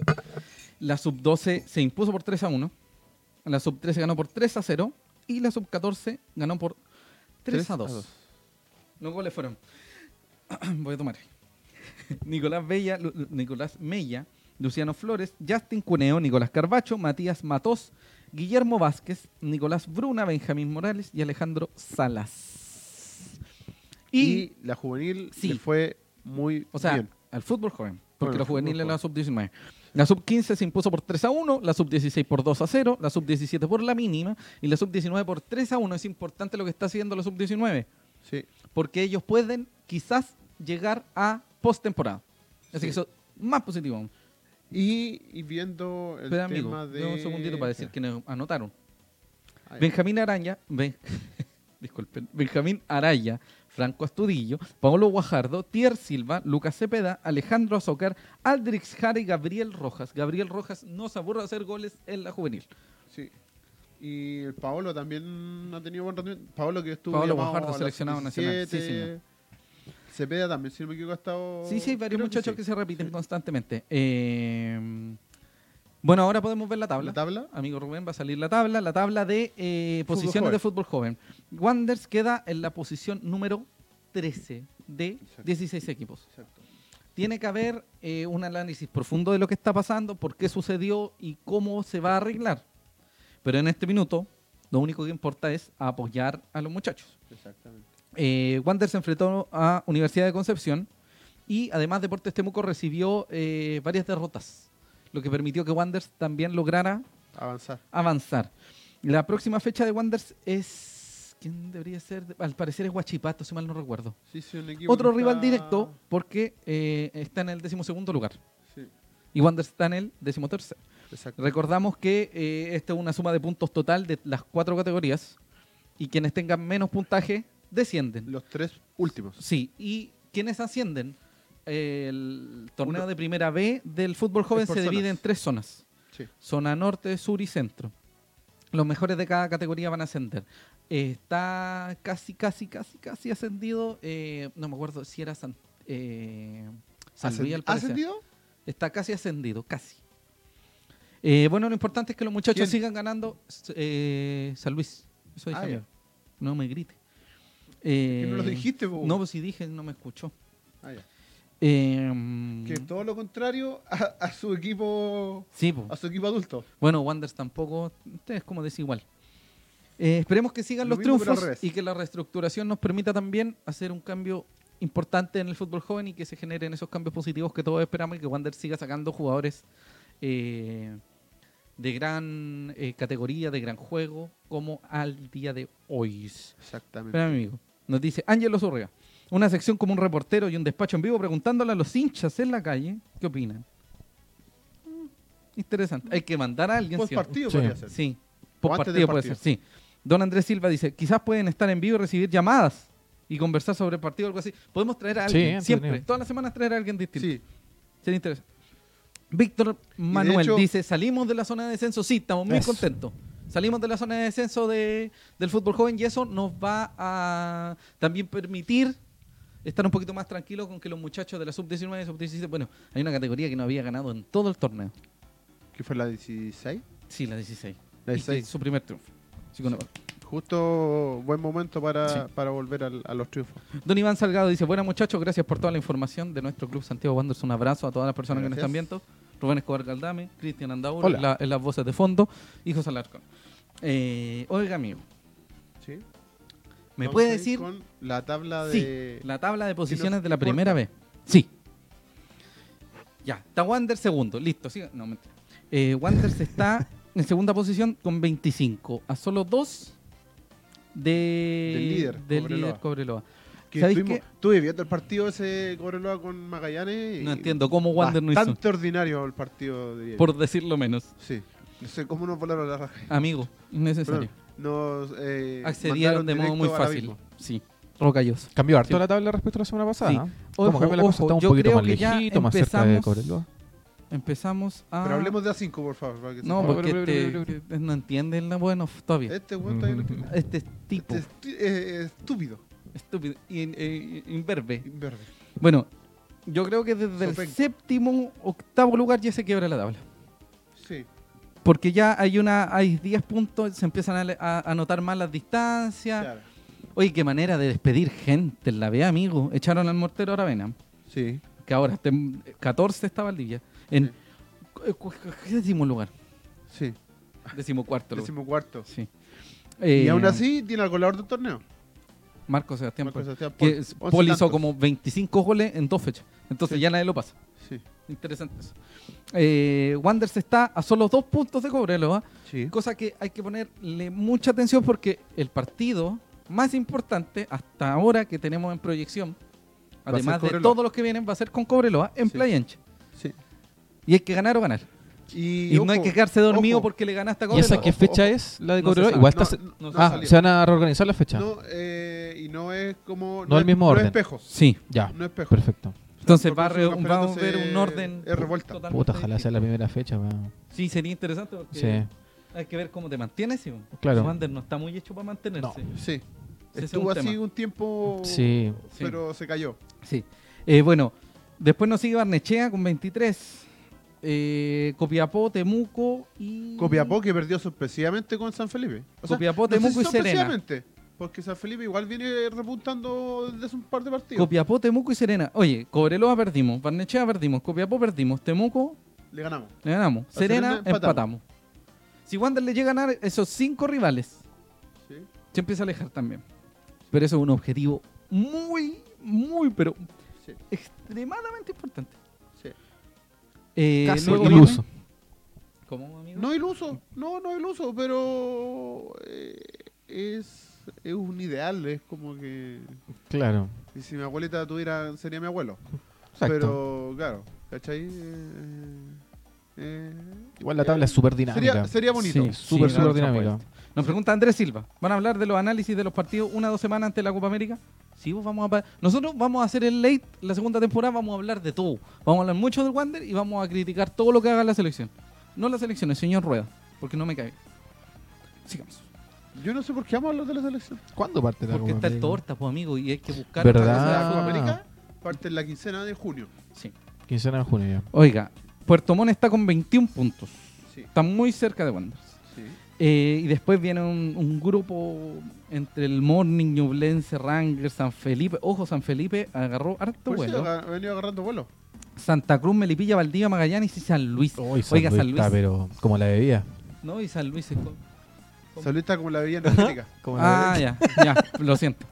B: La sub-12 se impuso por 3 a 1. La sub-13 ganó por 3 a 0. Y la sub-14 ganó por 3
A: Tres
B: a 2.
A: dos.
B: Los goles fueron. Voy a tomar. Nicolás Bella, Lu- Lu- Nicolás Mella, Luciano Flores, Justin Cuneo, Nicolás Carbacho, Matías Matós, Guillermo Vázquez, Nicolás Bruna, Benjamín Morales y Alejandro Salas. Y,
A: Y, la juvenil
B: Sí.
A: le fue muy
B: o sea,
A: bien.
B: al fútbol joven,
A: Bueno,
B: porque la
A: al fútbol
B: juvenil es la
A: joven.
B: sub-19. La sub-15 se impuso por 3 a 1, la sub-16 por 2 a 0, la sub-17 por la mínima y la sub-19 por 3 a 1. Es importante lo que está haciendo la sub-19
A: Sí.
B: porque ellos pueden quizás llegar a postemporada. Así
A: Sí.
B: que eso más positivo. aún.
A: Y, y viendo el
B: Espera, amigo,
A: tema de.
B: dame un segundito para decir que nos anotaron.
A: Ah, ya.
B: Benjamín Araña, Ben- disculpen, Benjamín Araya, Franco Astudillo, Paolo Guajardo, Tier Silva, Lucas Cepeda, Alejandro Azócar, Aldrix Jara y Gabriel Rojas. Gabriel Rojas no se aburre de hacer goles en la juvenil.
A: Sí. Y el Paolo también ha tenido buen rendimiento. Paolo que estuvo.
B: Paolo
A: llamado
B: Guajardo,
A: a la
B: seleccionado nacional. Sí,
A: 17.
B: señor.
A: Cepeda también, si no me equivoco, ha estado.
B: Sí, sí, hay varios
A: Oh, creo
B: muchachos que,
A: sí.
B: se repiten constantemente. Eh, bueno, ahora podemos ver la tabla.
A: ¿La tabla?
B: Amigo Rubén, va a salir la tabla, la tabla de eh,
A: Fútbol
B: posiciones
A: joven.
B: de fútbol joven. Wanders queda en la posición número 13 de
A: Exacto.
B: 16 equipos.
A: Exacto.
B: Tiene que haber eh, un análisis profundo de lo que está pasando, por qué sucedió y cómo se va a arreglar. Pero en este minuto, lo único que importa es apoyar a los muchachos.
A: Exactamente.
B: Eh, Wander se enfrentó a Universidad de Concepción y además Deportes Temuco recibió eh, varias derrotas, lo que permitió que Wander también lograra
A: Avanzar.
B: avanzar. La próxima fecha de Wander es... ¿Quién debería ser? Al parecer es Huachipato, si mal no recuerdo.
A: Sí, sí, un equipo
B: Otro
A: que
B: rival
A: está-
B: directo porque eh, está en el decimosegundo lugar
A: Sí,
B: y Wander está en el decimotercer.
A: exacto.
B: Recordamos que eh, esta es una suma de puntos total de las cuatro categorías y quienes tengan menos puntaje descienden.
A: Los tres últimos.
B: Sí, y quienes ascienden, el torneo de primera B del fútbol joven
A: Es por
B: se divide
A: zonas.
B: en tres zonas.
A: Sí.
B: Zona norte, sur y centro. Los mejores de cada categoría van a ascender. Eh, está casi, casi, casi, casi ascendido. eh, no me acuerdo si era San, eh, San Luis, al
A: ¿Ha
B: parecer.
A: sentido?
B: Está casi ascendido, casi. Eh, bueno, lo importante es que los muchachos
A: ¿Quién?
B: sigan ganando s- eh, San Luis. Eso dije,
A: Ah, ya.
B: amigo. No me grite.
A: Que no lo
B: Eh,
A: dijiste, po.
B: no, pues si dije, no me escuchó.
A: Ah, ya.
B: Eh,
A: Que todo lo contrario a, a su equipo.
B: sí, po.
A: A su equipo adulto.
B: bueno, Wanders tampoco, es como desigual. Eh, esperemos que sigan
A: Lo
B: los
A: mismo, pero al
B: triunfos
A: revés.
B: y que la reestructuración nos permita también hacer un cambio importante en el fútbol joven y que se generen esos cambios positivos que todos esperamos y que Wander siga sacando jugadores eh, de gran eh, categoría, de gran juego, como al día de hoy.
A: Exactamente.
B: Espera, amigo. Nos dice Ángelo Zurriga. Una sección como un reportero y un despacho en vivo preguntándole a los hinchas en la calle qué opinan. Mm, Interesante. Hay que mandar a alguien.
A: Post
B: ¿cierto?
A: Pues partido
C: Sí.
A: podría ser.
B: Sí.
A: O
B: Post
A: antes del
B: partido puede
A: partido.
B: ser, sí. Don Andrés Silva dice, quizás pueden estar en vivo y recibir llamadas y conversar sobre el partido o algo así. Podemos traer a
C: Sí,
B: alguien,
C: entretenido.
B: siempre. Todas las semanas traer a alguien distinto.
A: Sí.
B: Sería interesante. Víctor Manuel
A: hecho-
B: dice, salimos de la zona de descenso. Sí, estamos muy
C: Eso.
B: contentos. Salimos de la zona de descenso de, del fútbol joven y eso nos va a también permitir estar un poquito más tranquilos con que los muchachos de la sub-19 y sub-17, bueno, hay una categoría que no había ganado en todo el torneo.
A: Que fue la 16.
B: Sí, la 16.
A: La
B: Y
A: 16.
B: que Su primer triunfo. Sí, con-
A: Justo buen momento para,
B: Sí.
A: para volver al- a los triunfos.
B: Don Iván Salgado dice, bueno muchachos, gracias por toda la información de nuestro club Santiago Wanderers. Un abrazo a todas las personas que nos
A: Gracias.
B: están viendo. Rubén Escobar Galdame, Cristian Andaur,
C: Hola.
B: en la- en las voces de fondo, y José Alarcón. Eh, oiga, amigo,
A: Sí.
B: ¿me
A: Vamos
B: puede
A: a ir
B: decir
A: Con la tabla
B: Sí,
A: de.
B: la tabla de posiciones
A: nos
B: de la
A: importa.
B: primera vez? Sí. Ya, está Wander segundo, listo. siga- No, mentira. Eh, Wander está en segunda posición con 25, a solo dos de,
A: Del líder,
B: del
A: Cobreloa.
B: líder Cobreloa.
A: Que
B: ¿Sabéis
A: estuvimos-
B: qué?
A: Estuve viendo el partido ese Cobreloa con Magallanes. y
B: No entiendo cómo Wander no hizo,
A: Bastante ordinario el partido de
B: por decirlo menos.
A: Sí. No sé cómo nos volaron la raja.
B: Amigo, innecesario.
A: Perdón, Nos eh,
B: Accedieron
A: mandaron
B: de modo
A: directo
B: muy
A: al
B: fácil.
A: abismo.
B: Sí, rocalloso.
C: Cambió harto
B: Sí.
C: la tabla respecto a la semana pasada.
B: Sí.
C: ¿no?
B: Oh, Ojo,
C: Como cambia la
B: ojo,
C: cosa, está un
B: yo
C: poquito
B: creo
C: más
B: que ya
C: lejito, más cerca de
B: empezamos-
C: Cobreloa.
B: Empezamos a.
A: Pero hablemos de A5, por favor. para que se-
B: Ah. No,
C: Blu,
B: porque
C: blu,
B: este-
C: blu, blu,
B: que no entienden la buena todavía.
A: Este weón está bien.
C: Ujú.
B: Este tipo
A: Este esti- eh, estúpido.
B: estúpido, in- eh, imberbe.
A: Verde.
B: Bueno, yo creo que desde el
A: Sopenco.
B: séptimo, octavo lugar ya se quiebra la tabla.
A: Sí.
B: Porque ya hay una hay 10 puntos, se empiezan a, le- a- a notar más las distancias.
A: Claro.
B: Oye, qué manera de despedir gente en la vea, amigo. Echaron al mortero Aravena,
A: Sí.
B: que ahora está en 14 está Valdivia. En cu- eh, cu- ¿qué décimo lugar?
A: Sí.
B: Decimocuarto lugar.
A: Decimocuarto.
B: Sí.
A: Y
B: Eh,
A: aún así tiene al goleador del torneo.
B: Marco Sebastián
A: Marco
B: Pol,
A: Sebastián Pol,
B: que es-
A: 11
B: Pol hizo
A: tantos.
B: como 25 goles en dos fechas. Entonces
A: Sí.
B: ya nadie lo pasa.
A: Sí.
B: Interesante eso. Eh, Wanderers está a solo dos puntos de Cobreloa.
A: Sí.
B: Cosa que hay que ponerle mucha atención porque el partido más importante hasta ahora que tenemos en proyección,
A: a ser
B: además de
A: Cobreloa.
B: todos los que vienen, va a ser con Cobreloa en
A: Sí.
B: Playa Ancha.
A: sí.
B: Y hay que ganar o ganar. Y,
A: ojo,
B: no hay que quedarse dormido
A: ojo.
B: porque le ganaste a
C: ¿Y
B: Cobreloa.
C: esa qué fecha es la de
B: No se
C: Cobreloa?
B: sabe.
C: Igual
A: No,
C: está. se-
A: no- no
C: ah,
A: salió.
C: se van a reorganizar la fecha.
A: No, eh, y no es como.
C: No el
A: es-
C: mismo orden.
A: No espejos.
B: Sí.
C: Ya,
A: No espejo.
C: perfecto.
B: Entonces
A: Porque
B: va a
A: el
B: re-
A: campeonato
B: vamos a ver
A: se-
B: un orden.
A: es revuelta.
B: totalmente
C: Puta, ojalá sea
B: distinto.
C: la primera fecha. weón.
B: Sí, sería interesante porque
C: Sí.
B: hay que ver cómo te mantienes. sí, bueno.
C: Claro.
B: Wander no está muy hecho para mantenerse.
A: Sí.
B: Ese es
A: Estuvo
B: un
A: así
B: tema.
A: un tiempo.
C: Sí.
B: Sí.
A: Pero se cayó.
B: Sí. Eh, bueno, después nos sigue Barnechea con 23. Eh, Copiapó, Temuco y.
A: Copiapó que perdió sorpresivamente con San Felipe. O sea,
B: Copiapó,
A: no sé si
B: Temuco y Serena.
A: sorpresivamente, Porque San Felipe igual viene repuntando desde hace un par de partidos.
B: Copiapó, Temuco y Serena. Oye, Cobreloa perdimos, Barnechea perdimos, Copiapó perdimos, Temuco
A: Le ganamos.
B: le ganamos,
A: A
B: Serena
A: Serena
B: empatamos.
A: empatamos.
B: Si Wander le llega a ganar esos cinco rivales,
A: Sí.
B: se empieza a alejar también. Pero eso es un objetivo muy, muy, pero
A: Sí.
B: extremadamente importante.
A: Sí.
B: Eh,
C: Casi
B: luego-
C: iluso.
B: ¿Cómo, amigo?
A: No iluso, no, no iluso, pero eh, es, es un ideal, es como que
C: Claro.
A: y si mi abuelita tuviera, sería mi abuelo.
C: Exacto.
A: Pero claro, ¿cachai? Eh, eh,
C: Igual la tabla es súper dinámica.
A: sería, sería bonito.
B: Sí,
C: Súper,
B: sí,
C: súper
B: la otra
C: dinámica.
B: Nos pregunta Andrés Silva, ¿van a hablar de los análisis de los partidos una o dos semanas antes de la Copa América? Sí, pues vamos a... pa- Nosotros vamos a hacer el late, la segunda temporada, vamos a hablar de todo. Vamos a hablar mucho del Wander y vamos a criticar todo lo que haga la selección. No la selección, el señor Rueda, porque no me cae. Sigamos.
A: Yo no sé por qué vamos a hablar de la selección.
C: ¿Cuándo parte la
B: Porque
C: Copa
B: está el
C: América?
B: torta, pues amigo, y hay que buscar...
A: La
C: ¿Verdad?
A: Copa
C: Ah.
A: América parte en la quincena de junio.
B: Sí.
C: Quincena de junio ya.
B: Oiga, Puerto Montt está con 21 puntos.
A: Sí,
B: Está muy cerca de Wander.
A: sí.
B: Eh, y después viene un, un grupo entre el Morning, Ñublense, Ranger, San Felipe. Ojo, San Felipe agarró harto
A: Por eso
B: vuelo.
A: ha venido agarrando vuelo.
B: Santa Cruz, Melipilla, Valdivia, Magallanes y San Luis.
C: Uy,
B: Oiga, San Luis.
C: Está, pero como la bebida.
B: No, y San Luis es co- ¿Cómo?
A: Salud está como la bebida energética.
C: Como la
B: Ah, ya, ya, lo siento.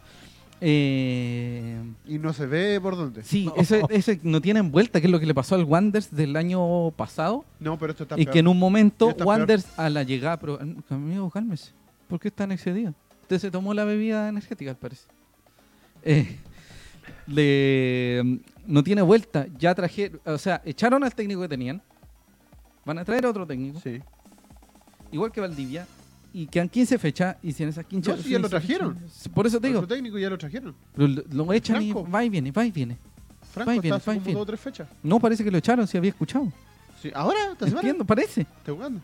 B: Eh,
A: Y no se ve por dónde.
B: sí,
C: No.
B: Ese, ese no tienen vuelta, que es lo que le pasó al Wanders del año pasado.
A: No, pero esto está
B: y
A: peor.
B: que en un momento
A: Está peor.
B: Wanders a la llegada. Pero, amigo, cálmese. ¿Por qué están excedidos? Usted se tomó la bebida energética, al parecer. Eh, le- no tiene vuelta. Ya traje. O sea, echaron al técnico que tenían. Van a traer a otro técnico.
A: Sí.
B: Igual que Valdivia. Y quedan 15 fechas. Y si en esas 15
A: No, si ya lo trajeron.
B: fechas- Por eso te digo.
A: Otro técnico ya lo trajeron.
B: pero lo, lo echan y
A: Franco.
B: va y viene, va y viene.
A: Franco
B: Va y
A: está
B: viene,
A: hace
B: va y
A: como
B: viene.
A: dos o tres fechas.
B: No, parece que lo echaron. Si había escuchado.
A: Sí, ahora, esta semana.
B: Entiendo, parece.
A: Está jugando.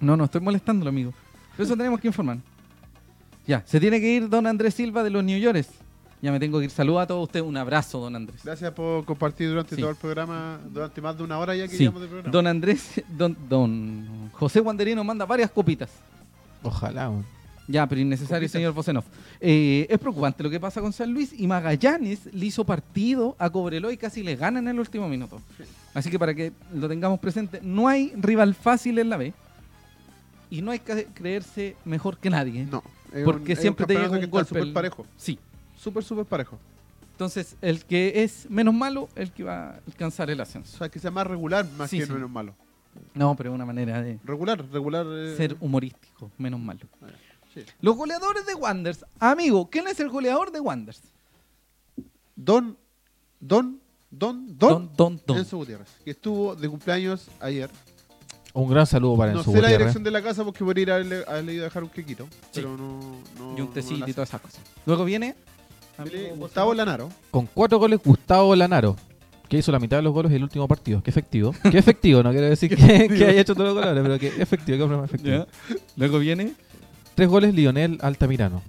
B: No, no, estoy molestándolo, amigo. Pero eso tenemos que informar. Ya, se tiene que ir don Andrés Silva de los New Yorkers. Ya me tengo que ir. Saluda a todos ustedes. Un abrazo, don Andrés.
A: Gracias por compartir durante
B: Sí.
A: todo el programa, durante más de una hora ya que
B: Sí.
A: llevamos de programa.
B: Don Andrés, don, don José Wanderino manda varias copitas.
C: Ojalá. weón.
B: Ya, pero innecesario,
A: Copitas.
B: señor Bosenov. Eh, es preocupante lo que pasa con San Luis y Magallanes le hizo partido a Cobreloa y casi le gana en el último minuto.
A: Sí.
B: Así que para que lo tengamos presente, no hay rival fácil en la B y no hay que creerse mejor que nadie.
A: No. es
B: Porque
A: es
B: siempre te llega
A: campeonato
B: un
A: que
B: golpe
A: Está súper
B: el-
A: parejo.
B: Sí.
A: Súper, súper parejo.
B: Entonces, el que es menos malo, el que va a alcanzar el
A: O
B: ascenso.
A: sea, que sea más regular, más
B: Sí,
A: que
B: sí.
A: menos malo.
B: No, pero es una manera de
A: Regular, regular. eh,
B: ser humorístico, menos malo.
A: sí.
B: Los goleadores de Wanders. Amigo, ¿quién es el goleador de Wanders?
A: Don, don, don, don.
B: don, don.
A: Enzo Gutiérrez, que estuvo de cumpleaños ayer.
C: Un gran saludo para
A: no
C: Enzo
A: sé la
C: Gutiérrez.
A: dirección de la casa porque por ir a le- haberle ido a dejar un quequito. Pero no, no.
B: Y
A: no
B: un
A: me la
B: tecito
A: sé.
B: y todas esas cosas. Luego viene...
A: Mire,
B: amigo,
A: Gustavo Lanaro.
C: Con cuatro goles, Gustavo Lanaro. Que hizo la mitad de los goles en el último partido. Qué efectivo. Qué efectivo. No quiero decir que, que haya hecho todos los goles, pero que efectivo. Qué problema efectivo.
B: Ya. Luego viene...
C: Tres goles, Lionel Altamirano.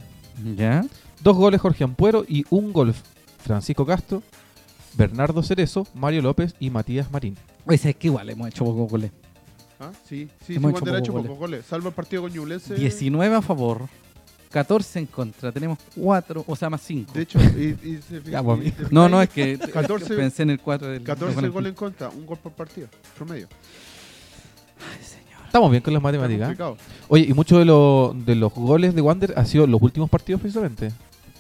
B: Ya.
C: Dos goles Jorge Ampuero y un gol Francisco Castro, Bernardo Cerezo, Mario López y Matías Marín.
B: Pues es que igual hemos hecho pocos goles.
A: ¿Ah? Sí, sí, sí,
B: Hemos hecho
A: Wander ha
B: pocos
A: hecho
B: goles.
A: pocos goles. Salvo el partido con Ñublense.
B: 19 a favor, 14 en contra. Tenemos 4, o sea, más 5.
A: De hecho, y, y se fi-
C: Ya, pues,
A: y se
B: No,
A: fijáis,
B: no, es que
A: 14
B: pensé en el 4 del
A: 14 goles en contra, un gol por partido, promedio.
B: Ay, señor.
C: Estamos bien con las
A: Está
C: matemáticas.
A: complicado.
C: Oye, y muchos de, lo- de los goles de Wander han sido los últimos partidos precisamente.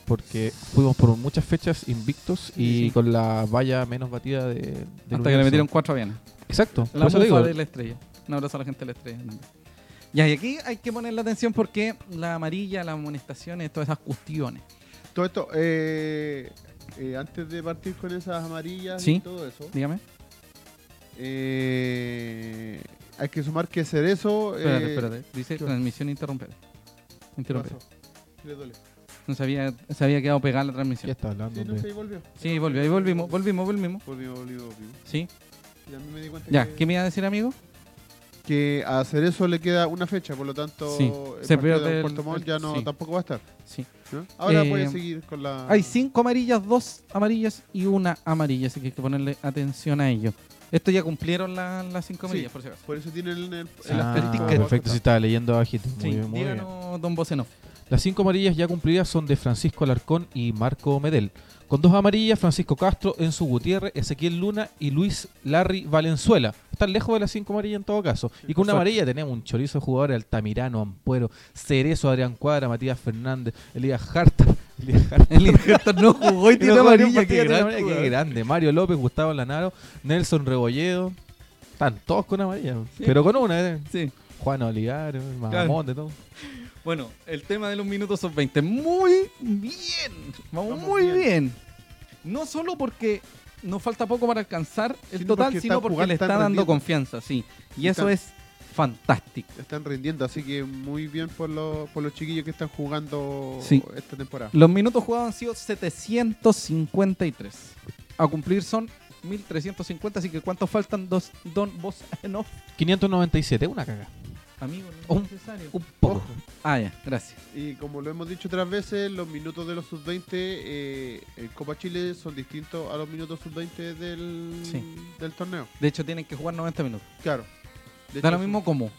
C: Porque fuimos por muchas fechas invictos y
B: Sí.
C: con la valla menos batida de, del
B: Hasta que le
C: universo.
B: metieron 4 a Viena.
C: Exacto.
B: La
C: por eso te digo.
B: mufa de la estrella. Un abrazo a la gente de la estrella. también. Ya, y aquí hay que poner la atención porque la amarilla, las amonestaciones, todas esas cuestiones.
A: Todo esto, eh, eh, antes de partir con esas amarillas
B: Sí.
A: y todo eso,
B: Dígame.
A: eh, hay que sumar que Cerezo... Eh,
B: Espérate, espérate. Dice
A: ¿qué-
B: transmisión interrumpida.
A: ¿qué
B: Interrumpida.
A: pasó? ¿Qué le duele?
B: No se había, se había quedado pegada la
C: ¿Qué
B: transmisión.
C: está hablando,
A: Sí, no
C: hombre?
A: sé, ahí volvió.
B: Sí, volvió, ahí volvimos, volvimos, volvimos.
A: Volvió, volvió, volvió.
C: Eh,
B: Sí.
A: Y a mí me di cuenta
B: Ya,
A: que,
B: ¿qué me iba a decir, amigo?
A: que a Cerezo le queda una fecha, por lo tanto
B: Sí,
A: el
B: se
A: partido
B: pierde
A: de
B: el-
A: Puerto Montt ya no,
B: sí.
A: tampoco va a estar.
B: Sí.
A: ¿no? Ahora
B: Eh,
A: puede seguir con la...
B: Hay cinco amarillas, dos amarillas y una amarilla, así que hay que ponerle atención a ello. Esto ya cumplieron la- las cinco
A: Sí.
B: amarillas, por si acaso.
A: Por eso tiene el, el, el
C: Ah,
A: asterisco.
C: perfecto, si estaba leyendo abajito. Muy
B: Sí,
C: bien, muy bien.
B: díganos, don Bocenov.
C: Las cinco amarillas ya cumplidas son de Francisco Alarcón y Marco Medel. Con dos amarillas, Francisco Castro, Enzo Gutiérrez, Ezequiel Luna y Luis Larry Valenzuela. Están lejos de las cinco amarillas en todo caso. Y con
B: por
C: una
B: suerte.
C: amarilla tenemos un chorizo de jugadores, Altamirano, Ampuero, Cerezo, Adrián Cuadra, Matías Fernández, Elías Harta. Elías Harta.
B: El Injerto no jugó y
C: Y
B: tiene
C: no jugó ni un
B: amarilla,
C: partido,
B: qué
C: tiene
B: gran
C: amarilla, qué
B: jugador.
C: grande. Mario López, Gustavo Lanaro, Nelson Rebolledo. Están todos con amarilla. Pero con una, ¿eh?
B: Sí.
C: Juan Olivares, Mamón, de todo.
B: Bueno, el tema de los minutos son 20. Muy bien. Vamos,
A: Vamos
B: muy bien.
A: bien.
B: No solo porque nos falta poco para alcanzar el
A: Sino
B: total,
A: porque
B: sino
A: están
B: porque
A: jugando,
B: le está
A: están
B: dando
A: rendiendo.
B: confianza, sí. Y eso
A: Están-
B: es fantástico.
A: Están rindiendo, así que muy bien por los, por los chiquillos que están jugando
B: Sí.
A: esta temporada.
B: Los minutos jugados han sido 753. A cumplir son 1350, así que ¿cuántos faltan? Dos, don, vos, no,
C: 597, una caga.
B: amigo, no es
C: Un-
B: necesario.
C: Un poco.
A: Ojo.
B: Ah, ya, gracias.
A: Y como lo hemos dicho otras veces, los minutos de los sub-20 eh, en Copa Chile son distintos a los minutos sub-20 del,
B: Sí.
A: del torneo.
B: De hecho, tienen que jugar 90 minutos.
A: Claro. De
B: Da
A: hecho,
B: lo mismo como.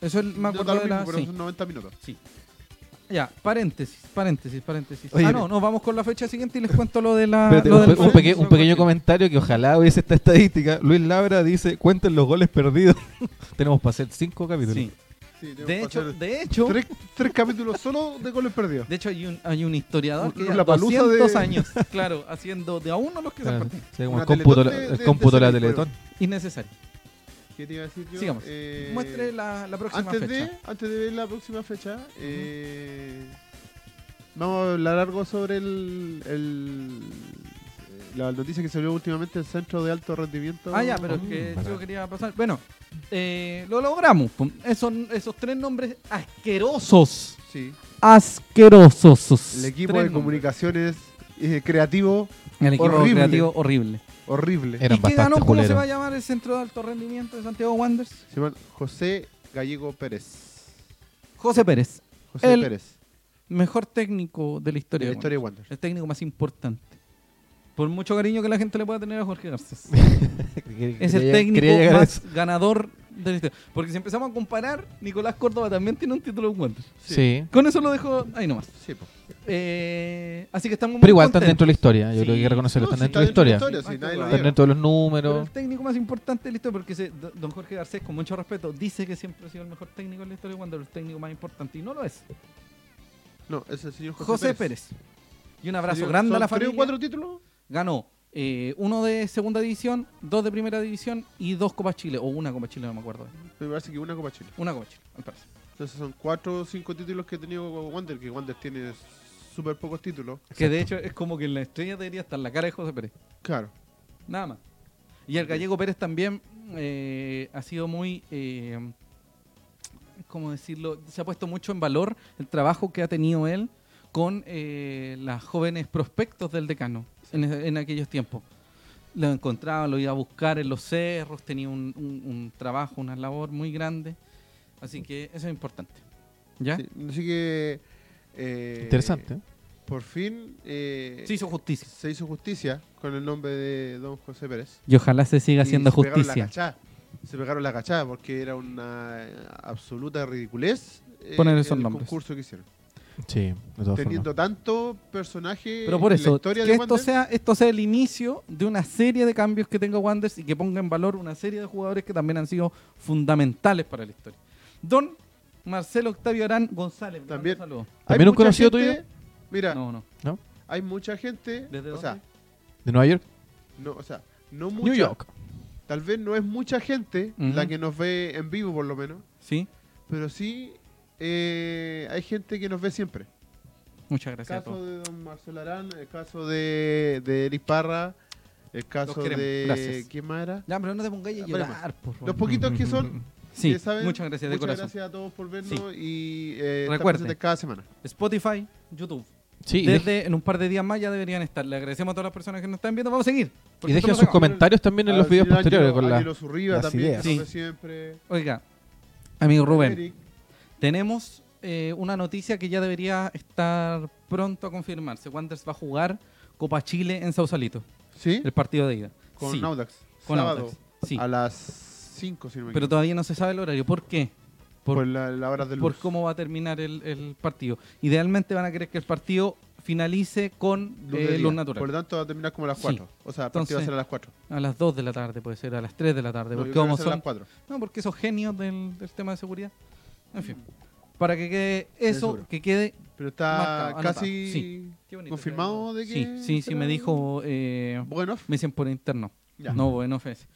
B: Eso es me
A: no
B: acuerdo
A: da lo
B: de la-
A: mismo, pero
B: sí.
A: son 90 minutos.
B: Ya, paréntesis, paréntesis, paréntesis.
C: Oye,
B: ah, no, no, vamos con la fecha siguiente y les cuento lo de la.
C: Espérate,
B: lo
C: un,
B: del-
C: pe- un peque- un pequeño comentario que ojalá hubiese esta estadística. Luis Labra dice, cuenten los goles perdidos. Tenemos para hacer cinco capítulos.
B: Sí.
A: Sí,
B: De
A: tenemos que
B: hecho,
A: hacer
B: de hecho,
A: tres, tres capítulos solo de goles perdidos.
B: de hecho hay un, hay un historiador que
A: Un-
B: lleva
A: la palusa
B: 200
A: de-
B: años, claro, haciendo de a uno los que se han
C: Claro,
B: partido.
C: sí, como
A: Una
C: el cómputo,
A: Teletón de-
C: el
A: de-
C: cómputo de la
A: de
C: Teletón.
B: Innecesario.
A: ¿Qué te iba a decir yo?
B: Sigamos.
A: Eh,
B: Muestre la, la próxima
A: antes
B: fecha.
A: de antes de ver la próxima fecha eh, vamos a hablar algo sobre el, el- eh, la noticia que salió últimamente el centro de alto rendimiento
B: Ah, ya, pero es
C: Mm,
B: que
C: bacán.
B: yo quería pasar. Bueno, eh, lo logramos. pum. Esos, esos tres nombres asquerosos.
A: sí
B: Asquerosos.
A: el equipo
B: Tres
A: de
B: nombres.
A: comunicaciones eh, creativo
B: El equipo
A: Horrible.
B: creativo horrible.
A: horrible
C: Eran
B: ¿Y qué ganó?
C: bastante
B: ¿Cómo se va a
C: culeros.
B: llamar el centro de alto rendimiento de Santiago Wanderers?
A: se llama José Gallego Pérez
B: José Pérez,
A: José
B: El-
A: Pérez
B: mejor técnico de la
A: de
B: historia.
A: la
B: de
A: historia de Wander
B: Wanderers. El técnico más importante. Por mucho cariño que la gente le pueda tener a Jorge Garcés. Es el técnico más ganador de la historia. Porque si empezamos a comparar, Nicolás Córdoba también tiene un título en Wanderers.
C: Sí.
B: Con eso lo dejo ahí nomás.
A: sí po.
B: Eh, así que estamos muy
C: Pero igual están
B: contentos.
C: dentro de la historia. Yo
B: Sí.
C: creo que hay que reconocerlo.
A: No, sí,
C: Están dentro de la historia.
A: historia,
B: Sí,
A: sí, nadie lo
B: Ah, claro.
C: Están
A: niega.
C: dentro de los
B: Pero
C: números.
B: el técnico más importante de la historia, porque se- do- don Jorge Garcés, con mucho respeto, dice que siempre ha sido el mejor técnico de la historia de Wanderers, el técnico más importante, y no lo es.
A: no es el señor José,
B: José Pérez. Y un abrazo grande a la
A: ¿Son tres o
B: familia.
A: cuatro títulos
B: Ganó eh, uno de segunda división, dos de primera división y dos Copas Chile. O una Copa Chile, no me acuerdo.
A: me parece que una Copa Chile
B: Una Copa Chile, al parecer.
A: Entonces son cuatro o cinco títulos que ha tenido Wander, que Wander tiene súper pocos títulos.
B: Que de hecho es como que en la estrella debería estar la cara de José Pérez.
A: Claro.
B: Nada más. Y el gallego Pérez también eh, ha sido muy... eh, ¿Cómo decirlo? Se ha puesto mucho en valor el trabajo que ha tenido él con eh, las jóvenes prospectos del decano en, en aquellos tiempos. Lo encontraba, lo iba a buscar en los cerros, tenía un, un- un trabajo, una labor muy grande. Así que eso es importante. ¿Ya?
A: Sí, Así que... eh,
C: Interesante. ¿eh?
A: Por fin eh,
B: Se hizo justicia.
A: se hizo justicia con el nombre de don José Pérez.
B: Y ojalá se siga haciendo
A: Y se pegaron la
B: justicia.
A: cachá. Se pegaron la cachada porque era una eh, absoluta ridiculez eh,
B: Poner esos
A: el
B: nombres.
A: concurso que hicieron.
C: Sí, de todas
A: teniendo
C: formas.
A: tanto personaje
B: Pero por
A: en la
B: eso, que
A: historia de
B: esto
A: Wander.
B: sea, esto sea el inicio de una serie de cambios que tenga Wanderers y que ponga en valor una serie de jugadores que también han sido fundamentales para la historia. Don Marcelo Octavio Arán González. le mando
A: También.
B: un saludo.
A: Hay
C: ¿También un
A: mucha
C: conocido
A: gente-
C: tuyo?
A: Mira,
B: No, no.
A: hay mucha gente,
B: ¿Desde
A: o
B: dónde?
A: sea,
C: ¿De Nueva York?
A: no, o sea, no
C: New
A: mucha-
C: York.
A: tal vez no es mucha gente
B: Ujú.
A: la que nos ve en vivo por lo menos,
B: Sí,
A: pero sí eh, hay gente que nos ve siempre.
B: muchas
A: El
B: gracias a
A: caso
B: todos.
A: de don Marcelo Arán, el caso de, de Eric Parra, el caso
B: queremos,
A: de...
B: gracias.
A: ¿Quién más era?
B: Ya, pero no te pongáis a
A: Veremos.
B: llorar, por favor.
A: Los poquitos que son,
B: Sí,
A: que saben,
B: muchas gracias de
A: muchas
B: corazón.
A: gracias a todos por vernos
B: Sí.
A: y eh, estar
B: Recuerden.
A: presentes cada semana.
B: Spotify, YouTube.
C: Sí, y deje-
B: Desde en un par de días más ya deberían estar. Le agradecemos a todas las personas que nos están viendo. Vamos a seguir.
C: y
B: porque
C: dejen
B: esto
C: sus
B: no se acaba.
C: comentarios también en los
A: Al
C: videos
A: Ángelo-
C: posteriores con la...
A: Ángelo Zurriba
C: las
A: también,
C: ideas.
A: que nos
B: Sí.
A: ve siempre.
B: Oiga, amigo Rubén.
A: Eric,
B: Tenemos eh, una noticia que ya debería estar pronto a confirmarse. Wanderers va a jugar Copa Chile en Sausalito,
A: ¿Sí?
B: el partido de ida.
A: Con
B: Sí,
A: Audax.
B: con
A: sábado
B: Audax, sí.
A: a las 5, si no me
B: Pero
A: equivoco.
B: todavía no se sabe el horario. ¿Por qué?
A: Por,
B: por-
A: la, la hora del
B: Por cómo va a terminar el, el partido. Idealmente van a querer que el partido finalice con eh, luz, natural.
A: Por lo tanto, va a terminar como a las
B: Sí.
A: 4. O sea, el partido va a
B: Entonces,
A: ser a las 4.
B: A las 2 de la tarde puede ser, a las 3 de la tarde. porque como
A: a
B: son...
A: las 4.
B: No, porque esos genios del, del tema de seguridad. En fin. Para que quede eso,
A: Mm. seguro.
B: que quede
A: Pero está
B: Marcado, anotado.
A: casi
B: Sí. Qué bonito,
A: confirmado de que.
B: Sí, sí, sí,
A: será-
B: me dijo. eh,
A: Bueno,
B: me dicen por interno.
A: ya.
B: No, bueno, Fes.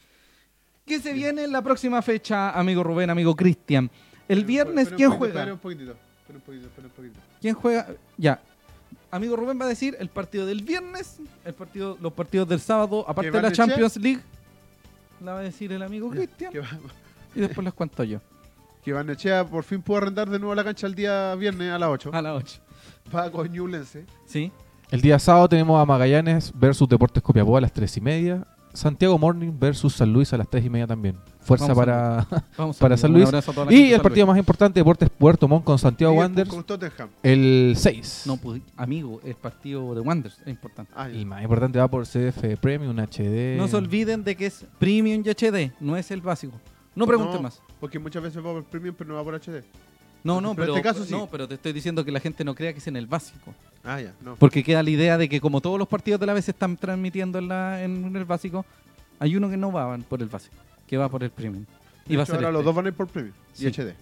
B: ¿Qué se viene en la próxima fecha, amigo Rubén, amigo Cristian? El
A: Espera,
B: viernes,
A: espera un
B: ¿quién
A: poquito, Espera
B: juega?
A: un poquitito. Espera un poquitito. Espera un poquitito.
B: ¿Quién juega? Ya. Amigo Rubén va a decir el partido del viernes, el partido, los partidos del sábado, aparte
A: va
B: de
A: a
B: la
A: decir?
B: Champions League. La va a decir el amigo Cristian
A: Que, va-
B: y después las cuento yo.
A: que Barnechea por fin pudo arrendar de nuevo la cancha el día viernes a las 8.
B: A las 8.
A: Va con Ñublense.
B: ¿Sí?
C: El día sábado tenemos a Magallanes versus Deportes Copiapó a las 3 y media. Santiago Morning versus San Luis a las 3 y media también. Fuerza
B: Vamos,
C: para...
B: Vamos
C: Para
B: amigo,
C: San
B: un
C: Luis.
B: abrazo a toda la gente
C: y
B: de
C: el
B: San
C: partido más importante, Deportes Puerto Montt con Santiago
A: Liverpool
C: Wanderers,
A: Con Tottenham.
C: el 6.
B: Luis. No, pues, amigo, el partido de Wanderers es importante.
A: Ah, ya.
C: Y más importante va por CF Premium, HD.
B: No se olviden de que es Premium y HD, no es el básico. No pregunten
A: No,
B: más.
A: Porque muchas veces va por premium, pero no va por HD.
B: No, no,
A: pero
B: pero,
A: en este caso sí.
B: no, pero te estoy diciendo que la gente no crea que es en el básico.
A: Ah, ya. No.
B: Porque queda la idea de que como todos los partidos de la vez se están transmitiendo en, la, en el básico, hay uno que no va por el básico, que va por el premium. Y
A: De
B: va a
A: hecho,
B: ser
A: ahora
B: este.
A: los dos van a ir por premium
B: Sí.
A: y HD.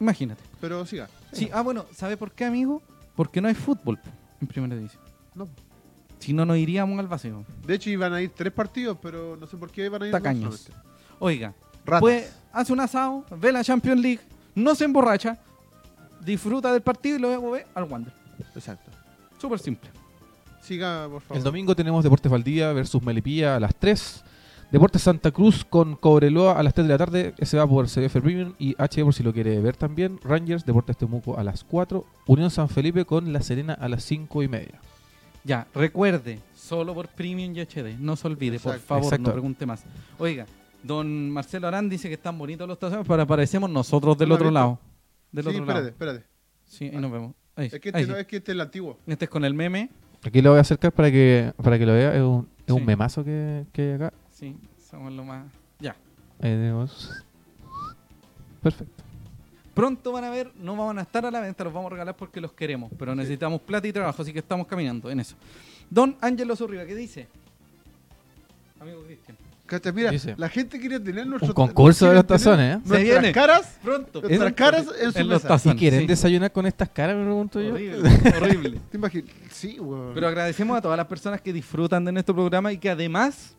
B: Imagínate.
A: Pero siga.
B: Sí, ah, bueno, ¿sabe por qué, amigo? Porque no hay fútbol en primera división.
A: No.
B: Si no, no iríamos al básico.
A: De hecho, iban a ir tres partidos, pero no sé por qué iban a ir
B: Tacaños.
A: dos solamente.
B: Oiga,
A: Ratas.
B: pues hace un asado, ve la Champions League, no se emborracha, disfruta del partido y luego ve al Wander.
A: Exacto.
B: Súper simple.
A: Siga, por favor.
C: El domingo tenemos Deportes Valdivia versus Melipilla a las 3. Deportes Santa Cruz con Cobreloa a las 3 de la tarde. Ese va por CF Premium y HD por si lo quiere ver también. Rangers, Deportes Temuco a las 4. Unión San Felipe con La Serena a las 5 y media.
B: Ya, recuerde, solo por Premium y HD. No se olvide, por
A: Exacto.
B: favor,
C: Exacto.
B: no pregunte más. Oiga, don Marcelo Arán dice que están bonitos los tazones, pero parecemos nosotros del
A: No,
B: otro
A: ¿viste?
B: lado. Del
A: sí,
B: otro
A: espérate,
B: lado.
A: espérate.
B: Sí, ahí nos vemos. Ahí,
A: Es que,
B: ahí
A: este no,
B: sí.
A: es que este es el antiguo.
B: Este es con el meme.
C: Aquí lo voy a acercar para que, para que lo vea. Es un, es un
B: Sí.
C: memazo que, que hay acá.
B: Sí, somos lo más. Ya.
C: Ahí tenemos. Perfecto.
B: Pronto van a ver, no van a estar a la venta, los vamos a regalar porque los queremos, pero necesitamos plata y trabajo, así que estamos caminando en eso. Don Ángelo Zurriba, ¿qué dice? Amigo Cristian.
A: Cacha, mira,
C: Dice,
A: la gente quiere tener nuestro.
C: Un concurso de
A: quiere
C: los
A: tener
C: tazones, ¿eh?
B: Se
A: Nuestras
B: viene.
A: caras.
B: Pronto.
A: Nuestras
B: pronto.
A: caras en su
B: los
A: mesa.
B: tazones,
C: ¿Y quieren
B: sí.
C: desayunar con estas caras? Me pregunto yo.
B: Horrible, horrible.
A: ¿Te imaginas? Sí, weón.
B: Pero agradecemos a todas las personas que disfrutan de nuestro programa y que además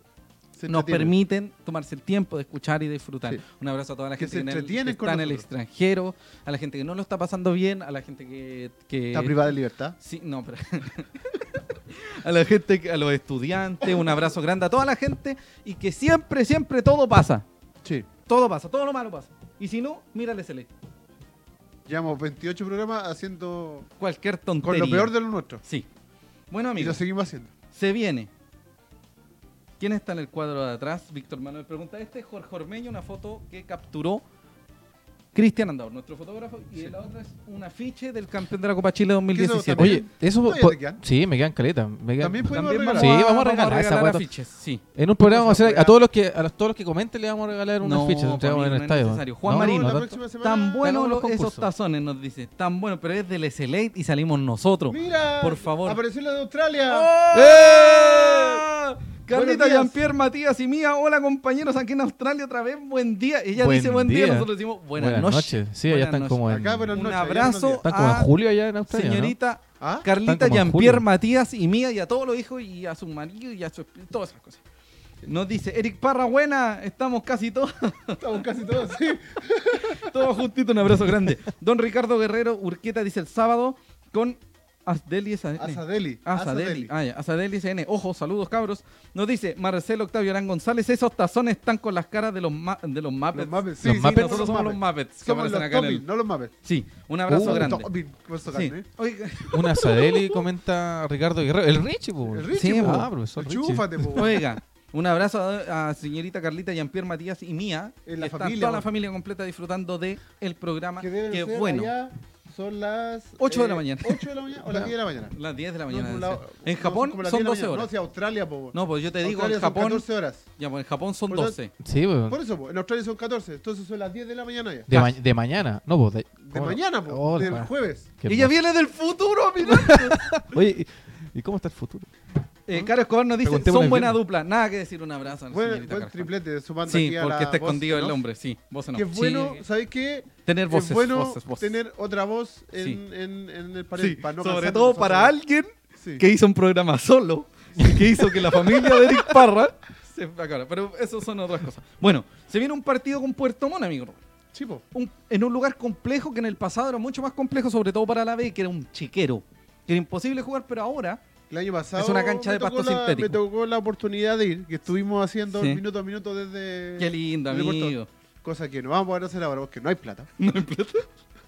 A: Se
B: nos
A: entretienen.
B: permiten tomarse el tiempo de escuchar y de disfrutar.
A: Sí.
B: Un abrazo a toda la
A: Que
B: gente
A: se
B: que, en el-
A: entretienen
B: que
A: con
B: está en el
A: nosotros.
B: extranjero, a la gente que no lo está pasando bien, a la gente que... que-
A: Está privada de libertad.
B: Sí, no, pero... a la gente, que- a los estudiantes, un abrazo grande a toda la gente y que siempre, siempre todo pasa.
A: Sí.
B: Todo pasa, todo lo malo pasa. Y si no, mírale Celeste.
A: Llevamos 28 programas haciendo.
B: Cualquier
A: Con
B: tontería.
A: lo peor de lo nuestro.
B: Sí. Bueno,
A: Y lo
B: amigos.
A: seguimos haciendo.
B: Se viene. ¿Quién está en el cuadro de atrás? Víctor Manuel pregunta. Este es Jorge Ormeño, una foto que capturó Cristian Andaur, nuestro fotógrafo, y la otra es un afiche del campeón de la Copa Chile
A: ¿Qué
B: 2017.
A: ¿También?
C: Oye, eso.
A: No, ya
C: po-
A: te quedan.
C: sí, me quedan caletas. Me quedan-
A: También podemos
B: También
A: regalar.
C: Sí, vamos a regalar esa guata.
B: afiches, sí.
C: En un programa vamos a hacer
A: Esa
C: a todos los que a los- todos los que comenten le vamos a regalar unas
B: No,
C: fichas.
B: para
C: entregamos
B: mí
C: en
B: no
C: el
B: es
C: estadio.
B: necesario. Juan Marino,
A: la
C: tanto.
A: próxima semana.
B: Tan buenos
C: Ganamos los
B: los- esos
C: concursos.
B: tazones, nos dice. Tan bueno, pero es del Select y salimos nosotros.
A: Mira,
B: Por favor.
A: Apareció la de Australia. Eh,
B: ¡Oh!
A: Buenos
B: ¡Eh! Carlita,
A: días.
B: Jean-Pierre, Matías y mía, hola compañeros aquí en Australia otra vez, buen día. Ella
C: Buen
B: dice buen día,
C: día.
B: nosotros decimos buenas,
C: Buenas
B: noches.
C: noches. Sí, allá
B: Buenas
C: están
B: noches.
C: como en,
A: Acá, buenas
B: Un
A: noches.
B: abrazo.
A: buenos días.
C: están como en
B: Ah,
C: julio allá en Australia. ¿no?
B: Señorita
A: ¿Ah?
B: Carlita,
C: Están como en
B: Jean-Pierre,
C: julio.
B: Matías y mía y a todos los hijos y a su marido y a su esp- todas esas cosas. Nos dice Eric Parra, buena, estamos casi todos,
A: Estamos casi todos
B: Eh,
A: así.
B: todos justitos, un abrazo grande. Don Ricardo Guerrero Urqueta dice el sábado con Asdeli Saene.
A: Asadeli.
B: Azadeli, ah, ya, Azadeli CN, ojo, saludos cabros. Nos dice Marcelo Octavio Arán González, esos tazones están con las caras de los, ma- de pues, los Muppets.
A: Los Muppets. Sí,
C: Los
A: sí,
C: Muppets.
A: somos
B: Nosotros somos los Muppets. que
A: Somos
B: aparecen
A: los
B: acá en el-
A: Tobin, no los Muppets.
B: Sí, un abrazo
C: Uh,
B: grande.
A: Tobin, por eso
B: Sí.
A: grande, ¿eh?
B: Oiga,
C: Una Sadeli comenta Ricardo Guerrero. El Richie, po.
A: El Richie,
B: Sí,
A: po.
C: ah, profesor Richie.
A: Chúfate, po.
B: Oiga, un abrazo a, a señorita Carlita, Jean-Pierre Matías y mía.
A: En la
B: que está
A: familia,
B: toda la
A: bueno.
B: familia completa disfrutando de el programa.
A: Que
B: Que,
A: deben ser
B: bueno,
A: allá son las...
B: Ocho de la mañana.
A: 8 de la mañana o las 10 de la mañana.
B: las 10 de la
A: No,
B: mañana.
A: como la-
B: debe ser. en
A: no,
B: Japón
A: como las
B: son
A: 10 de la
B: 12
A: mañana.
B: horas.
A: No, si Australia, po.
B: No, pues yo te digo,
A: Australia
B: en Japón,
A: Son 14 horas.
B: ya, pues en Japón son
A: Por lo
B: 12.
C: Sí, po.
A: Por eso, po. En Australia son 14. Entonces son las 10 de la mañana ya.
C: De, ma- de mañana. No, po. De,
A: De mañana, po.
C: Oh,
A: del
C: pa.
A: jueves.
C: Qué
B: Ella
C: hermoso.
B: viene del futuro, mira.
C: Oye, ¿y y cómo está el futuro?
B: Eh, Caro Escobar nos dice,
C: Preguntémosle
B: son
C: bien.
B: buena dupla. Nada que decir, un abrazo a la
A: Buen,
B: señorita
A: buen
B: Carfan.
A: triplete sumando
B: Sí,
A: aquí a
B: porque
A: la
B: está
A: voz,
B: escondido el
A: ¿no?
B: hombre, sí. Vos no.
A: Que es
B: Sí,
A: bueno, ¿sabes qué?
B: tener voces,
A: es bueno
B: voces, voces.
A: tener otra voz en,
B: Sí.
A: en, en el panel.
B: Sí,
A: para no
B: sobre
A: cansar
B: todo
A: nosotros.
B: para alguien
A: Sí.
B: que hizo un programa solo y que hizo que la familia de Eric Parra se acara. Pero eso son otras cosas. Bueno, se viene un partido con Puerto Montt, amigo.
A: Sí, po.
B: Un- en un lugar complejo que en el pasado era mucho más complejo, sobre todo para la B, que era un chiquero. Que era imposible jugar, pero ahora
A: El año pasado.
B: Es una cancha
A: me
B: de
A: tocó
B: pasto
A: la-
B: sintético.
A: Me tocó la oportunidad de ir, que estuvimos haciendo
B: Sí.
A: minuto a minuto desde.
B: Qué lindo,
A: desde Puerto-
B: amigo.
A: Cosa que no vamos a poder hacer ahora porque no hay plata.
B: no hay plata.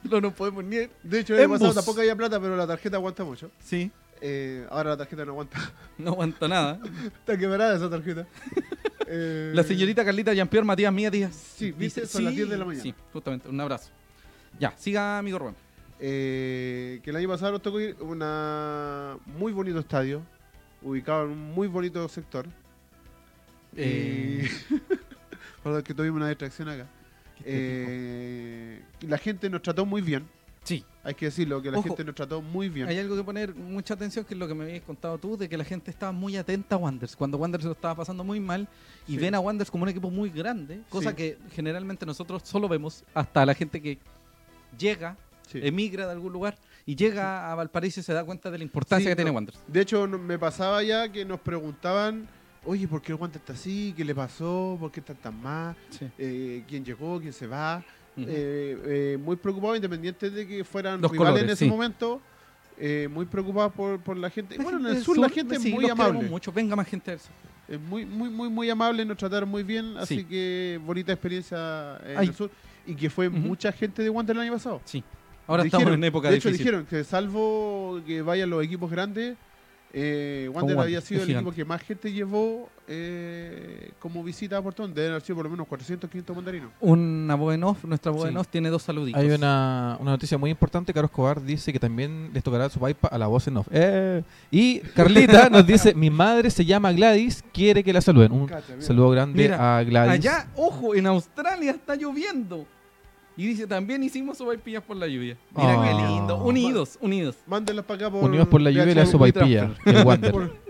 B: No nos podemos ni ir.
A: De hecho, el año
B: En
A: pasado
B: bus.
A: tampoco había plata, pero la tarjeta aguanta mucho.
B: Sí,
A: Eh, ahora la tarjeta no aguanta.
B: no aguanta nada.
A: Está quebrada esa tarjeta. Eh,
B: La señorita Carlita Jean-Pierre Matías Mía Díaz.
A: Sí, viste, son las 10 de la mañana.
B: Sí, justamente. Un abrazo. Ya, siga, amigo Rubén.
A: eh, que el año pasado nos tocó ir a un muy bonito estadio, ubicado en un muy bonito sector.
B: Eh,
A: Y- Perdón, que tuvimos una distracción acá. Eh, la gente nos trató muy bien,
B: sí,
A: hay que decirlo, que la
B: Ojo.
A: gente nos trató muy bien.
B: Hay algo que poner mucha atención, que es lo que me habías contado tú, de que la gente estaba muy atenta a Wanderers, cuando Wanderers lo estaba pasando muy mal, y
A: Sí.
B: ven a Wanderers como un equipo muy grande, cosa
A: Sí.
B: que generalmente nosotros solo vemos hasta la gente que llega,
A: Sí.
B: emigra de algún lugar, y llega a Valparaíso y se da cuenta de la importancia
A: Sí,
B: que tiene
A: no.
B: Wanderers.
A: De hecho, no- me pasaba ya que nos preguntaban, oye, ¿por qué el guante está así? ¿Qué le pasó? ¿Por qué están tan mal? Eh, ¿Quién llegó? ¿Quién se va?
B: Ujú.
A: Eh, eh, muy preocupados, independiente de que fueran
B: Los
A: rivales en
B: colores,
A: ese
B: sí.
A: momento. eh, muy preocupados por, por la gente.
B: La
A: bueno,
B: gente
A: en el
B: del
A: sur, la gente
B: pues sí,
A: es muy
B: los queremos
A: amable.
B: mucho. Venga más gente del sur.
A: Es muy, muy, muy, muy amable, nos trataron muy bien, así
B: Sí.
A: que bonita experiencia en
B: Ay.
A: el sur. Y que fue
B: Ujú.
A: mucha gente de Wander el año pasado.
B: Sí. Ahora
A: Dijeron-
B: estamos en época
A: de hecho,
B: difícil.
A: dijeron que salvo que vayan los equipos grandes, eh, Wander
B: Wander,
A: había sido
B: es
A: el equipo
B: gigante.
A: que más gente llevó eh, como visita a Puerto Montt. Deben haber sido por lo menos 400, 500 mandarinos.
B: Una voz en off, nuestra voz
A: Sí.
B: en off tiene dos saluditos.
C: Hay una, una noticia muy importante. Carlos Escobar dice que también les tocará su paipa a la voz en off. Eh. Y Carlita nos dice: Mi madre se llama Gladys, quiere que la saluden. Un
A: Cacha, mira.
C: saludo grande
B: Mira,
C: a Gladys.
B: Allá, ojo, en Australia está lloviendo. Y dice, también hicimos sopaipillas por la lluvia. Mira qué
C: Ah.
B: lindo. Unidos, unidos.
A: Mándenlos para acá por.
C: Unidos por la lluvia y la
A: VHL,
C: sopaipilla. El Wander.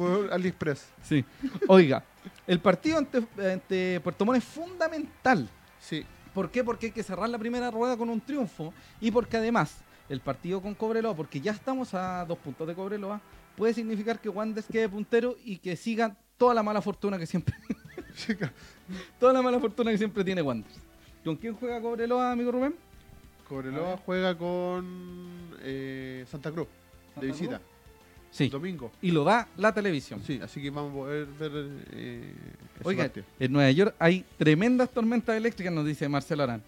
A: Por, por AliExpress.
B: Sí. Oiga, el partido ante, ante Puerto Montt es fundamental.
A: Sí.
B: ¿Por qué? Porque hay que cerrar la primera rueda con un triunfo. Y porque además, el partido con Cobreloa, porque ya estamos a dos puntos de Cobreloa, puede significar que Wanderers quede puntero y que siga toda la mala fortuna que siempre toda la mala fortuna que siempre tiene Wanderers. ¿Con quién juega Cobreloa, amigo Rubén?
A: Cobreloa
B: Ah.
A: juega con eh, Santa Cruz
B: ¿Santa
A: de visita.
B: Sí.
A: Domingo.
B: Y lo da la televisión.
A: Sí, así que vamos a poder ver eh, ese
B: Oiga,
A: partido.
B: en Nueva York hay tremendas tormentas eléctricas, nos dice Marcelo Arán.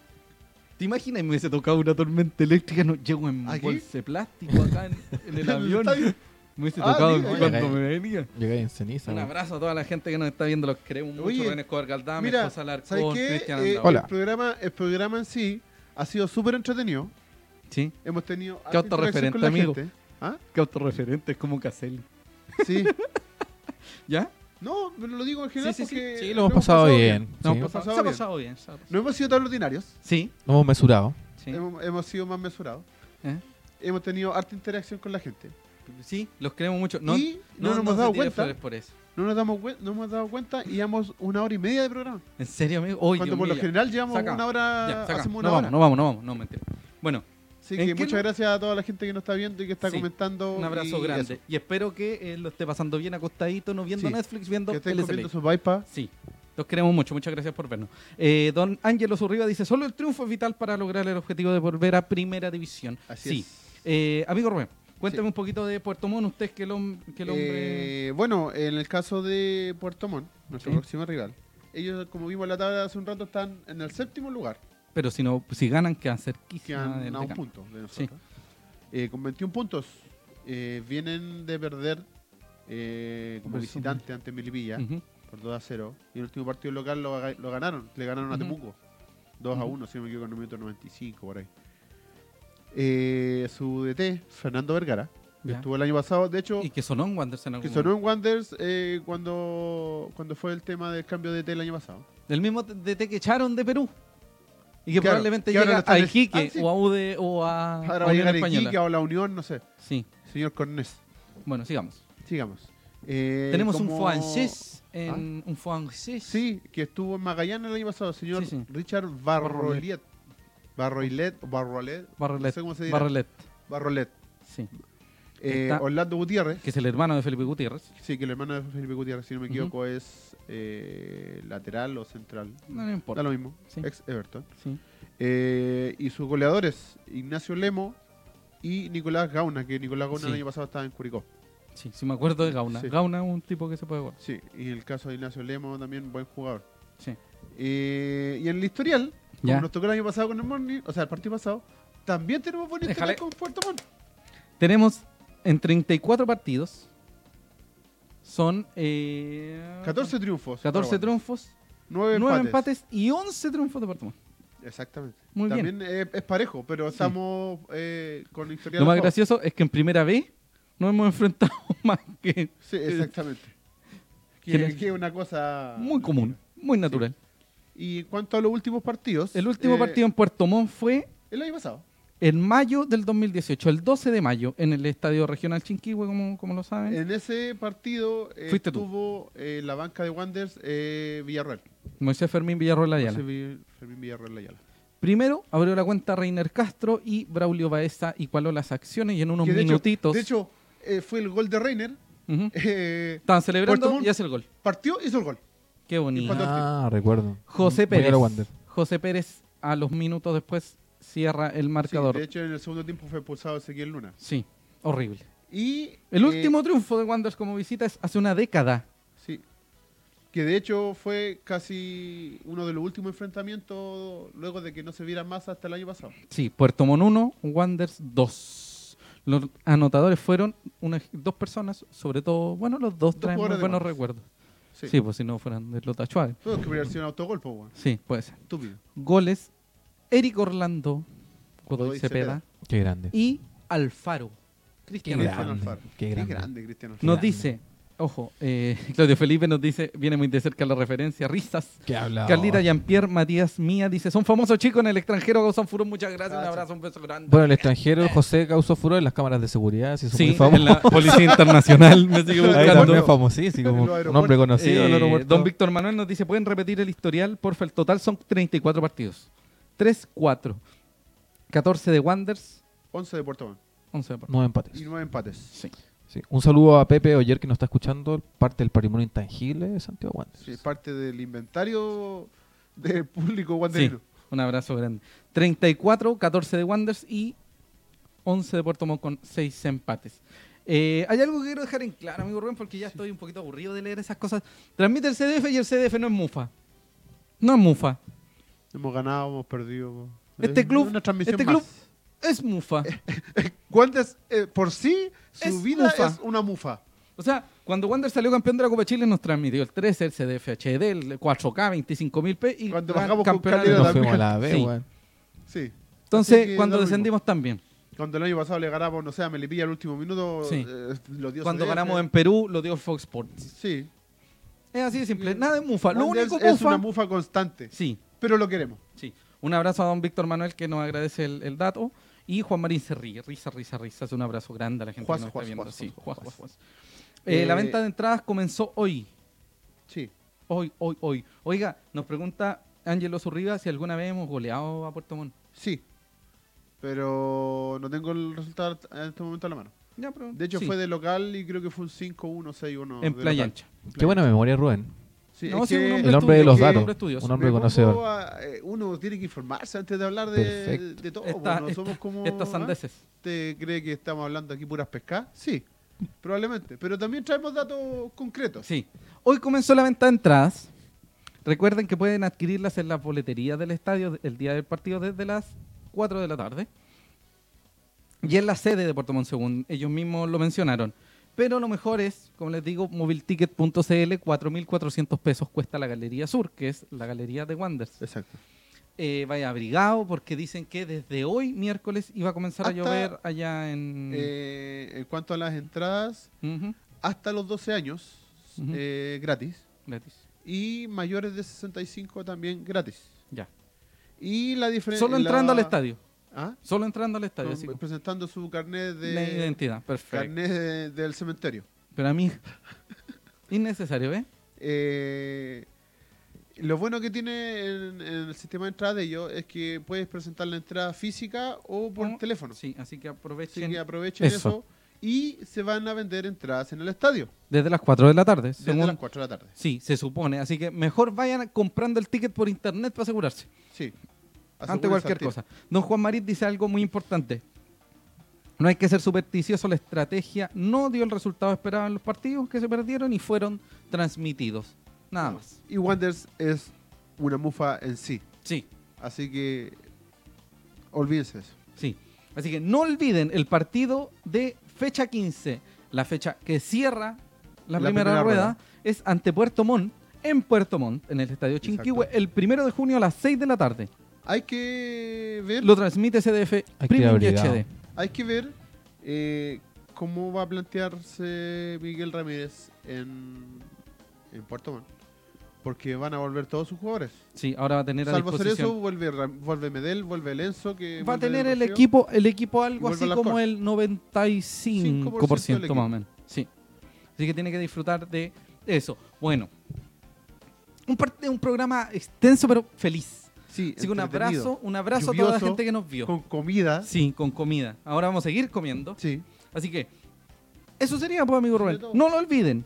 B: ¿Te imaginas? Me hubiese tocado una tormenta eléctrica, no, llego en
A: ¿Aquí?
B: bolsa de plástico acá en, en el avión.
A: Está bien.
B: Me hubiese
A: Ah,
B: tocado
A: diga, diga.
B: cuando me venía.
C: Llegué en ceniza.
B: Un
C: güey.
B: abrazo a toda la gente que nos está viendo, los queremos mucho.
A: Oye,
B: Rubén Escobar Galdame,
A: Mira,
B: José Alarcón,
A: ¿sabes qué?
B: Cristian
A: Eh,
B: Andaur.
C: Hola.
A: El programa, el programa en sí Ha sido súper entretenido.
B: Sí.
A: Hemos tenido.
B: Qué
A: harta
B: autorreferente,
A: interacción con la
B: amigo.
A: gente. ¿Ah?
B: Qué autorreferente, es como Caselli.
A: Sí.
B: ¿Ya?
A: No, pero lo digo en general
B: Sí, sí, sí.
A: porque.
C: Sí,
A: nos
C: lo hemos pasado bien.
B: No,
C: Sí.
B: por
A: Se ha
B: favor,
A: pasado
B: se ha
A: bien.
B: pasado bien. se ha pasado bien.
A: No hemos sido tan ordinarios.
B: Sí,
C: Lo hemos mesurado.
B: sí.
A: Hemos, hemos sido más mesurados.
B: ¿Eh?
A: Hemos tenido harta interacción con la gente.
B: Sí, los queremos mucho. No,
A: y no, nos hemos dado
B: se tire
A: cuenta.
B: flores por eso.
A: No nos damos cuen- no hemos dado cuenta y llevamos una hora y media de programa.
B: ¿En serio, amigo? Oye,
A: Cuando por lo general llevamos
B: Saca.
A: una hora.
B: Ya, saca.
A: hacemos
B: No
A: una hora.
B: vamos, no vamos, no vamos. No, mentira. Bueno,
A: Así
B: ¿En
A: que
B: qué
A: muchas
B: no-
A: gracias a toda la gente que nos está viendo y que está
B: Sí.
A: comentando.
B: un abrazo
A: y
B: grande.
A: eso.
B: Y espero que eh, lo esté pasando bien acostadito, no viendo
A: Sí.
B: Netflix, viendo
A: Que estén
B: LSL.
A: comiendo sus bypass.
B: Sí, los queremos mucho. Muchas gracias por vernos. Eh, don Ángelo Zurriba dice, solo el triunfo es vital para lograr el objetivo de volver a Primera División.
A: Así
B: sí.
A: es.
B: Eh, amigo Rubén, cuéntame
A: Sí.
B: un poquito de Puerto Montt, usted que el, hom- que el hombre...
A: Eh, bueno, en el caso de Puerto Montt, nuestro
B: Sí.
A: próximo rival, ellos, como vimos en la tabla hace un rato, están en el séptimo lugar,
B: Pero si no, si ganan, quedan
A: que
B: cerquísima
A: han
B: del
A: a un
B: decano.
A: punto de nosotros. Eh, con 21 puntos, eh, vienen de perder eh, como
B: Versus-
A: visitante ante Milipilla
B: Ujú.
A: por 2 a 0. Y el último partido local lo, aga- lo ganaron, le ganaron a
B: Ujú.
A: Temuco 2 a
B: Ujú.
A: 1, si no me equivoco, en el minuto 95 por ahí. Eh, su DT, Fernando Vergara, que
B: Ya.
A: estuvo el año pasado, de hecho.
B: Y que sonó en Wanderers en algún
A: Que sonó
B: momento.
A: en Wanderers eh, cuando, cuando fue el tema del cambio de T el año pasado.
B: El mismo DT que echaron de Perú. Y que
A: Claro,
B: probablemente
A: que ahora
B: llega
A: no está
B: a
A: en el-
B: Iquique
A: Ah, sí.
B: o a UD o a,
A: Ahora
B: a
A: va
B: Ah,
A: a
B: Unión
A: llegar
B: Española.
A: Iquique ah. o la Unión, no sé.
B: Sí,
A: Señor Cornés,
B: bueno, sigamos.
A: sigamos. Eh,
B: Tenemos un
A: como- ¿Ah?
B: francés en... Un francés.
A: Sí, que estuvo en Magallanes el año pasado, señor
B: Sí, sí.
A: Richard Barrolet. Barrolet, Barrolet,
B: Barrelet.
A: no sé cómo se dirá.
B: Barrelet,
A: Barrolet.
B: sí.
A: Eh,
B: Está-
A: Orlando Gutiérrez,
B: Que es el hermano de Felipe Gutiérrez.
A: sí, que el hermano de Felipe Gutiérrez, si no me
B: Ujú.
A: equivoco, es eh, lateral o central.
B: No, no importa.
A: Da lo mismo,
B: Sí.
A: ex Everton.
B: Sí.
A: Eh, y sus goleadores, Ignacio Lemo y Nicolás Gauna, que Nicolás Gauna el
B: Sí.
A: año pasado estaba en Curicó.
B: sí, sí, me acuerdo de Gauna.
A: Sí.
B: Gauna es un tipo que se puede jugar.
A: Sí, y en el caso de Ignacio Lemo también, buen jugador.
B: Sí.
A: Eh, y en el historial, como
B: Ya.
A: nos tocó el año pasado con el Morning, o sea, el partido pasado, también tenemos buen historial
B: Déjale.
A: con Puerto Montt.
B: Tenemos en 34 partidos. Son eh,
A: 14 triunfos.
B: 14
A: triunfos.
B: triunfos,
A: 9
B: 9
A: empates.
B: empates y 11 triunfos de Puerto Montt.
A: Exactamente.
B: Muy bien.
A: también eh, es parejo, pero estamos eh, con historial.
B: Lo más
A: a favor.
B: gracioso es que en primera B nos hemos enfrentado más que
A: Sí, exactamente.
B: que
A: Que,
B: les-
A: que es una cosa
B: muy común, muy natural.
A: Y en cuanto a los últimos partidos.
B: El último
A: eh,
B: partido en Puerto Montt fue
A: El año pasado.
B: en mayo del 2018, el 12 de mayo, en el Estadio Regional Chinquihue, como, como lo saben.
A: En ese partido eh,
B: Fuiste tú.
A: estuvo eh, la banca de Wanderers eh, Villarreal.
B: Moisés Fermín Villarroel Ayala.
A: José Vi- Fermín Villarreal Ayala.
B: Primero abrió la cuenta Reiner Castro y Braulio Baeza igualó las acciones y en unos
A: Que de hecho-
B: minutitos
A: de hecho, eh, fue el gol de Reiner.
B: ujú,
A: eh,
B: estaban
A: Puerto
B: celebrando
A: Montt-
B: y hace el gol.
A: partió, hizo el gol.
B: Qué bonito.
A: Fantástico.
C: Ah, recuerdo.
B: José Pérez.
C: Mañana Wander.
B: José Pérez a los minutos después cierra el
A: Sí,
B: marcador.
A: de hecho, en el segundo tiempo fue expulsado Ezequiel Luna.
B: sí horrible.
A: Y,
B: El
A: eh,
B: último triunfo de Wanderers como visita es hace una década.
A: Sí. Que de hecho fue casi uno de los últimos enfrentamientos luego de que no se viera más hasta el año pasado.
B: Sí, Puerto Montt 1, Wanderers 2. Los anotadores fueron unas, dos personas, sobre todo, bueno, los dos
A: Dos
B: traen muy
A: jugadores de
B: buenos
A: Wanderers.
B: recuerdos.
A: Sí.
B: Sí. pues si no fueran de los Tachuaves.
A: Todo que hubiera sido un autogolpo, weón.
B: Sí, puede ser.
A: Estúpido.
B: Goles, Eric Orlando, Godoy,
A: Godoy
B: Cepeda,
A: Cepeda.
C: Qué grande.
B: y Alfaro. Cristian
C: Qué
B: Alfaro.
A: Cristiano
C: grande,
A: Alfaro.
C: qué grande.
A: Cristiano Alfaro.
B: Nos dice, ojo, eh, Claudio Felipe nos dice, viene muy de cerca la referencia, risas.
C: ¿Qué habla?
B: Carlita Jean-Pierre Matías Mía dice, son famosos chicos en el extranjero, gozan furón, muchas gracias, un
A: Gracias.
B: abrazo, un beso grande.
C: Bueno, el extranjero, el José causó furor en las cámaras de seguridad, se hizo muy
B: Sí,
C: famoso.
B: en la Policía Internacional me sigue
A: Ahí
C: Ahí
B: buscando.
C: también
A: aeropuerto.
C: es famosísimo,
A: En los
C: como un
A: aeropuertos.
C: hombre conocido.
B: Eh,
C: el aeropuerto.
B: don Víctor Manuel nos dice, ¿pueden repetir el historial? Porfa, el total son 34 partidos. 3, 4. 14 de Wanders,
A: 11 de Puerto Montt
B: 11 de Porto.
C: Nueve empates.
A: y 9 empates.
B: Sí.
C: Sí. Un saludo a Pepe Oyer que nos está escuchando, parte del patrimonio intangible de Santiago Wanderers.
A: Sí, es parte del inventario del público
B: Sí,
A: guanderino.
B: un abrazo grande. 34, 14 de Wanders y 11 de Puerto Montt con 6 empates. Eh, hay algo que quiero dejar en claro, amigo Rubén, porque ya estoy un poquito aburrido de leer esas cosas. Transmite el CDF y el CDF no es mufa. No es mufa.
A: Hemos ganado, hemos perdido.
B: Este
A: Es
B: club-
A: una transmisión
B: este club-
A: más.
B: Es mufa.
A: Wanderers, eh, por sí, su
B: Es
A: vida
B: mufa.
A: es una mufa.
B: O sea, cuando Wander salió campeón de la Copa Chile nos transmitió el 13, el CDF HD, el 4K, 25.000 P y
A: Cuando
B: gan-
A: bajamos con
B: campeonato.
A: Calera
C: Nos
A: también.
C: fuimos a la B,
B: Sí.
C: weón.
A: Sí. Así
B: Entonces,
A: que
B: cuando
A: da lo
B: descendimos también.
A: Cuando el año pasado le ganamos, no sé, a Melipilla al último minuto,
B: Sí.
A: eh, los dioses
B: Cuando
A: verdes.
B: ganamos en Perú, lo dio Fox Sports.
A: eh, Sí.
B: Es así de simple. Nada de mufa. Lo
A: Wanderers
B: único
A: es
B: mufa.
A: una mufa constante,
B: Sí,
A: pero lo queremos.
B: sí. Un abrazo a don Víctor Manuel que nos agradece el, el dato. Y Juan Marín se ríe, risa, risa, risa. Hace un abrazo grande a la gente
A: Juas,
B: que nos
A: juas,
B: está viendo.
A: juas,
B: Sí,
A: juas,
B: juas,
A: juas.
B: juas, juas. Eh, la
A: Eh,
B: venta de entradas comenzó hoy.
A: Sí.
B: Hoy, hoy, hoy. Oiga, nos pregunta Ángelo Zurriba si alguna vez hemos goleado a Puerto Montt.
A: Sí. Pero no tengo el resultado en este momento a la mano.
B: Ya, pero-
A: De hecho,
B: sí,
A: fue de local y creo que fue un 5-1, 6-1. de
B: en
A: local.
B: Playa Ancha.
C: Qué buena memoria, Rubén.
A: Sí,
B: No,
A: es
B: sí, un hombre
A: que
C: El hombre de
B: estudioso,
C: los
A: que-
B: un
C: datos.
B: hombre estudioso.
C: Un
A: me
C: hombre
A: pongo
C: conocedor.
A: a- eh, uno tiene que informarse antes de hablar de,
C: Perfecto.
A: de todo.
B: Esta-
A: pues, no
B: esta-
A: somos como.
B: Estas
A: ¿ah?
B: sandeces.
A: ¿Usted cree que estamos hablando aquí puras pescadas? Sí, probablemente. Pero también traemos datos concretos.
B: Sí. Hoy comenzó la venta de entradas. Recuerden que pueden adquirirlas en las boleterías del estadio el día del partido desde las 4 de la tarde. Y en la sede de Puerto Montt, según ellos mismos lo mencionaron. Pero lo mejor es, como les digo, movilticket.cl, 4.400 pesos cuesta la Galería Sur, que es la galería de Wanders.
A: Exacto.
B: Eh, vaya abrigado porque dicen que desde hoy, miércoles, iba a comenzar
A: Hasta,
B: a llover allá en...
A: Eh, en cuanto a las entradas,
B: Ujú,
A: hasta los 12 años,
B: Ujú.
A: eh, gratis.
B: gratis.
A: Y mayores de 65 también gratis.
B: Ya.
A: Y la diferencia...
B: Solo entrando al estadio.
A: ¿Ah?
B: Solo entrando al estadio.
A: Con-
B: así como-
A: presentando su carnet de...
B: de identidad, perfecto.
A: Carnet de- del cementerio.
B: Pero a mí, innecesario, ¿ves?
A: Eh, lo bueno que tiene en, en el sistema de entrada de ellos es que puedes presentar la entrada física o por
B: ¿Cómo?
A: teléfono.
B: Sí, así que
A: Así
B: aprovechen.
A: que aprovechen eso.
C: Eso.
A: Y se van a vender entradas en el estadio
B: Desde las 4 de la tarde,
A: desde
B: según-
A: las 4 de la tarde.
B: Sí, se supone. Así que mejor vayan comprando el ticket por internet para asegurarse.
A: Sí.
B: ante
A: Asegúrense al
B: cualquier
A: tiro.
B: cosa. Don Juan Marín dice algo muy importante. No hay que ser supersticioso, la estrategia no dio el resultado esperado en los partidos que se perdieron y fueron transmitidos. Nada más.
A: Y Wonders es una mufa en sí.
B: Sí,
A: Así que olvídense eso.
B: Sí. Así que no olviden el partido de fecha 15. La fecha que cierra la,
A: La
B: primera,
A: primera
B: rueda,
A: rueda.
B: es ante Puerto Montt, en Puerto Montt, en el Estadio Chinquihue, el primero de junio a las 6 de la tarde.
A: Hay que ver,
B: Lo transmite CDF
C: Hay que
B: Premium y
C: abrigado.
B: HD.
A: hay que ver eh, cómo va a plantearse Miguel Ramírez en, en Puerto Montt. Porque van a volver todos sus jugadores.
B: Sí, ahora va a tener a
A: Salvo Cerezo,
B: disposición.
A: vuelve, Ram- vuelve Medel, vuelve Lenzo. Que
B: Va a
A: vuelve
B: tener
A: del
B: el
A: Rocío.
B: equipo, el equipo
A: Y
B: algo
A: vuelve
B: así
A: la
B: como
A: Cor.
B: el
A: 5% del
B: 95% más o
A: equipo.
B: menos. Sí. Así que tiene que disfrutar de eso. Bueno. Un, parte- un programa extenso pero feliz.
A: Sí,
B: Así que un
A: entretenido.
B: abrazo, un abrazo a toda la
A: lluvioso,
B: gente que nos vio.
A: Con comida.
B: Sí, con comida. Ahora vamos a seguir comiendo.
A: Sí.
B: Así que, eso sería, pues, amigo Rubén.
A: Sobre todo.
B: No lo olviden.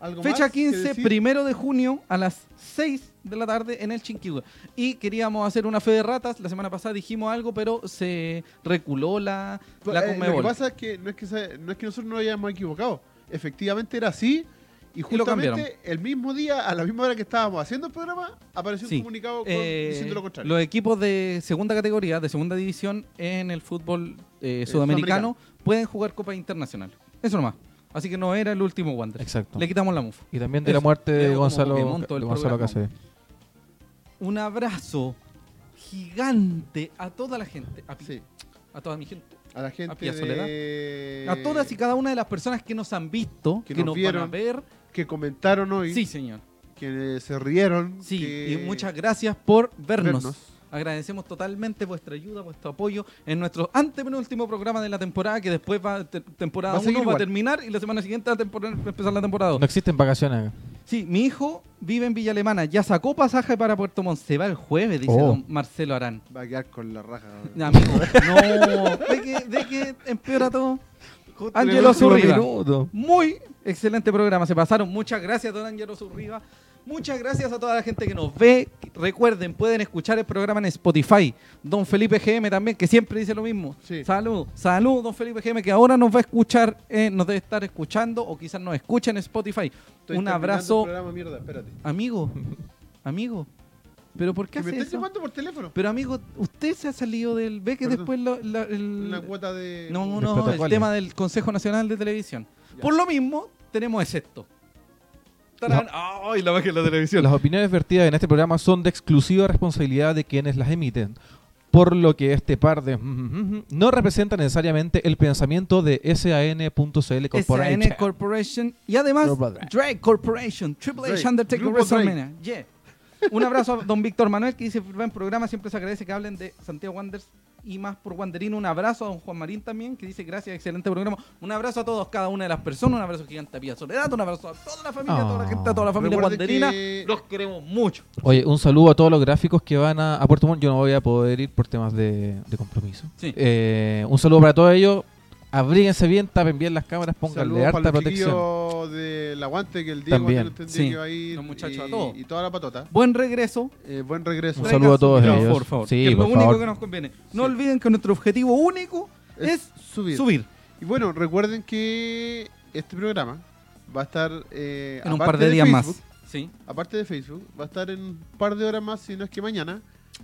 A: ¿Algo
B: Fecha
A: más que
B: 15,
A: decir?
B: primero de junio, a las 6 de la tarde en el Chinquihue. Y queríamos hacer una fe de ratas. La semana pasada dijimos algo, pero se reculó la,
A: Pues,
B: la
A: eh, Lo que
B: Conmebol.
A: pasa es que no es que, se- no es que nosotros nos hayamos equivocado. Efectivamente era así. Y
B: cambiaron.
A: justamente el mismo día, a la misma hora que estábamos haciendo el programa, apareció
B: Sí.
A: un comunicado con-
B: Eh,
A: diciendo lo contrario.
B: los equipos de segunda categoría, de segunda división en el fútbol eh, sudamericano, pueden jugar Copa Internacional. Eso nomás. Así que no era el último Wander.
C: Exacto.
B: Le quitamos la mufa.
C: Y también de la
B: Eso,
C: muerte
B: es
C: de
B: como
C: Gonzalo,
B: Pokémon todo el
C: de Gonzalo
B: programa.
C: Cáceres.
B: un abrazo gigante a toda la gente, a, pi-
A: Sí.
B: a toda mi gente,
A: A la gente
B: a Pia
A: de-
B: a todas y cada una de las personas que nos han visto, que,
A: Eh, que
B: nos,
A: nos
B: van a
A: vieron.
B: ver.
A: que comentaron hoy,
B: Sí, señor.
A: que se rieron.
B: Sí,
A: que-
B: y muchas gracias por vernos.
A: vernos.
B: Agradecemos totalmente vuestra ayuda, vuestro apoyo en nuestro antepenúltimo programa de la temporada, que después va te- temporada
A: Va a seguir
B: 1 va a
A: igual.
B: terminar y la semana siguiente va a, tempor- va a empezar la temporada dos.
C: No existen vacaciones.
B: Sí, mi hijo vive en Villa Alemana, ya sacó pasaje para Puerto Montt, se va el jueves, dice
C: Oh.
B: don Marcelo Arán.
A: Va a quedar con la raja.
B: No, Amigo, no. ¿De que, de que empeora todo.
A: Justo en el
B: Ángelo
A: último
B: Zurriba.
A: minuto.
B: Muy excelente programa. Se pasaron. Muchas gracias, don Ángelo Zurriba. Muchas gracias a toda la gente que nos ve. Recuerden, pueden escuchar el programa en Spotify. Don Felipe GM también, que siempre dice lo mismo.
A: Sí.
B: Salud, salud, don Felipe GM, que ahora nos va a escuchar, eh, nos debe estar escuchando o quizás nos escucha en Spotify.
A: Estoy
B: Un
A: terminando
B: abrazo,
A: el programa, mierda, espérate.
B: amigo. Amigo, ¿pero por qué
A: Que
B: hace
A: me están
B: eso?
A: llamando por teléfono.
B: Pero amigo, usted se ha salido del ve que
A: Perdón.
B: después la- la- el,
A: Una cuota de.
B: no,
C: Los
B: no, el
C: protocolos.
B: tema del Consejo Nacional de Televisión.
A: Ya.
B: Por lo mismo, tenemos excepto. ¡Tarán! ¡Ay, la magia de la televisión!
C: Las opiniones vertidas en este programa son de exclusiva responsabilidad de quienes las emiten. por lo que este par de mm, no representa necesariamente el pensamiento de SAN.cl Corporation.
B: SN Corporation y además
D: No, brother.
B: Drake Corporation, Triple H
A: Drake,
B: Undertaker
A: Grupo
B: WrestleMania. Yeah. Un abrazo a don Víctor Manuel que dice, buen programa, siempre se agradece que hablen de Santiago Wanderers y más por Wanderino. Un abrazo a don Juan Marín también que dice, gracias, excelente programa. Un abrazo a todos, cada una de las personas, un abrazo gigante a Pía Soledad, un abrazo a toda la familia, a toda la gente, a toda la familia
A: Ah. Recuerde
B: Wanderina.
A: que-
B: Los queremos mucho.
C: Oye, un saludo a todos los gráficos que van a, a Puerto Montt. Yo no voy a poder ir por temas de, de compromiso.
B: Sí.
C: Eh, un saludo para todos ellos. Abríguense bien, tapen bien las cámaras, pónganle
A: Saludos para los
C: harta protección.
A: chiquillos del aguante que el Diego
C: También,
A: antes entendí
B: sí.
A: que va a ir
B: Los muchachos
A: y,
B: a todos.
A: y toda la patota.
B: Buen regreso.
A: Eh, buen regreso.
C: Un saludo a todos
B: Traigan su
C: ellos.
B: micrófono, Por favor,
C: Sí,
B: que es lo
C: por
B: único
C: favor.
B: que nos conviene. No
A: Sí.
B: olviden que nuestro objetivo único es,
A: Es subir.
B: subir.
A: Y bueno, recuerden que este programa va a estar eh,
B: en un
A: aparte
B: par de días
A: Facebook,
B: más. Sí.
A: Aparte de Facebook, va a estar en un par de horas más, si no es que mañana.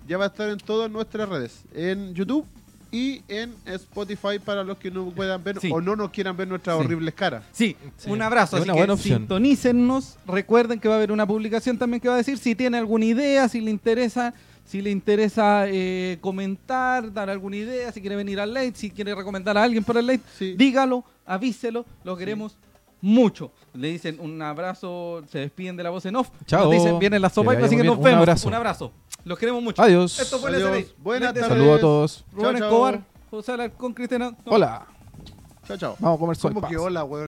A: Ya va a estar en todas nuestras redes, en YouTube y en Spotify para los que no puedan ver
B: Sí.
A: o no nos quieran ver nuestras
B: Sí.
A: horribles caras.
B: Sí,
C: Sí.
B: un abrazo.
C: Es
B: Así
C: una
B: que
C: buena opción.
B: sintonícennos. Recuerden que va a haber una publicación también que va a decir si tiene alguna idea, si le interesa, si le interesa eh, comentar, dar alguna idea, si quiere venir al late, si quiere recomendar a alguien para el late,
A: Sí.
B: dígalo, avíselo, lo queremos mucho. Le dicen un abrazo, se despiden de la voz en off.
C: Chao.
B: Nos dicen viene la
C: Que
B: sopa,
C: le vaya
B: así que
C: muy
B: nos
C: bien. Un
B: vemos.
C: abrazo.
B: Un abrazo. Los queremos mucho.
C: Adiós.
B: Esto fue el
A: Adiós.
B: SRI.
A: Buenas
B: Gracias.
A: tardes.
C: Saludos a todos.
B: Rubén
A: Chao, chao.
B: Escobar, José Alarcón, Cristiano.
C: Hola.
A: Chao, chao.
C: Vamos a comer sopa.
A: ¿Cómo que hola, weón?